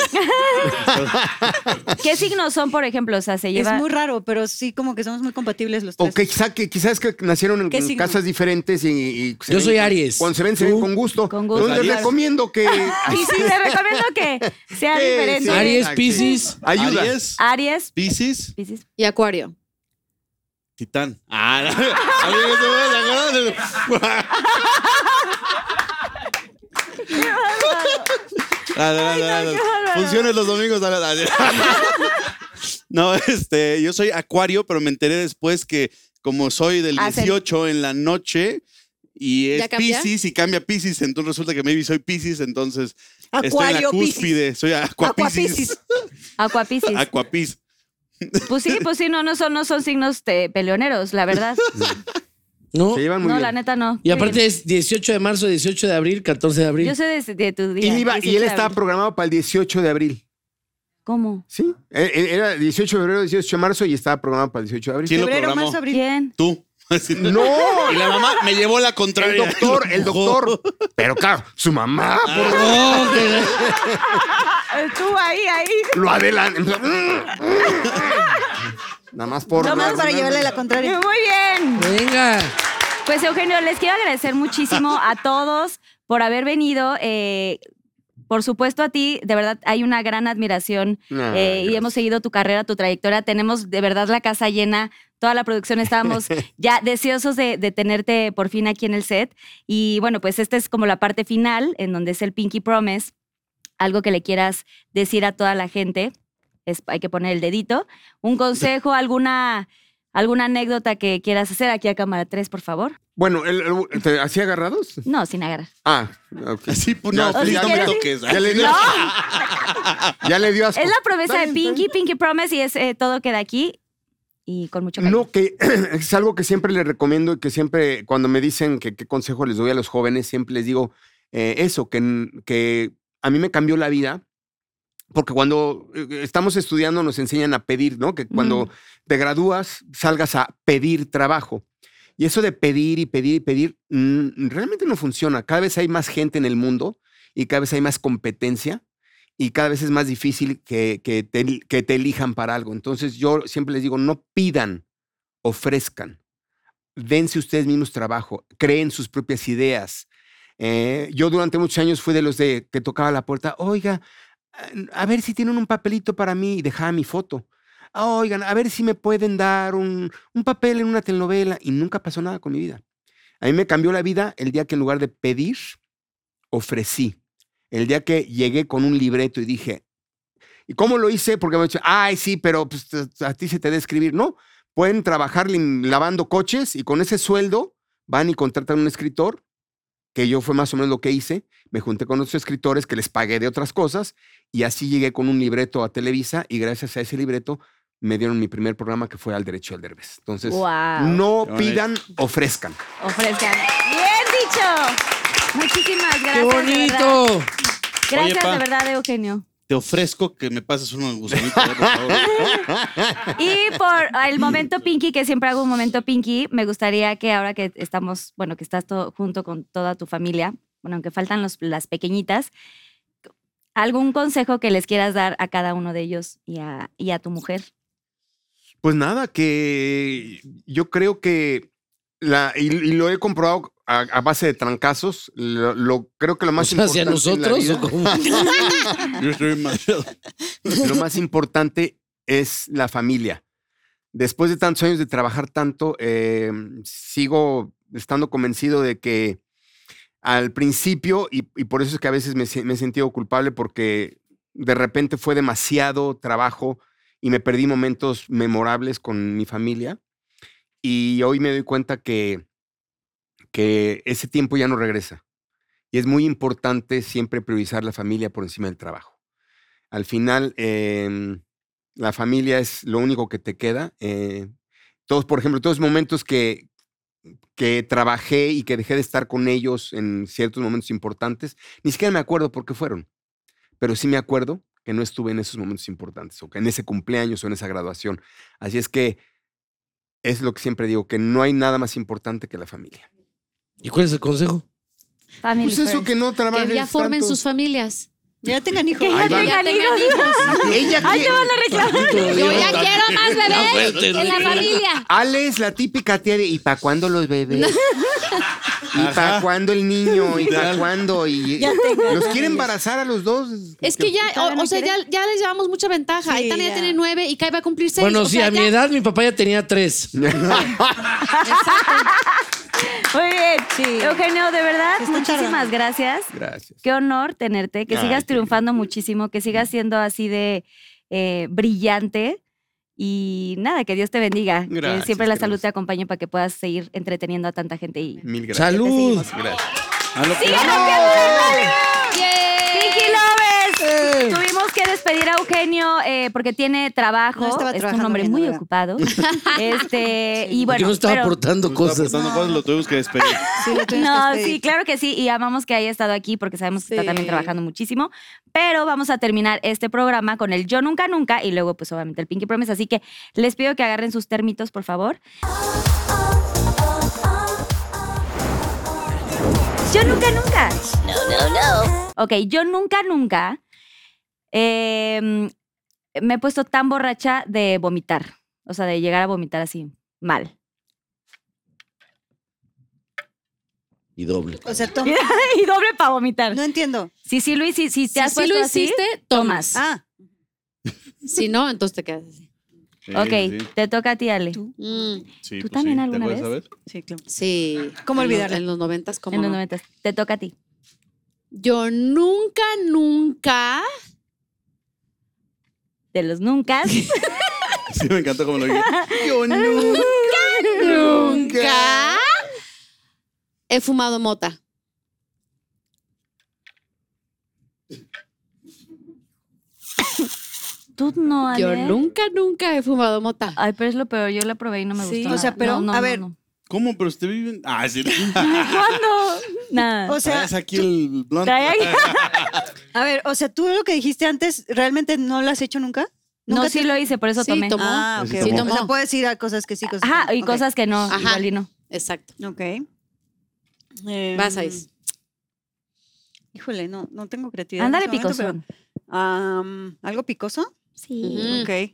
C: ¿Qué signos son, por ejemplo? O sea, se
H: es
C: lleva.
H: muy raro, pero sí como que somos muy compatibles los tres. Ah,
G: O que quizá- que quizás que nacieron en,
H: ¿Qué
G: en
H: signo?
G: casas diferentes y... y se
F: Yo
G: ven
F: soy
G: con-
F: Aries.
G: Cuando se ven, se
F: ¿Tú?
G: ven con gusto.
C: Con gusto.
G: Entonces, les
I: Aries.
G: recomiendo que...
C: Y sí, te recomiendo que sea
G: Sí,
C: diferente.
G: sí.
F: Aries,
G: Exacto.
F: Piscis,
G: Ayuda.
I: Aries,
F: Ah.
C: Aries,
I: Piscis,
C: Piscis.
D: Y Acuario.
I: Titán. Ah, no. A mí no se me va a sacar. Ah, no, no, no, no. Funciones los domingos. a la- No, este, yo soy acuario, pero me enteré después que como soy del
C: Ah, sí.
I: 18 en la noche y
D: ¿Ya
I: es
D: cambia?
I: Piscis y cambia Piscis, entonces resulta que maybe soy Piscis, entonces estoy en la
H: Acuario, Piscis,
I: cúspide, soy
H: Acuapiscis.
I: acuapiscis.
C: Acuapiscis.
I: Acuapis.
C: Pues sí, pues sí, no, no son, no son signos eh, peleoneros, la verdad.
F: ¿no?
G: Se llevan muy
C: no,
G: bien.
C: la neta no.
F: Y aparte es 18 de marzo, 18 de abril, 14 de abril.
C: Yo sé de, de tu
G: y,
C: día.
G: iba- y
C: 18
G: él
C: de
G: estaba
C: abril.
G: programado para el 18 de abril.
C: ¿Cómo?
G: Sí. Eh, eh, Era 18 de febrero, 18 de marzo y estaba programado para el 18 de abril.
I: ¿Quién lo
H: febrero,
I: programó?
H: marzo, abril.
C: ¿Quién?
I: Tú. Así,
G: No,
I: Y la mamá me llevó la
G: el
I: contraria.
G: doctor, el doctor. Pero claro, su mamá por-
F: Oh, que la-
C: Tú ahí, ahí.
G: lo adelanta. Empezó, "Mm, mm, mm". Nada más por.
H: Nada más para llevarle la contraria.
C: Muy bien.
F: Venga.
C: Pues Eugenio, les quiero agradecer muchísimo a todos por haber venido. eh, por supuesto a ti, de verdad hay una gran admiración
G: Ah,
C: eh, y
G: gracias.
C: hemos seguido tu carrera, tu trayectoria. Tenemos de verdad la casa llena, toda la producción estábamos ya deseosos de, de tenerte por fin aquí en el set. Y bueno, pues esta es como la parte final en donde es el Pinky Promise, algo que le quieras decir a toda la gente. Es- hay que poner el dedito. Un consejo, alguna, alguna anécdota que quieras hacer aquí a cámara 3, por favor.
G: Bueno, el- el- ¿te hacía agarrados?
C: No, sin agarrar.
G: Ah, ok.
I: Así, pues, no,
G: Ya,
I: please,
C: si
I: no me
C: quieres-
I: toques. ¿ah?
G: Ya le dio, ya le dio asco.
C: Es la promesa de
G: Está bien, está
C: Pinky, Pinky Promise, y es eh, todo queda aquí y con mucho
G: bien.
C: cariño.
G: No, que es algo que siempre les recomiendo y que siempre, cuando me dicen que qué consejo les doy a los jóvenes, siempre les digo eh, eso, que, que a mí me cambió la vida Porque cuando eh, estamos estudiando nos enseñan a pedir, ¿no? Que cuando te gradúas salgas a pedir trabajo. Y eso de pedir y pedir y pedir mm, realmente no funciona. Cada vez hay más gente en el mundo y cada vez hay más competencia y cada vez es más difícil que, que te, el- que te elijan para algo. Entonces yo siempre les digo, no pidan, ofrezcan. Dense ustedes mismos trabajo, creen sus propias ideas. Eh, yo durante muchos años fui de los de que tocaba la puerta, oiga, a ver si tienen un papelito para mí y dejaba mi foto. "Ah, Oigan, a ver si me pueden dar un, un papel en una telenovela. Y nunca pasó nada con mi vida. A mí me cambió la vida el día que en lugar de pedir, ofrecí. El día que llegué con un libreto y dije, ¿y cómo lo hice? Porque me dicho, ay, sí, pero pues, te- a ti se te da escribir. No, pueden trabajar lim- lavando coches y con ese sueldo van y contratan un escritor, que yo fue más o menos lo que hice. Me junté con otros escritores que les pagué de otras cosas y así llegué con un libreto a Televisa y gracias a ese libreto me dieron mi primer programa que fue Al Derecho al Derbez. Entonces,
C: Guau.
G: pues, no
I: Qué bonito.
G: pidan, ofrezcan.
C: Ofrezcan. Bien dicho. Muchísimas gracias.
F: ¡Qué
C: de verdad.
F: bonito!
C: Gracias
I: Oye, pa.
C: de verdad, Eugenio.
I: Te ofrezco que me pases uno de gusanito, ¿eh? por favor.
C: Y por el momento Pinky, que siempre hago un momento Pinky, me gustaría que ahora que estamos, bueno, que estás todo, junto con toda tu familia, bueno, aunque faltan los- las pequeñitas, algún consejo que les quieras dar a cada uno de ellos y a, y a tu mujer.
G: Pues nada, que yo creo que la, y, y lo he comprobado a, a base de trancazos. Lo, lo- creo que lo
F: O
G: más
F: sea, hacia
G: importante en la
F: nosotros
G: vida-
F: o cómo?
I: Yo estoy demasiado.
G: lo más importante es la familia. Después de tantos años de trabajar tanto, eh, sigo estando convencido de que al principio, y, y por eso es que a veces me, se- me he sentido culpable porque de repente fue demasiado trabajo y me perdí momentos memorables con mi familia. Y hoy me doy cuenta que, que ese tiempo ya no regresa. Y es muy importante siempre priorizar la familia por encima del trabajo al final em, la familia es lo único que te queda. eh, todos, por ejemplo, todos los momentos que, que trabajé y que dejé de estar con ellos en ciertos momentos importantes, ni siquiera me acuerdo por qué fueron, pero sí me acuerdo que no estuve en esos momentos importantes, o que en ese cumpleaños o en esa graduación. Así es que es lo que siempre digo, que no hay nada más importante que la familia.
F: ¿Y cuál es el consejo?
C: Family
G: Pues eso
C: first.
G: que no trabajes
D: Que ya formen
G: tanto.
D: sus familias.
H: Ya tengan hijos.
C: Que ya
G: Ahí va.
C: tengan hijos.
G: Ella
C: Ay,
G: quiere-
C: te van a reclamar.
D: Yo ya quiero más bebés
F: fuerte,
D: en la
F: Enrique.
D: familia.
G: Ale es la típica tía de ¿y para cuándo los bebés? ¿Y para
I: Ajá.
G: cuándo el niño? ¿Y para
I: Ya.
G: cuándo? ¿Y
H: Ya tengo.
G: los quiere embarazar a los dos?
D: Es que ya,
H: ¿Todavía
D: o,
H: no
D: o sea, ya,
H: quieren?
D: ya les llevamos mucha ventaja.
H: Sí,
D: Aitana ya
H: ya.
D: tiene nueve y Kai va a cumplir seis.
F: Bueno,
D: o
F: sí,
D: sea,
F: a mi
D: ya-
F: edad mi papá ya tenía tres.
C: Muy bien.
H: Sí.
C: Eugenio, de verdad,
H: está
C: muchísimas
H: tardando.
C: gracias.
G: Gracias.
C: Qué honor tenerte, que
I: Ay,
C: sigas
I: qué
C: triunfando muchísimo, que sigas siendo así de eh, brillante. Y nada, que Dios te bendiga. que
G: Gracias,
C: siempre la
G: queremos.
C: salud te acompañe para que puedas seguir entreteniendo a tanta gente. Y...
G: Mil gracias.
F: ¡Salud!
G: Gracias.
I: A lo que-
D: Yeah.
C: Pinky Lovers, tuvimos que despedir a Eugenio eh, porque tiene trabajo.
H: No, estaba
C: es un
H: trabajando
C: hombre
H: bien,
C: muy
H: ¿verdad?
C: ocupado. este, y
F: Porque
C: bueno,
F: no estaba
C: pero-
F: aportando
I: Estaba
F: cosas.
I: aportando cosas, lo tuvimos que despedir.
H: Sí, lo tienes
C: No,
H: que
C: sí,
H: pedir.
C: claro que sí. Y amamos que haya estado aquí porque sabemos que está también
H: Sí.
C: trabajando muchísimo. Pero vamos a terminar este programa con el Yo Nunca Nunca y luego, pues, obviamente, el Pinky Promise. Así que les pido que agarren sus termitos, por favor. Yo nunca nunca. Ok, yo nunca nunca eh, me he puesto tan borracha de vomitar. O sea, de llegar a vomitar así mal.
F: Y doble.
H: O sea, toma.
C: y doble para vomitar.
H: No entiendo.
C: Sí, sí, Luis, si sí, te
D: Si
C: has
D: sí lo
C: puesto así,
D: hiciste, tomas.
H: Ah,
D: Si no, entonces te quedas así.
I: Sí,
C: Ok,
I: sí, sí.
C: te toca a ti, Ale.
D: Mm,
I: Sí,
C: ¿Tú
I: pues
C: también
I: sí, ¿te
C: alguna
I: acuerdas,
C: vez?
I: Abel?
H: sí, claro.
D: sí.
H: ¿Cómo
D: En los-
H: olvidarlo?
D: En los noventas, ¿cómo
C: en los
D: no?
C: noventas. Te toca a ti.
D: Yo nunca, nunca...
C: De los nunca.
I: Sí, me encantó como lo dije.
G: Yo nunca,
D: Nunca he fumado mota.
C: Tú no, Ale.
D: Yo nunca, nunca he fumado mota.
C: Ay, pero es lo peor. Yo la probé y no me
D: Sí.
C: gustó.
D: O
C: nada.
H: sea, pero,
C: No, no,
H: a
C: no,
H: ver.
C: no.
I: ¿Cómo? Pero usted vive en. Ah, sí.
C: ¿Cuándo? Nada.
H: O sea,
I: Traes aquí el blunt.
C: Trae ahí.
H: A ver, o sea, tú lo que dijiste antes, ¿realmente no lo has hecho nunca? ¿Nunca
C: No, sí
H: te-
C: lo hice, por eso
D: Sí,
C: tomé.
D: tomó.
H: Ah, ok.
I: Sí,
H: ok.
D: tomó.
H: O sea, puedes ir a cosas que sí, cosas que
C: Ajá,
H: no.
C: y
H: Ok.
C: cosas que no,
D: Ajá.
C: igual y no.
D: Exacto.
H: Ok. Em,
D: Vas, Ais.
H: Híjole, no, no tengo creatividad. en
C: Ándale,
H: este momento, pero,
C: picosón.
H: am, ¿Algo picoso?
C: Sí.
D: Ujú. Mm.
H: Ok.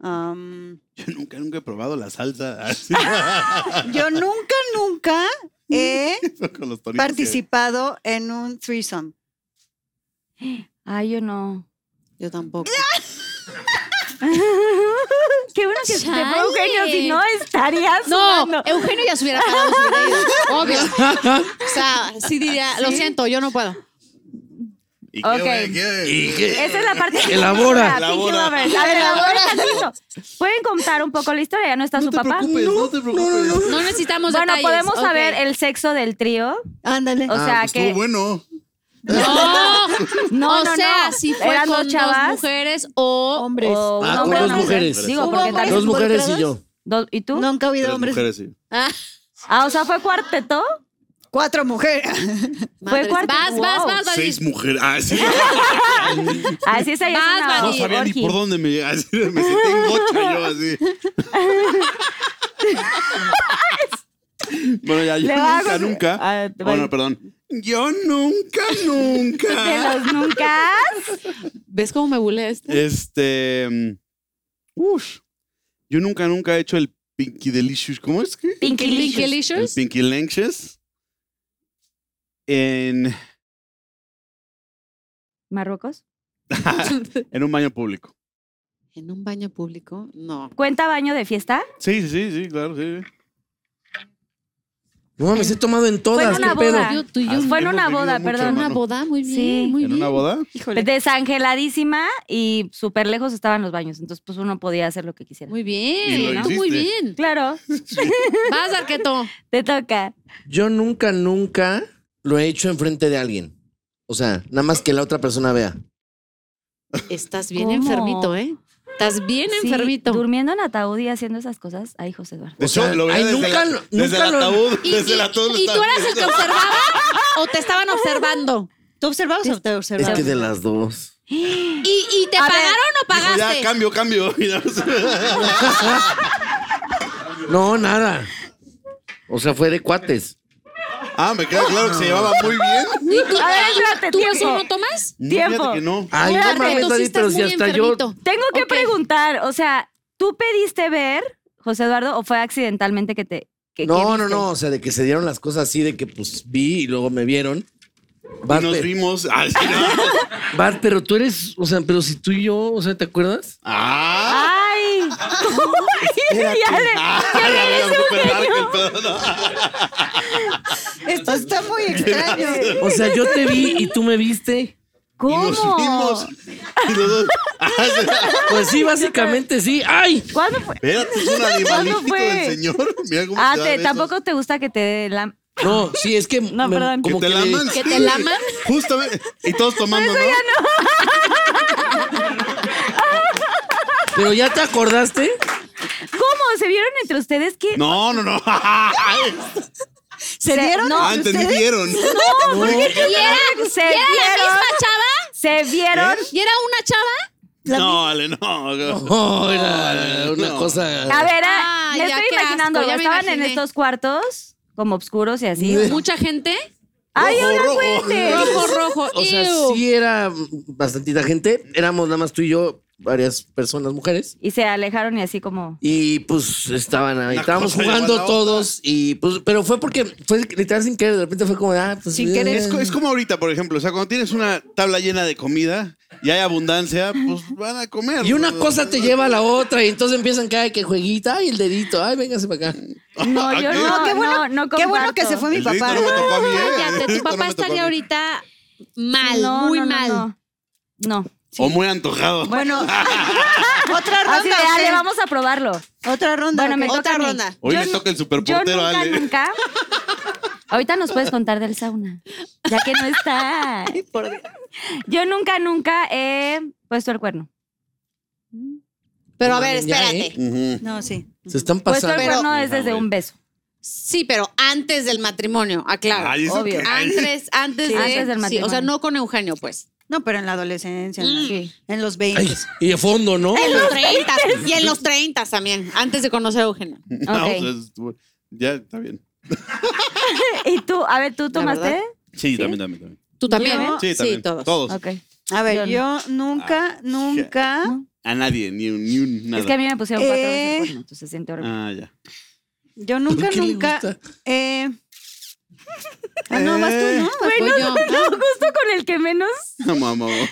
H: Am,
I: Yo nunca, nunca he probado la salsa así,
H: yo nunca, nunca he
I: con los toritos.
H: participado en un threesome.
C: Ay, yo no.
D: Yo tampoco.
C: Qué bueno que te fue Eugenio,
D: Chale.
C: si no estarías
D: No,
C: sudando.
D: Eugenio ya se hubiera parado, se hubiera ido. Obvio. O sea, sí diría, lo siento, yo no puedo.
I: ¿Y
C: Ok.
I: qué, qué?
F: ¿Y qué?
C: Esa es la parte que
F: Elabora.
C: Pinky
I: Elabora.
C: Lovers. A ver, elabora tantito. ¿Pueden contar un poco la historia? ¿Ya Ah, no está su papá?
I: preocupes, no te preocupes.
D: No necesitamos
C: Bueno,
D: detalles.
C: podemos
D: Ok.
C: saber el sexo del trío.
H: Ándale.
C: O
I: Ah,
C: sea
I: pues
C: que.
I: estuvo bueno.
D: No,
C: No,
D: o
C: no,
D: sea,
C: no.
D: si fue
C: Eran dos
D: con
C: chavas.
D: dos Oh, mujeres o
H: hombres.
C: O un
F: Ah, con
C: hombre,
F: dos
C: una mujer.
F: mujeres.
C: Digo,
H: ¿Hubo
C: porque
H: hombres?
C: tal.
F: Dos mujeres y yo.
C: dos- ¿Y tú?
H: Nunca ha habido
I: Tres
H: hombres.
I: mujeres, sí.
D: Ah,
C: Ah, o sea, fue cuarteto.
H: Cuatro mujeres.
D: madres.
C: cuarto-
D: vas, vas,
C: wow.
D: vas, vas.
I: Seis mujeres. Ah, sí.
C: Así es, ahí es
D: Vas,
C: una
I: No
D: Vadi.
I: sabía ni
C: orgy.
I: por dónde me llegaba. así, Me senté en gocha yo así. bueno, ya, yo
C: Le
I: nunca,
C: hago-
I: nunca.
C: Ah,
I: bueno,
C: bueno.
I: perdón. Yo nunca, nunca.
C: De los nunca.
D: ¿Ves cómo me bulé este?
I: Este. mm, Ush. Yo nunca, nunca he hecho el Pinky Delicious. ¿Cómo es que?
C: Pinky Licious.
I: El
D: Licious?
I: Pinky Lenches. En,
C: ¿Marruecos?
I: en un baño público.
D: ¿En un baño público? No.
C: ¿Cuenta baño de fiesta?
I: Sí, sí, sí, sí, claro, sí. sí.
F: No mames, he tomado en
C: Fue en
F: todas,
C: una
F: qué pedo.
C: boda.
D: Yo, tú y yo.
C: Fue en
I: Hemos
C: una
I: vivido
C: boda,
I: mucho,
C: perdón.
D: ¿En
I: hermano.
D: una boda? Muy bien,
C: Sí.
D: muy
I: ¿En
D: bien.
I: una boda?
H: Híjole.
C: Desangeladísima y súper lejos estaban los baños. Entonces, pues uno podía hacer lo que quisiera.
D: Muy
I: Y
D: bien,
I: lo
D: ¿no? muy
I: hiciste.
D: bien.
C: Claro,
D: Vas, Arqueto.
C: te toca.
F: Yo nunca, nunca lo he hecho enfrente de alguien. O sea, nada más que la otra persona vea.
D: Estás bien
C: ¿Cómo?
D: enfermito, ¿eh? Estás bien
C: Sí,
D: enfermito.
C: Durmiendo en ataúd y haciendo esas cosas. Ay, José Eduardo.
I: De
F: O sea,
I: hecho, lo veía
F: ay,
I: desde,
F: nunca
I: la-
F: lo-
I: desde
F: nunca
I: el
F: lo-
I: ataúd.
D: ¿Y,
I: desde
D: y-
I: el ataúd.
D: y tú
I: estaba
D: eras el que
I: viendo.
D: observaba o te estaban observando?
H: ¿Tú observabas o te
F: Es
H: observabas?
F: que de las dos.
D: ¿Y, y te
C: A ver.
D: pagaron o
I: Dijo,
D: pagaste?
I: ya, cambio, cambio. Y nada más-
F: No, nada. O sea, fue de cuates.
I: ah, me queda claro que se llevaba muy bien.
D: ¿Y tú,
C: A ver, espérate,
D: ¿tú eso
C: tiempo.
D: no tomas?
C: Tiempo.
I: Fíjate que no.
F: Ay,
C: Claro,
F: no mames,
D: Tú sí
F: David,
D: estás
F: pero si
D: muy
F: hasta
D: enfermito.
C: Tengo que
D: Ok.
C: preguntar, o sea, ¿tú pediste ver, José Eduardo, o fue accidentalmente que te...
F: yo.
C: que- que
F: No, no,
C: viste?
F: no. O sea, de que se dieron las cosas así, de que pues vi y luego me vieron. Bart,
I: Y nos
F: pe-
I: vimos. Ay, sí, no.
F: Bart, pero tú eres, o sea, pero si tú y yo, o sea, ¿te acuerdas?
I: Ah.
C: ¡Ay! ya le-
I: Ah, la verdad, súper dark el pedo, ¿no?
H: Esto está muy extraño.
F: O sea, yo te vi y tú me viste.
I: Y
C: ¿Cómo?
I: nos vimos. Y los dos. Ah, sí.
F: Pues sí, básicamente sí. ¡Ay!
C: ¿Cuándo fue?
I: Espérate, es un animalístico
C: fue?
I: del señor. Mira cómo
C: Ah,
I: se
C: te-
I: dan
C: tampoco te gusta que te dé la...
F: No, sí, es que.
C: No, perdón.
I: estos.
F: como
I: Que te
F: que-
I: laman.
D: ¿Que te laman?
I: Justamente. Y todos tomando, ¿no?
F: Pero ya te acordaste.
C: ¿Cómo? ¿Se vieron entre ustedes? ¿Qué?
I: No, no, no. Ay,
H: ¿Se dieron?
C: no.
I: Ah,
H: entre
I: entendí,
H: ustedes?
I: vieron.
C: No, ¿por qué te- se
D: ¿Y era la
C: vieron,
D: misma chava?
C: se vieron.
D: ¿Y era una chava?
I: No, Ale, no.
F: Oh, era una
I: no.
C: A
F: cosa.
C: ver,
D: Ah,
C: me
D: ya,
C: estoy
D: qué
C: imaginando,
D: asco, ya me
C: estaban en
D: imaginé.
C: estos cuartos como oscuros y así.
D: ¿Mucha gente?
C: ¡Ay,
I: Rojo,
C: ahora
I: rojo.
C: cuente!
D: Rojo, rojo.
F: O sea,
D: Ew.
F: sí era bastantita gente. Éramos nada más tú y yo, varias personas, mujeres.
C: Y se alejaron y así como...
F: Y pues estaban ahí,
I: Una
F: estábamos
I: cosa llevó a la
F: jugando
I: otra.
F: todos y pues, pero fue porque fue literal sin querer, de repente fue como, ah, pues...
H: Sin querer.
F: eh.
I: Es, co- es como ahorita, por ejemplo. O sea, cuando tienes una tabla llena de comida y hay abundancia, pues van a comer.
F: Y una
I: ¿no?
F: cosa te lleva a la otra y entonces empiezan cada que jueguita, ay, el dedito, ay, véngase para acá.
C: No, yo
I: ¿qué?
C: no,
H: qué
C: no,
H: bueno,
C: no
H: qué bueno que
C: comparto.
H: se fue mi
I: El dedito
H: papá.
I: no me tocó a mí, ¿eh? El
D: Cállate, tu
I: dedito no
D: papá
I: me tocó a
D: estaría
I: mí.
D: ahorita mal,
C: No,
D: muy
C: no, no,
D: mal.
C: No. no.
I: O muy antojado.
H: Bueno, otra ronda.
C: Así de,
H: ¿o qué?
C: Ale, vamos a probarlo.
H: Otra ronda.
C: Bueno,
H: ¿o
C: me
H: qué?
C: toca
D: Otra
C: a mí.
D: ronda.
I: Hoy
C: Yo
I: le
C: nu-
I: toca el
C: Yo
I: superportero,
C: nunca,
I: Ale.
C: nunca. Ahorita nos puedes contar del sauna, ya que no está. Yo nunca, nunca he puesto el cuerno.
D: Pero a ver,
F: Ya,
D: espérate.
F: ¿eh?
I: Ujú.
H: No, sí.
F: Se están
C: Puesto el
F: pasando.
C: cuerno
I: Pero-
C: es desde un beso.
D: Sí, pero antes del matrimonio, aclaro.
I: Ay, eso
C: obvio.
I: que- ay.
D: Antes, antes,
C: Sí,
D: de,
C: antes del
D: sí,
C: matrimonio.
D: o sea, no con Eugenio, pues.
H: No, pero en la adolescencia, en, la-
C: Sí.
H: en los
F: Ay,
H: 20.
F: y a fondo, ¿no?
D: En los 30 y en los 30 también, antes de conocer a Eugenio.
I: No,
C: Ok.
I: o sea, estuvo- ya está bien.
C: ¿Y tú? A ver, ¿tú tomaste?
D: verdad.
I: Sí, también, también, también.
D: ¿Tú también?
C: también?
I: Sí, también.
D: todos.
C: Ok.
H: A
C: Yo
H: ver,
C: no.
H: yo nunca, nunca.
I: A nadie, ni un, ni un nada.
C: Es que a mí me pusieron cuatro veces
H: Eh.
C: el cuerno, entonces se siente horrible.
I: Ah, ya.
H: Yo nunca,
F: qué le
H: nunca.
F: gusta?
H: Eh, ah, no, vas tú, ¿no?
D: Voy Pues yo.
C: No, justo con el que menos
I: No, mamá. mamá.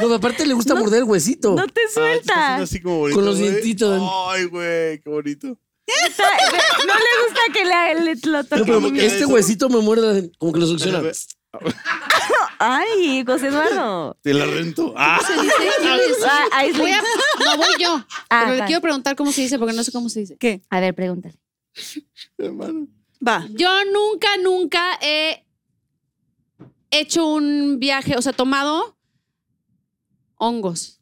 F: No, aparte le gusta morder el huesito.
C: no te
I: Ah,
C: suelta.
I: es así como bonito,
F: Con los
I: güey.
F: dientitos.
I: Ay, güey, qué bonito.
C: No le gusta que le, le- lo
F: No,
C: toque.
F: pero
I: ¿Cómo que
F: este
I: eso?
F: huesito me muerde como que lo succiona.
C: Ay, José Eduardo.
I: Te la rento. Ah,
D: Se dice, ¿qué le dice?
C: Ah, ahí sí.
D: Voy a- no, voy yo.
C: Ah,
D: pero le
C: va.
D: quiero preguntar cómo se dice, porque no sé cómo se dice.
H: ¿Qué?
C: A ver, pregúntale.
I: hermano.
H: Va.
D: Yo nunca, nunca he hecho un viaje, o sea, tomado hongos.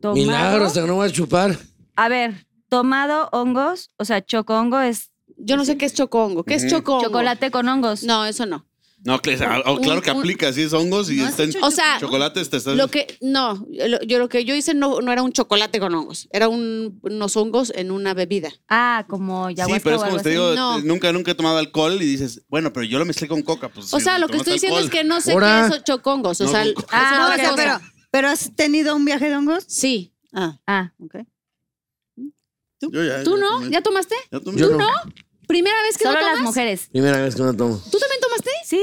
C: Tomado-
F: Milagro, hasta que no va a chupar.
C: A ver, tomado hongos, o sea, chocongo es
D: Yo no sé qué es chocongo. ¿Qué es chocongo?
C: chocolate con hongos.
D: No, eso no.
I: No, que- ah, oh, claro que
D: Un- un-
I: aplica, si es hongos y está en
D: hecho- O sea,
I: chocolates, te estás.
D: Lo que, no, lo- yo lo que yo hice no, no era un chocolate con hongos, era un- unos hongos en una bebida.
C: Ah, como
I: Sí,
C: ayahuasca
I: pero es
C: o algo
I: como te
C: así.
I: digo,
D: No.
I: nunca, nunca he tomado alcohol y dices, bueno, pero yo lo mezclé con coca. Pues,
D: O
I: si
D: sea, lo que
I: tomaste
D: estoy diciendo es
I: alcohol.
D: que no sé
F: Ahora-
D: qué es chocongo. O
I: No,
D: sea,
I: no,
D: el-
I: no.
C: Ah,
D: es
H: No,
D: otra
H: o sea,
D: cosa.
H: pero, pero has tenido un viaje de hongos?
D: Sí.
H: Ah,
C: Ah,
H: ok.
I: Yo ya,
D: ¿Tú
I: ya
D: no?
I: tomé.
D: ¿Ya tomaste?
I: Ya tomé.
F: Yo no.
D: Primera vez que lo
C: solo
D: tomas.
C: las mujeres.
F: Primera vez que no tomo.
D: ¿Tú también tomaste?
C: Sí,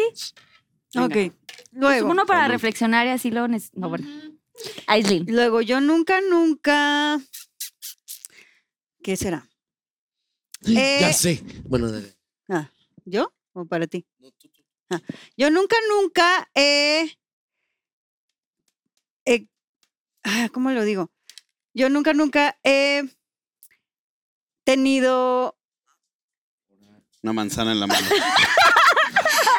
H: Ah,
C: pues
H: Ok. Luego.
C: uno para reflexionar y así lo neces- No, bueno. Aislin.
H: Luego, yo nunca, nunca. ¿Qué será? Eh,
F: Ya sé. Bueno, dale.
H: Ah, ¿Yo o para ti? Ah, yo nunca, nunca he. he- ah, ¿Cómo lo digo? Yo nunca, nunca he tenido.
I: Una manzana en la mano.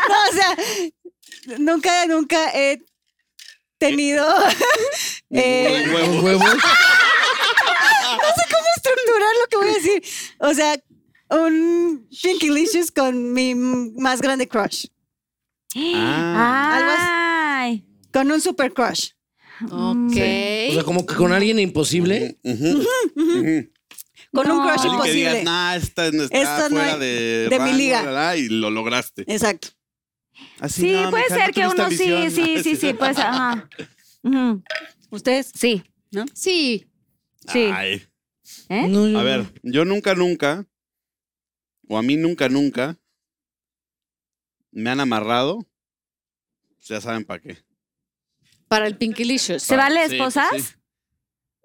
H: No, o sea, nunca, nunca he tenido. eh,
I: Un
F: ¿Con
I: huevo.
F: huevos?
H: estructurar lo que voy a decir. O sea, un Pinkylicious con mi más grande crush. algo así.
I: Ah.
C: Ay.
H: Con un super crush.
D: Ok.
F: O sea, como que con alguien imposible.
I: Ujú, ujú.
H: Con un
C: No.
H: crush
I: Alguien que
H: imposible.
I: digas, nah, esta no está
H: Ah, Esta no
I: fuera
H: hay-
I: de,
H: de mi
I: rango,
H: liga".
I: la, la, y lo lograste.
H: Exacto.
I: Así,
C: Sí,
I: no,
C: puede
I: mija, no
C: ser que
I: tuviste
C: uno sí,
I: visión.
C: sí, sí, sí, pues, ajá. Ujú,
H: ¿Ustedes?
C: Sí,
D: Sí.
C: sí.
I: Ay.
C: ¿Eh?
F: No, yo-
I: A ver, yo nunca, nunca, o a mí nunca, nunca, me han amarrado. pues, Ya saben para qué.
D: Para el Pinkylicious.
C: ¿Se vale
I: Sí,
C: esposas?
I: pues, sí.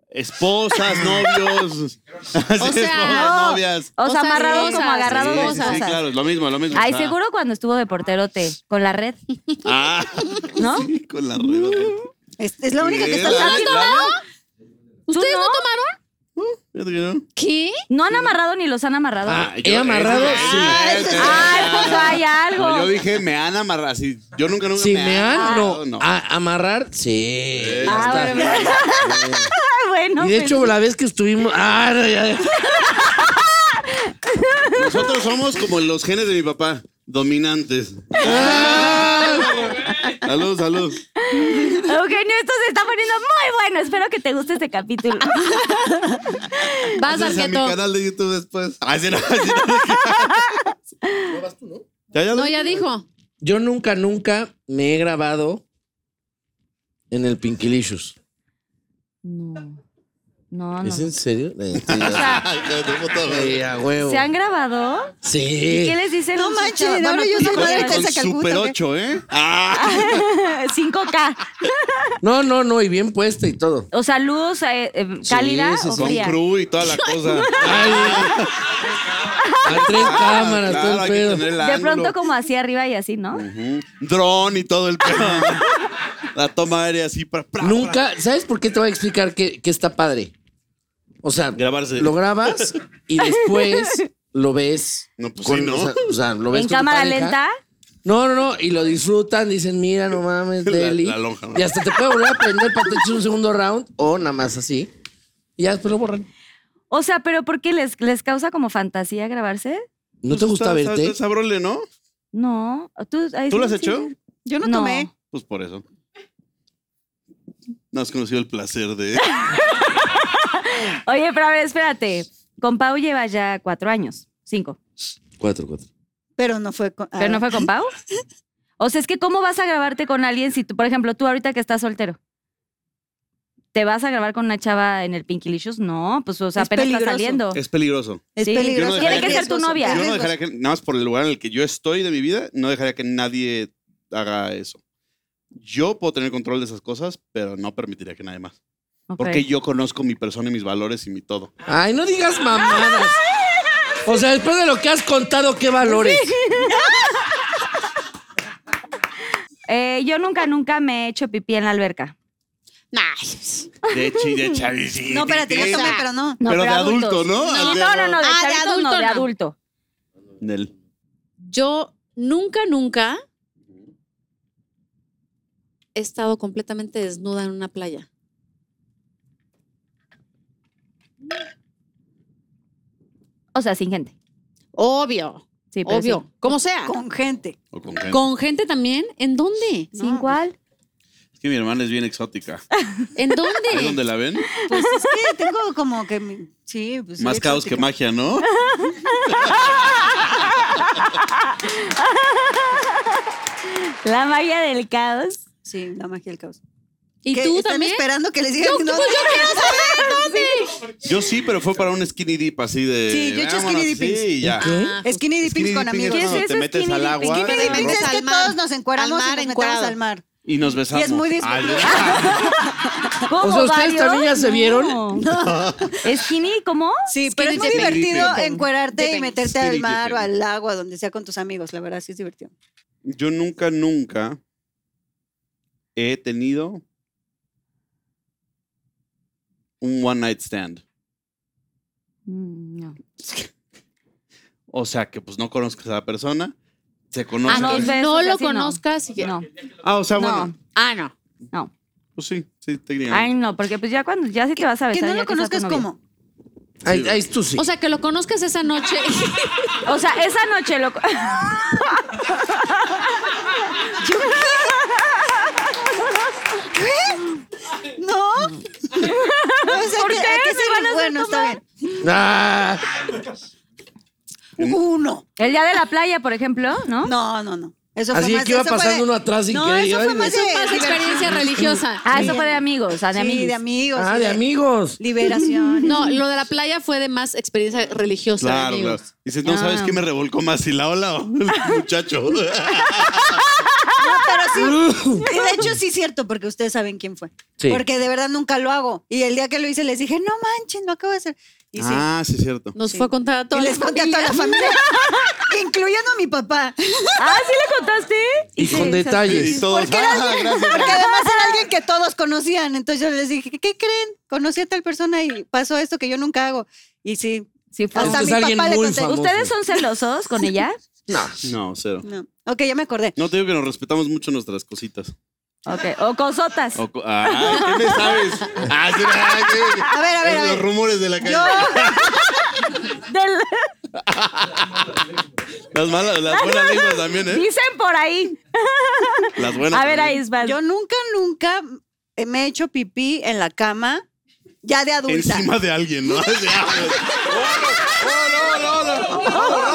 I: Esposas, novios. o
D: sea,
I: esposas, novias.
C: O sea,
D: O sea,
C: amarrados
D: esposas,
C: como agarrados de
I: sí, sí,
C: cosas.
I: Sí, claro, es lo mismo, lo mismo.
C: Ay,
I: Ah.
C: seguro cuando estuvo de porterote con la red,
I: Ah,
C: ¿no?
I: sí, con la rueda.
H: Es, es la única que está.
I: Mira,
D: ¿Ustedes no?
C: no?
D: tomaron?
I: fíjate que no.
D: ¿Qué?
C: No han amarrado ni los han amarrado.
F: Ah,
I: yo-
F: he amarrado.
I: ese-
F: sí.
I: ese-
C: Ay, pues hay algo.
I: No, yo dije, me han amarrado. Así, yo nunca, nunca
F: Si me han, no. Ah,
I: amarrado, no.
F: A- amarrar, sí.
I: Eh,
F: Ya
C: Ah,
F: está.
C: bueno, Ay, bueno.
F: Y de
C: pues,
F: hecho, la vez que estuvimos. Ah, no, ya, ya.
I: Nosotros somos como los genes de mi papá, dominantes. Ah. Salud, salud.
C: Eugenio, esto se está poniendo muy bueno. Espero que te guste este capítulo.
D: Vas,
I: Pásense a mi
D: Arqueto.
I: canal de YouTube después. Ah, sí, no, sí, no. Ya, ya,
D: No,
I: ya.
D: ya dijo.
F: Yo nunca, nunca me he grabado en el Pinkilicious.
C: No. No,
F: ¿Es
C: no.
F: en serio? Eh,
C: O sea,
I: Ay, ya, Ah, de puta madre.
F: Sí, a huevo.
C: ¿se han grabado?
F: Sí.
C: ¿Qué les dicen?
H: No
C: en su
H: manches,
C: chava-
H: ahora yo soy
C: pues,
H: madre
C: no,
H: que
I: Con
H: se Calcuta,
I: Super
H: ¿o qué?
I: 8, ¿eh? Ah,
C: 5K.
F: No, no, no, y bien puesta y todo.
C: O sea, luz eh, eh, cálida
F: sí,
C: o
F: sí.
I: con
C: fría.
I: crew y toda la cosa. Ah,
F: Ay, a tres cámaras,
I: Claro,
F: todo
I: hay
F: el
I: que
F: pedo.
I: tener el
C: De
I: ángulo.
C: pronto como así arriba y así, ¿no?
I: Ujú. Dron y todo el pedo. la toma aérea así para.
F: Nunca, ¿sabes por qué te voy a explicar que, que está padre? O sea,
I: Grabarse.
F: lo grabas y después lo ves.
I: No, pues sí, ¿no?
F: O sea, o sea, lo ves
C: En
F: con tu
C: cámara
F: pareja.
C: lenta.
F: No, no, no, y lo disfrutan, dicen, mira, no mames,
I: La-
F: Deli.
I: la lonja, ¿no?
F: Y hasta te puede volver a prender para te eches un segundo round o nada más así. Y ya después lo borran.
C: O sea, pero ¿por qué les, les causa como fantasía grabarse?
I: Pues
F: ¿No te gusta verte?
I: Sabrole, ¿no?
C: No. ¿Tú, ahí
I: ¿Tú lo
C: sí,
I: has
C: sí.
I: hecho?
H: Yo no,
C: No.
H: tomé.
I: Pues por eso. No has conocido el placer de.
C: Oye, pero a ver, espérate. Con Pau lleva ya cuatro años, cinco.
F: Cuatro, cuatro.
H: Pero no fue. con-
C: ¿Pero
H: ah,
C: no fue con Pau? O sea, es que ¿cómo vas a grabarte con alguien si tú, por ejemplo, tú ahorita que estás soltero? ¿Te vas a grabar con una chava en el Pinkilicious? No, pues o sea,
H: Es
C: apenas
H: peligroso.
C: está saliendo.
I: Es peligroso.
H: Es
C: Sí.
H: peligroso.
I: Tiene que
C: ser tu
H: riesgoso,
C: novia.
I: Yo no
H: riesgoso.
I: dejaría que, nada más por el lugar en el que yo estoy de mi vida, no dejaría que nadie haga eso. Yo puedo tener control de esas cosas, pero no permitiría que nadie más.
C: Ok.
I: Porque yo conozco mi persona y mis valores y mi todo.
F: Ay, no digas mamadas. O sea, después de lo que has contado, ¿qué valores?
C: Eh, yo nunca, nunca me he hecho pipí en la alberca.
D: Nice.
I: De chi, de chavis.
H: No, espérate, yo tomé,
D: Sí.
H: pero no.
C: No,
I: pero, de adulto,
C: adultos.
I: ¿no?
C: No, no, no, no, de
D: Ah, de
C: chavitos no,
D: adulto
C: de
D: no.
C: adulto.
I: Nel.
D: Yo nunca, nunca he estado completamente desnuda en una playa.
C: O sea, sin gente.
D: Obvio,
C: Sí, pero
D: obvio,
C: sí.
D: como sea. Con,
H: Con gente.
I: O con gente.
D: gente también. ¿En dónde?
C: ¿Sin cuál?
I: Es que mi hermana es bien exótica.
D: ¿En
I: ¿Es donde
D: dónde?
I: la ven?
H: Pues es que tengo como que. mi- Sí, pues.
I: Más
H: soy
I: caos que
H: exótica.
I: magia, ¿no?
C: La magia del caos.
H: Sí, la magia del caos.
D: ¿Y
H: ¿Qué? este?
D: tú
H: ¿Están
D: también?
H: esperando que les diga
D: Yo,
H: que no?
D: pues yo quiero saber dónde.
I: Yo sí, pero fue para un skinny dip así de.
H: Sí, yo he hecho skinny
I: vámonos,
H: dippings.
I: Sí, ya.
D: Ah.
F: ¿Qué?
H: Skinny dipping con
I: dipping es
H: amigos.
C: ¿Qué
I: cuando
C: es
I: te
C: eso,
I: metes
C: skinny
I: al
C: dipping?
I: agua
H: Skinny
D: Te
H: dipping
D: metes
H: es que
D: al mar,
H: todos nos
D: al
H: encueramos
D: mar
H: y nos metemos
D: encuerado.
H: al mar.
I: y nos besamos.
H: Y es muy
I: Ah,
H: disfrutable.
C: ¿Cómo,
F: O sea, ¿ustedes
C: varios?
F: también ya se
C: No.
F: vieron?
C: ¿Skinny? ¿Cómo?
H: Sí, pero es muy
I: dipping.
H: divertido
I: Dipping.
H: encuerarte y
D: Dipping.
H: meterte
I: Skinny
H: al mar o
I: dipping.
H: al agua, donde sea con tus amigos. La verdad, sí es divertido.
I: Yo nunca, nunca he tenido un one night stand.
C: Mm, No.
I: O sea, que pues no conozcas a la persona, se
D: Ah,
I: conoce.
C: no,
I: Ah,
D: que
C: besos
D: no lo
C: así, no.
D: conozcas. y que-
C: No,
I: o sea, bueno.
C: no,
D: Ah, no.
C: no.
I: Pues sí, sí,
C: Ay,
I: técnicamente.
C: no, porque pues ya cuando ya sí te vas a
H: Que
C: besar. ya
H: no lo
C: estás con
H: conozcas
C: novio.
H: como.
F: Ahí, ahí tú sí.
D: O sea, que lo conozcas esa noche.
C: O sea, esa noche lo.
H: No. O sea,
C: ¿Por
H: que-
C: qué
H: ¿a qué
C: me
H: sirve?
C: van a hacer
H: Bueno, está bien.
F: Ah,
H: Uno.
C: El día de la playa, por ejemplo, ¿no?
H: No, no, no. Eso
F: Así
H: fue
F: es
H: más,
F: que iba
H: eso fue
F: pasando
H: de-
F: uno atrás sin
H: no,
F: querer,
H: Eso
F: iba-
H: fue más
D: Eso
H: de,
D: es más experiencia religiosa.
C: Ah, eso fue de amigos, o sea, de
H: Sí,
C: amigos.
H: de amigos.
F: ah,
H: sí,
F: de amigos.
H: Liberación.
D: No, lo de la playa fue de más experiencia religiosa.
I: Claro,
D: amigos.
I: claro. Dices, no, ¿sabes
C: Ah.
I: qué me revolcó más? ¿Si la ola o el muchacho?
H: Pero sí. Y de hecho, sí es cierto, porque ustedes saben quién fue.
F: Sí.
H: Porque de verdad nunca lo hago. Y el día que lo hice les dije, no manchen, lo acabo de hacer. Y sí.
I: Ah, sí, es cierto.
D: Nos
H: Sí.
D: fue contada toda
H: y
D: la
H: les conté a toda la familia, incluyendo a mi papá.
C: Ah, sí le contaste.
F: Y
C: sí,
F: con
C: sí,
I: Y
F: detalles.
I: todos,
H: Porque era-
I: ah, gracias.
H: Porque además era alguien que todos conocían. Entonces yo les dije, ¿qué creen? Conocí a tal persona y pasó esto que yo nunca hago. Y sí.
C: Sí, fue.
F: Este
H: Hasta a
F: es
H: mi
F: alguien
H: papá le
F: muy
H: conté.
F: famoso.
C: ¿Ustedes son celosos con ella?
I: No, cero.
H: No. Ok, ya me acordé.
I: No te digo que nos respetamos mucho nuestras cositas.
C: Ok. O cosotas.
I: O co- ah, ¿Qué me sabes? Ah, sí, ah, ¿qué?
H: A ver, a ver, a
I: Los
H: ver.
I: rumores de la calle.
H: Yo,
C: Del-
I: Las malas, las buenas lenguas también, ¿eh?
C: Dicen por ahí.
I: Las buenas.
C: A ver, ahí
I: también.
C: es mal.
H: yo nunca, nunca me he hecho pipí en la cama ya de adulta.
I: Encima de alguien, ¿no? Así, ah, no, no, no, no, no.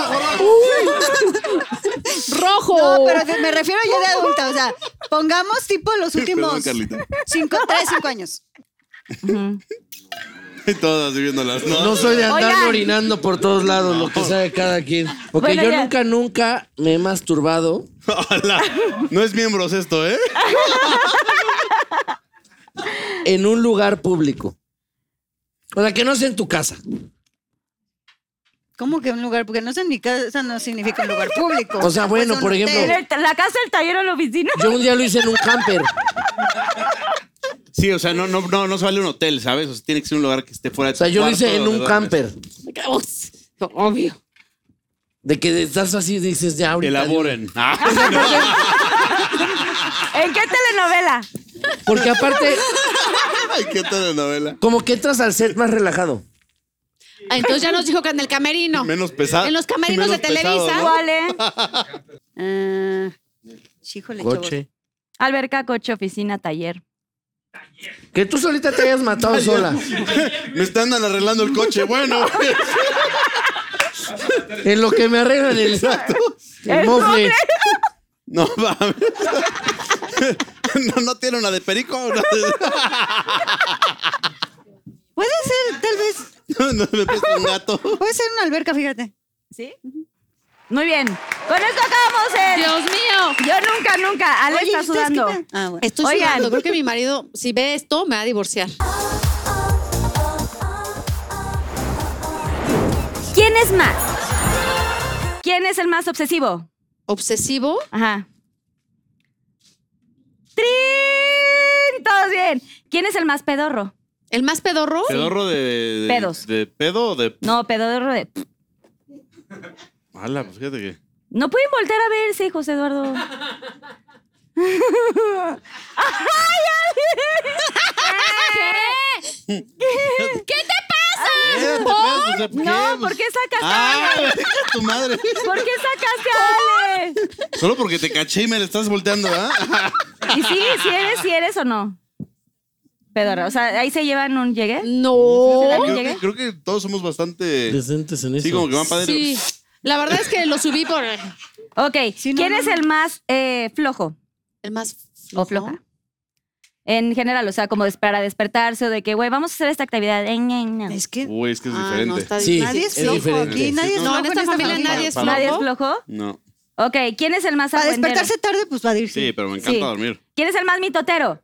D: ¡Rojo!
H: No, pero me refiero ya de adulta. O sea, pongamos tipo los
I: Perdón,
H: últimos
I: Carlita.
H: cinco, tres, cinco años.
C: Ujú.
I: Y todas así viéndolas, ¿no?
F: No soy de andar
C: Oigan.
F: orinando por todos lados, lo que sabe cada quien. Porque
C: Bueno,
F: yo
C: ya.
F: nunca, nunca me he masturbado.
I: Hola. No es miembros esto, ¿eh?
F: en un lugar público. O sea, que no es en tu casa.
H: ¿Cómo que un lugar? Porque no es en mi casa, no significa un lugar público.
F: O sea, bueno,
H: Pues un
F: por
H: hotel.
C: En
F: ejemplo,
C: el- la casa, el taller o la oficina.
F: yo un día lo hice en un camper.
I: Sí, o sea, no, no, no, no se vale un hotel, ¿sabes? O sea, tiene que ser un lugar que esté fuera de
F: O sea, yo lo hice en un camper.
D: Obvio.
F: De que estás así dices, ya ahorita.
I: Elaboren. Ah,
C: ¿En qué telenovela?
F: Porque aparte,
I: Ay, qué telenovela.
F: como que entras al set más relajado.
D: Ah, Entonces ya nos dijo que en el camerino.
I: Menos pesado.
D: En los camerinos
I: menos
D: de Televisa.
I: pesado, ¿no?
C: ¿Cuál, eh?
H: Ah, híjole, chavos.
K: Coche.
C: Alberca, coche, oficina, taller.
K: Que tú solita te hayas matado sola.
I: Me están arreglando el coche. Bueno,
K: En lo que me arreglan el, el mofle.
I: no mames. No, no tiene una de perico. Una
H: Puede ser, tal vez.
I: de- no, me presta un gato.
H: Puede ser una alberca, fíjate.
C: ¿Sí? Muy bien. Con esto acabamos el...
D: Dios mío.
C: Yo nunca, nunca. Ale
H: Oye,
C: está
H: ¿y ustedes qué
C: sudando.
H: tal? Ah, bueno.
D: Estoy
C: Oigan.
D: sudando. Creo que mi marido, si ve esto, me va a divorciar.
C: ¿Quién es más? ¿Quién es el más obsesivo?
D: Obsesivo.
C: Ajá. ¡Trin! Todos bien. ¿Quién es el más pedorro?
D: El más pedorro.
I: ¿Pedorro de, de-
C: Pedos.
I: ¿De pedo o de.?
C: No, pedorro de...
I: Mala, pues fíjate que.
C: No pueden voltear a verse, José Eduardo. ¡Ay, Ale!
I: Quédate, pues, o
C: No,
I: sea, ¿qué?
C: ¿por qué sacaste a Ale?
I: ¡Ah! ¡Tu madre!
C: ¿Por qué sacaste a Ale?
I: Solo porque te caché y me la estás volteando, ¿ah?
C: Y sí, si eres, si eres o no. Pedorro. O sea, ahí se llevan un llegue.
D: No.
I: Creo
C: llegué?
I: que, creo que todos somos bastante.
K: Decentes en eso.
I: Sí, como que van padre.
D: Sí. La verdad es que lo subí por el
C: Ok.
H: Sí, no,
C: ¿Quién
H: no,
C: es
H: no.
C: el más eh, flojo
D: más
C: o floja? En general, o sea, como des- para despertarse o de que, güey, vamos a hacer esta actividad. Eh, eh, no.
H: Es que
I: Uy, es que es
D: Ah,
I: diferente.
D: no,
I: No,
D: está
K: Sí.
D: difícil.
H: nadie es
K: es
H: flojo
K: diferente.
H: aquí, nadie es
D: No,
H: flojo
D: en esta familia nadie es
I: Para-
C: ¿Nadie es
D: flojo.
C: flojo? Ok. ¿Quién es el más
H: Para
C: argüendero?
H: despertarse tarde, pues va a ir.
I: Sí, pero me encanta
C: Sí.
I: dormir.
C: ¿Quién es el más mitotero?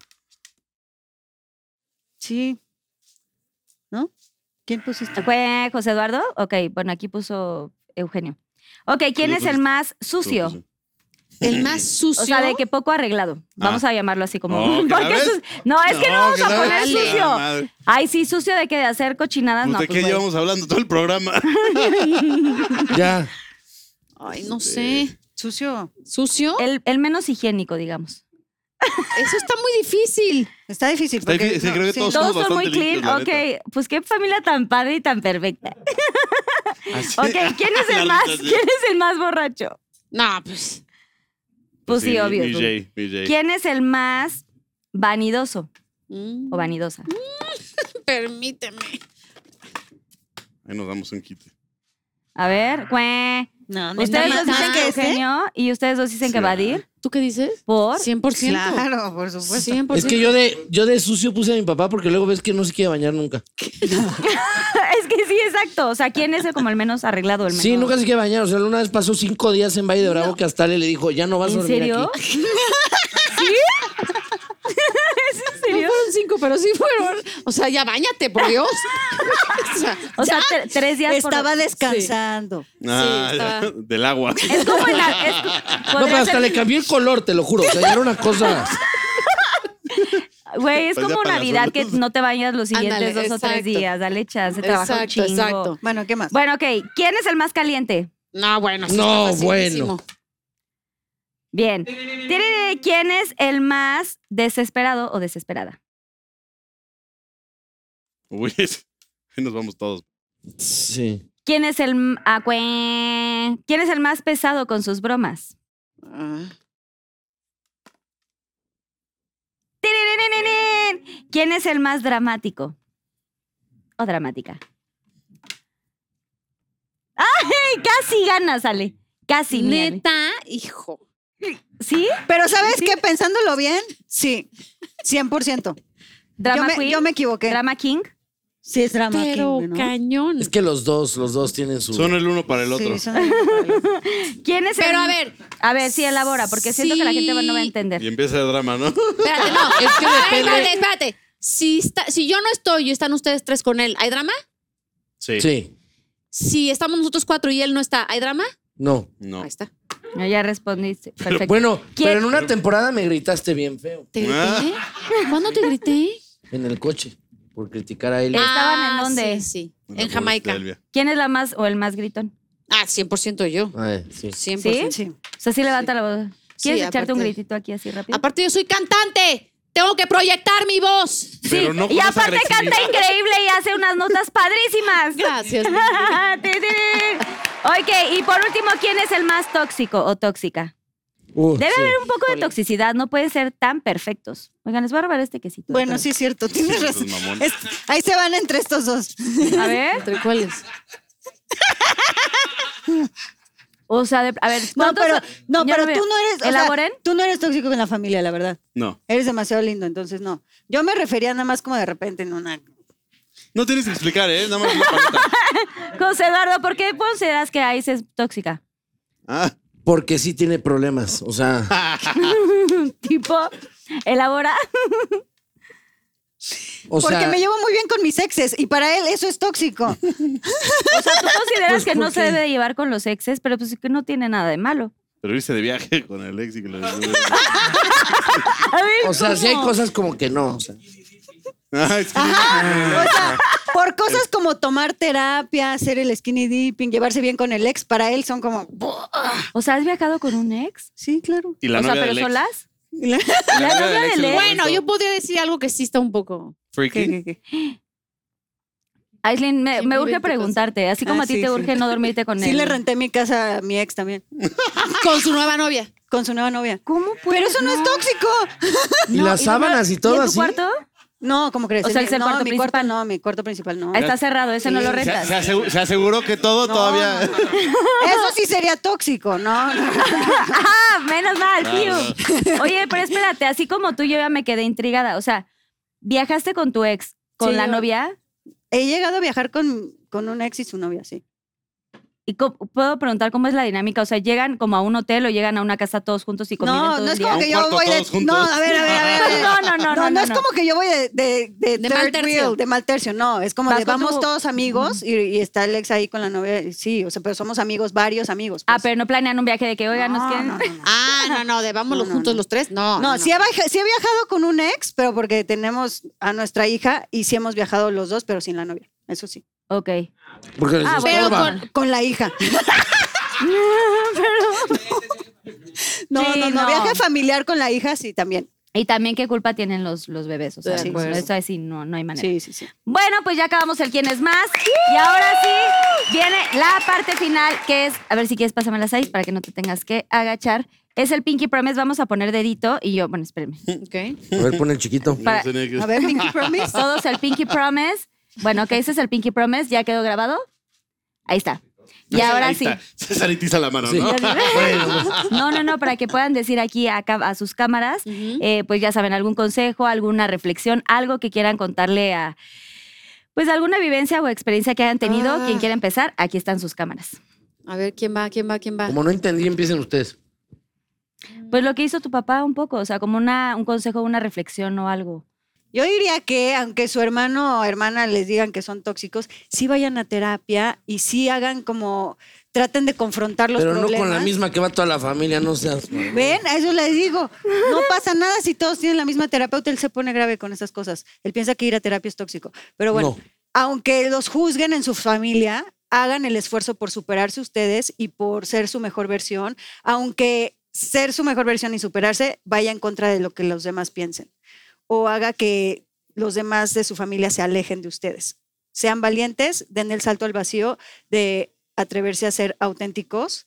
H: Sí. ¿No? ¿Quién este pusiste?
C: ¿Fue José Eduardo? Ok, bueno, aquí puso Eugenio. Ok, ¿quién
I: lo
C: es el
I: pusiste.
C: más sucio?
I: Tú,
D: El más sucio.
C: O sea, de que poco arreglado. Vamos
I: Ah.
C: a llamarlo así como.
I: No, que la
C: porque
I: ves.
C: sus- no, es que no, vamos a
I: la
C: poner
I: ves.
C: sucio.
I: Ah, madre.
C: Ay, sí, sucio de que de hacer cochinadas,
I: Pues,
C: no. Ah,
I: ¿De
C: Pues,
I: qué
C: güey.
I: llevamos hablando todo el programa?
K: Ya.
D: Ay, no sé.
H: Sucio.
D: ¿Sucio?
C: el, el menos higiénico, digamos.
D: Eso está muy difícil.
H: Está difícil.
I: Está
H: porque-
I: difícil, sí, creo que todos-
C: Todos
I: Somos
C: son muy
I: bastante
C: clean.
I: limpios, la
C: ok, pues qué familia tan padre y tan perfecta. Ok, ¿quién es el
I: La
C: más,
I: risa, sí.
C: ¿quién es el más borracho?
D: No, pues.
C: Pues sí, obvio. tú.
I: BJ, BJ.
C: ¿Quién es el más vanidoso
D: Mm,
C: o vanidosa?
D: Permíteme.
I: Ahí nos damos un quite.
C: A ver, cué.
H: No, no,
C: Ustedes
H: no,
C: dos
D: no,
C: dicen
D: no,
C: que
H: que este?
C: Eugenio y ustedes dos dicen que
I: Sí.
C: Badir.
D: ¿Tú qué dices?
C: ¿Por?
D: 100%.
H: Claro, por supuesto.
D: 100%.
F: Es que yo de, yo de sucio puse a mi papá porque luego ves que no se quiere bañar nunca.
C: es que sí, exacto. O sea, ¿quién es el como el menos arreglado? El menos?
F: Sí, nunca se quiere bañar. O sea, una vez pasó cinco días en Valle de Bravo que hasta Ale le dijo, ya no vas a
C: ¿En
F: dormir
C: serio?
F: aquí.
C: ¿Sí? ¿Es en serio?
D: Fueron cinco, pero sí fueron. O sea, ya bañate, por Dios. O sea,
C: O sea, tre- tres días por-
H: Estaba descansando.
I: Ah,
D: estaba-
I: del agua.
C: Es como en la... es-
F: No, pero
C: podría
F: hasta
C: ser-
F: le cambié el color, te lo juro. O sea, ya era una cosa...
C: Güey, es
I: Pues ya
C: como
I: para las
C: Navidad que
I: otras.
C: no te bañas los siguientes
D: Ándale,
C: dos o tres
D: exacto.
C: días. Dale chance, trabaja un
D: Exacto,
C: chingo.
D: exacto.
H: Bueno, ¿qué más?
C: Bueno, ok. ¿Quién es el más caliente?
D: No, bueno. sí
F: No,
D: está facilísimo.
F: bueno.
C: Bien. Tiriri, ¿Quién es el más desesperado o desesperada?
I: Uy, ahí nos vamos todos.
F: Sí.
C: ¿Quién es el... m- ah, cuen- ¿Quién es el más pesado con sus bromas?
H: Ah.
C: ¡Tiririririn! ¿Quién es el más dramático? ¿O dramática? ¡Ay! Casi gana, sale. Casi, mi Ale.
D: Neta, hijo.
C: ¿Sí?
H: Pero ¿sabes qué? Pensándolo bien, sí. 100%. Yo
C: Drama
H: me,
C: Queen.
H: yo me equivoqué.
C: Drama King.
H: sí, es drama.
D: Pero
H: king, ¿no?
D: cañón.
F: Es que los dos, los dos tienen su...
I: Son el uno para el otro.
H: Sí, son-
C: ¿Quién es el
D: Pero a ver.
C: A ver, sí, elabora, porque siento que la gente no va a
D: Sí.
I: Y
C: entender.
I: empieza el drama, ¿no?
D: Espérate, no.
F: Es que
D: A ver,
F: depende-
D: espérate, espérate. Si, está- si yo no estoy y están ustedes tres con él, ¿hay drama?
I: Sí.
F: Sí,
D: Si estamos nosotros cuatro y él no está, ¿hay drama?
F: no.
I: No.
D: Ahí está.
C: No, ya respondiste. Perfecto.
F: Bueno,
C: ¿Quién?
F: pero en una temporada me gritaste bien feo
D: ¿Te grité? ¿Eh? ¿Cuándo te grité?
F: en el coche por criticar a él.
C: ¿Estaban en
D: Ah,
C: dónde?
D: Sí, sí.
I: La
D: En
I: pobre
D: Jamaica.
I: Elvia.
C: ¿Quién es la más o el más gritón?
D: Ah, 100% yo.
F: Ay, sí.
C: ¿Sí?
D: 100%.
H: Sí.
C: O sea, sí levanta la voz. ¿Quieres
D: Sí,
C: echarte un
D: aparte-
C: gritito aquí así rápido?
D: Aparte, yo soy cantante. Tengo que proyectar mi voz.
I: Pero no
C: y
I: con esa
C: aparte canta
I: agresividad.
C: increíble y hace unas notas padrísimas.
D: Gracias.
C: Ti, ti, ti. ok, y por último, ¿quién es el más tóxico o tóxica?
F: Uh,
C: Debe
F: sí.
C: haber un poco de
D: Híjole.
C: toxicidad, no pueden ser tan perfectos. Oigan, les voy a robar este quesito.
H: Bueno, sí es cierto, tienes
I: Sí,
H: razón.
I: pues, mamón.
H: Es- ahí se van entre estos dos.
C: A ver,
D: ¿Entre cuáles?
C: o sea, de- a ver,
H: No,
C: ¿cuántos-
H: pero, no,
C: Ya
H: pero
C: veo.
H: tú no eres. o sea,
C: ¿Elaboren?
H: tú no eres tóxico con la familia, la verdad.
I: No.
H: Eres demasiado lindo, entonces no. Yo me refería nada más como de repente en una.
I: No tienes que explicar, ¿eh? Nada más una paleta.
C: José Eduardo, ¿por qué consideras que Ais es tóxica?
I: Ah,
K: Porque sí tiene problemas. O sea,
C: Tipo, elabora.
K: o
H: porque
K: sea
H: me llevo muy bien con mis exes y para él eso es tóxico.
C: O sea, tú consideras
K: Pues,
C: que no
K: ¿por
C: se
K: qué?
C: debe de llevar con los exes, pero pues que no tiene nada de malo.
I: pero irse de viaje con el ex y que lo...
C: A ver,
K: o sea, sí hay
C: ¿cómo?
K: cosas como que no. o sea.
I: Ah, es que-
H: O sea, por cosas como tomar terapia, hacer el skinny dipping, llevarse bien con el ex, para él son como.
C: O sea, ¿has viajado con un ex?
H: Sí, claro.
I: Y la
C: o sea,
I: novia
C: ¿pero
I: del ex.
C: solas?
H: Y la-
I: La
C: La novia del ex.
D: Bueno, yo podría decir algo que sí está un poco.
I: Freaky.
C: Aislinn, me,
D: Sí,
C: me
D: vive
C: urge
D: en tu casa.
C: preguntarte, así como
H: Ah,
C: a ti
H: sí,
C: te
H: sí.
C: urge no dormirte con él.
H: Sí, le renté mi casa a mi ex también,
D: Con su nueva novia.
H: con su nueva novia.
C: ¿Cómo puedes?
H: Pero eso no es tóxico.
K: Y las sábanas y
C: ¿Y
K: todo
C: en tu
K: así.
C: cuarto?
H: No, ¿cómo crees?
C: O sea,
H: mi-
C: es el
H: no,
C: cuarto
H: mi
C: principal.
H: cuarto no, mi cuarto principal no.
C: Ah, Está cerrado, ese no lo
I: Se,
C: rentas.
I: se asegu- se aseguró que todo todavía...
H: Eso sí sería tóxico, ¿no?
C: Ah, menos mal,
I: Claro.
C: piu. Oye, pero espérate, así como tú, yo ya me quedé intrigada. O sea, ¿viajaste con tu ex, con
H: Sí,
C: la
H: yo-
C: novia?
H: He llegado a viajar con, con un ex y su novia, sí.
C: ¿Y cómo- puedo preguntar cómo es la dinámica? O sea, ¿llegan como a un hotel o llegan a una casa todos juntos y conviven
H: No,
C: todo
H: no
C: el
H: es
C: día?
H: como que
I: Un
H: yo
I: cuarto
H: voy
I: todos
H: de.
I: juntos.
H: No, a ver, a ver, a ver. a ver.
C: No, no, no, no, no,
H: es
C: no.
H: como que yo voy de, de, de,
D: De
H: third
D: mal tercio.
H: wheel, de mal tercio. No, es como
C: Vas
H: de
C: con
H: vamos
C: tu-
H: todos amigos y, y está el ex ahí con la novia. y Sí, o sea, pero somos amigos, varios amigos.
C: Ah,
H: pues.
C: pero no planean un viaje de que, oigan, nos
H: No,
C: quieren...
H: no, no, no.
D: Ah, no, no, de vámonos
H: No, no,
D: juntos
H: no.
D: los tres. Ah, No.
H: No, sí he, viaja- sí he viajado con un ex, pero porque tenemos a nuestra hija y sí hemos viajado los dos, pero sin la novia. Eso sí.
C: Ok.
K: Porque les
C: Ah, bueno,
K: estorba.
C: con-
H: Con la hija. No,
C: Sí,
H: no, no,
C: no.
H: Viaje familiar con la hija, sí, también.
C: Y también qué culpa tienen los, los bebés. O sea,
D: De
C: sí,
D: acuerdo.
C: eso sí, no, no hay manera.
H: Sí, sí, sí.
C: Bueno, pues ya acabamos el quién es más. Y ahora sí, viene la parte final, que es, a ver si quieres pásame las seis para que no te tengas que agachar. Es el Pinky Promise, vamos a poner dedito y yo, bueno, espérenme.
D: Ok.
K: A ver, pon el chiquito.
C: Para-
I: Tenía que-
H: A ver, Pinky Promise.
C: Todos el Pinky Promise. Bueno, ok, ese es el Pinky Promise, ya quedó grabado. Ahí está. Y ahora
I: Ahí
C: sí.
I: está. César itiza la mano,
K: Sí.
I: ¿no?
C: No, no, no, para que puedan decir aquí a, ca- a sus cámaras, eh, pues ya saben, algún consejo, alguna reflexión, algo que quieran contarle a, pues alguna vivencia o experiencia que hayan tenido.
D: Ah.
C: Quien quiera empezar, aquí están sus cámaras.
D: A ver, ¿quién va? ¿Quién va? ¿Quién va?
K: Como no entendí, empiecen ustedes.
C: Pues lo que hizo tu papá un poco, o sea, como una, un consejo, una reflexión o algo.
H: Yo diría que aunque su hermano o hermana les digan que son tóxicos, sí vayan a terapia y sí hagan como traten de confrontar los
K: Pero no
H: problemas.
K: con la misma que va toda la familia, no seas.
H: Ven, a eso les digo. No pasa nada si todos tienen la misma terapeuta, él se pone grave con esas cosas. Él piensa que ir a terapia es tóxico. Pero bueno,
K: No.
H: aunque los juzguen en su familia, hagan el esfuerzo por superarse ustedes y por ser su mejor versión, aunque ser su mejor versión y superarse vaya en contra de lo que los demás piensen o haga que los demás de su familia se alejen de ustedes. Sean valientes, den el salto al vacío de atreverse a ser auténticos,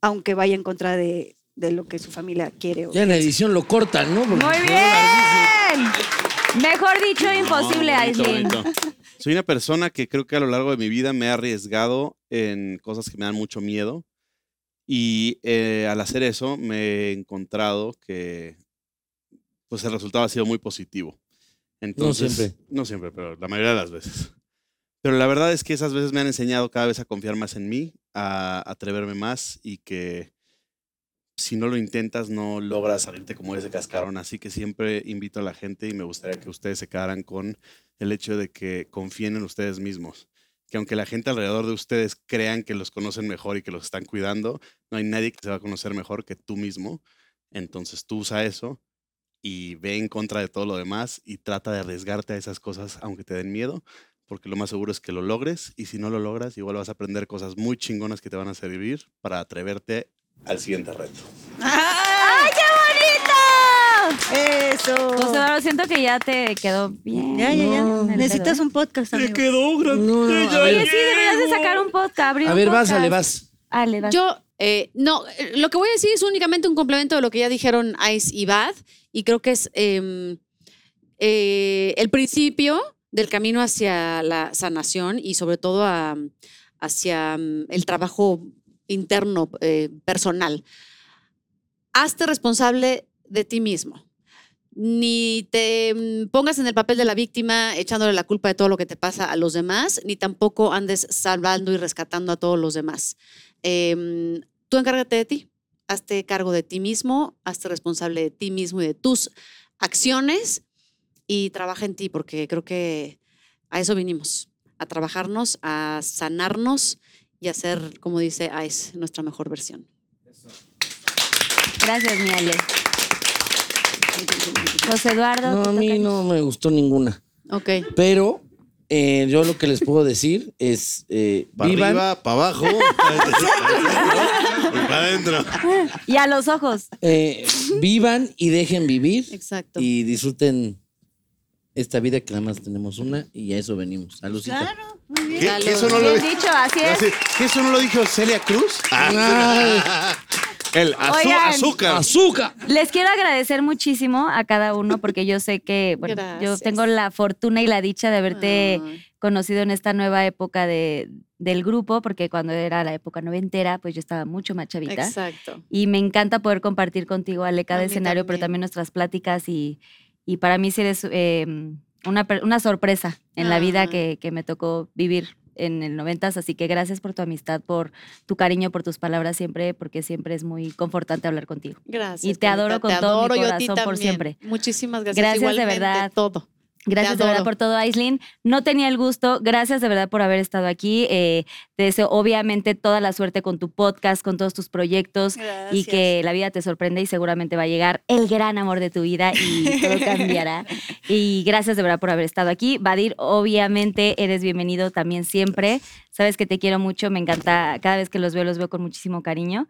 H: aunque vaya en contra de, de lo que su familia quiere. o-
K: Ya en la edición lo cortan, ¿no? Porque-
C: Muy bien. Mejor dicho, imposible,
I: No, bonito,
C: Aislinn.
I: bonito. Soy una persona que creo que a lo largo de mi vida me he arriesgado en cosas que me dan mucho miedo. Y eh, al hacer eso me he encontrado que pues el resultado ha sido muy positivo. Entonces,
K: siempre.
I: No siempre, pero la mayoría de las veces. Pero la verdad es que esas veces me han enseñado cada vez a confiar más en mí, a atreverme más y que si no lo intentas no logras salirte como de ese cascarón. Así que siempre invito a la gente y me gustaría que ustedes se quedaran con el hecho de que confíen en ustedes mismos. Que aunque la gente alrededor de ustedes crean que los conocen mejor y que los están cuidando, no hay nadie que se va a conocer mejor que tú mismo. Entonces tú usa eso y ve en contra de todo lo demás y trata de arriesgarte a esas cosas aunque te den miedo, porque lo más seguro es que lo logres y si no lo logras igual vas a aprender cosas muy chingonas que te van a servir para atreverte al siguiente reto.
C: ¡Ay, qué bonito!
H: Eso.
C: José Eduardo, Pues, siento que ya te quedó bien.
H: Oh. Ya, ya, ya.
C: No, en el
H: Necesitas
C: pedo, ¿eh?
H: un podcast, amigo.
F: quedó grande. No, a
C: Oye,
F: ver,
C: sí, deberías de sacar un podcast. abrir
F: a
C: un
F: ver, vas,
C: podcast.
F: Ale, vas.
C: Ale, vas.
D: Yo, eh, no, eh, lo que voy a decir es únicamente un complemento de lo que ya dijeron Ice y Bad, y creo que es em, eh, el principio del camino hacia la sanación y sobre todo a- hacia mm, el trabajo interno, eh, personal. Hazte responsable de ti mismo. Ni te mm, pongas en el papel de la víctima echándole la culpa de todo lo que te pasa a los demás, ni tampoco andes salvando y rescatando a todos los demás em, tú encárgate de ti, hazte cargo de ti mismo, hazte responsable de ti mismo y de tus acciones y trabaja en ti, porque creo que a eso vinimos, a trabajarnos, a sanarnos y a ser, como dice Ice, nuestra mejor versión.
C: Gracias, mi Ale. José Eduardo.
F: No,
C: te
F: a
C: toca.
F: mí no me gustó ninguna.
D: Ok.
F: Pero eh, yo lo que les puedo decir es: eh,
K: Para
F: vivan.
K: arriba, para abajo.
I: Y para adentro.
C: Y a los ojos.
F: eh, vivan y dejen vivir.
D: Exacto.
F: Y disfruten esta vida que nada más tenemos una y a eso venimos. Salucita.
H: Claro, muy bien.
I: ¿Qué? ¿Que eso no lo
C: Bien
I: dijo?
C: dicho, así es.
I: ¿Que eso no lo dijo Celia Cruz? El azu-
C: Oigan.
I: azúcar.
F: ¡Azúcar!
C: Les quiero agradecer muchísimo a cada uno porque yo sé que bueno, yo
D: Gracias. Ah.
C: tengo la fortuna y la dicha de haberte
D: Ay.
C: conocido en esta nueva época de, del grupo, porque cuando era la época noventera, pues yo estaba mucho más chavita.
D: Exacto.
C: Y me encanta poder compartir contigo, Ale, cada
D: A mí
C: escenario, pero
D: también.
C: también nuestras pláticas y, y para mí sí eres eh, una, per- una sorpresa en la vida
D: Ay.
C: que, que me tocó vivir en el 90, así que gracias por tu amistad, por tu cariño, por tus palabras siempre, porque siempre es muy confortante hablar contigo.
D: Gracias.
C: Y te adoro con
D: Carlita,
C: todo mi
D: yo a ti
C: corazón por
D: también.
C: siempre.
D: Muchísimas gracias.
C: Gracias de
D: Igualmente,
C: verdad.
D: Todo.
C: Gracias de verdad
D: adoro.
C: por todo, Aislin. No tenía el gusto. Gracias de verdad por haber estado aquí. Eh, te deseo obviamente toda la suerte con tu podcast, con todos tus proyectos y
H: Gracias.
C: que la vida te sorprenda y seguramente va a llegar el gran amor de tu vida y todo cambiará. Y gracias de verdad por haber estado aquí. Badir, obviamente eres bienvenido también siempre. Sabes que te quiero mucho, me encanta. Cada vez que los veo, los veo con muchísimo cariño.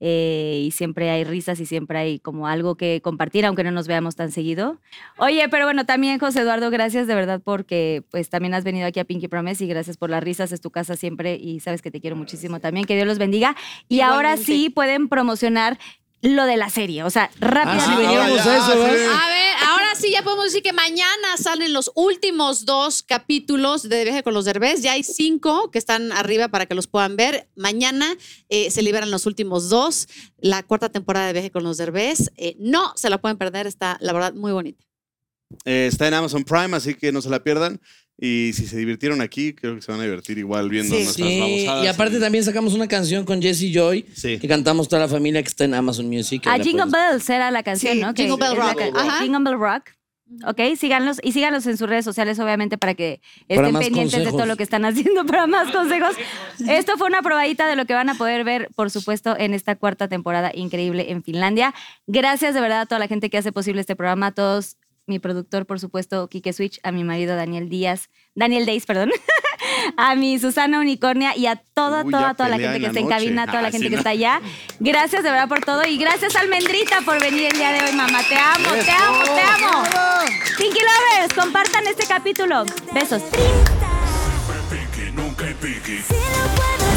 C: Eh, y siempre hay risas y siempre hay como algo que compartir, aunque no nos veamos tan seguido. Oye, pero bueno, también José Eduardo, gracias de verdad porque pues también has venido aquí a Pinky Promise y gracias por las risas, es tu casa siempre y sabes que te quiero muchísimo también, que Dios los bendiga. Y ahora
D: Igualmente.
C: sí pueden promocionar lo de la serie, o sea, rápidamente.
F: Así Ah, veníamos a eso, ¿verdad?
D: Pues, A ver, ahora sí ya podemos decir que mañana salen los últimos dos capítulos de Viaje con los Derbés. Ya hay cinco que están arriba para que los puedan ver. Mañana eh, se liberan los últimos dos. La cuarta temporada de Viaje con los Derbés. Eh, no se la pueden perder. Está, la verdad, muy bonita.
I: Eh, está en Amazon Prime, así que no se la pierdan. Y si se divirtieron aquí, creo que se van a divertir igual viendo
H: Sí.
I: nuestras
F: Sí,
I: babosadas.
F: y aparte también sacamos una canción con Jesse Joy
I: Sí.
F: que cantamos toda la familia que está en Amazon Music. que
C: A
F: la
C: Ah, Jingle
F: pueden-
C: Bells era la canción,
D: Sí,
C: ¿no? Que
D: Jingle Bell
C: es la
D: Rock.
C: ca-
D: Ajá.
C: Jingle Bell Rock. Ok, síganlos y síganlos en sus redes sociales, obviamente, para que
F: Para
C: estén
F: más
C: pendientes de todo
F: consejos.
C: lo que están haciendo para más consejos. Esto fue una probadita de lo que van a poder ver, por supuesto, en esta cuarta temporada increíble en Finlandia. Gracias de verdad a toda la gente que hace posible este programa, a todos, mi productor, por supuesto, Kike Switch, a mi marido Daniel Díaz, Daniel Days, perdón, a mi Susana Unicornia y a toda,
I: Uy,
C: toda,
I: ya
C: toda la
I: pelea
C: gente
I: en
C: que
I: la
C: está en
I: noche.
C: cabina, toda la
I: Ah,
C: gente
I: sí,
C: que
I: ¿no?
C: está allá. Gracias de verdad por todo y gracias Almendrita por venir el día de hoy, mamá. Te amo, te amo, te amo. Pinky Lovers, compartan este capítulo. Besos.
B: Pinky, nunca hay Pinky.
L: Si lo puedo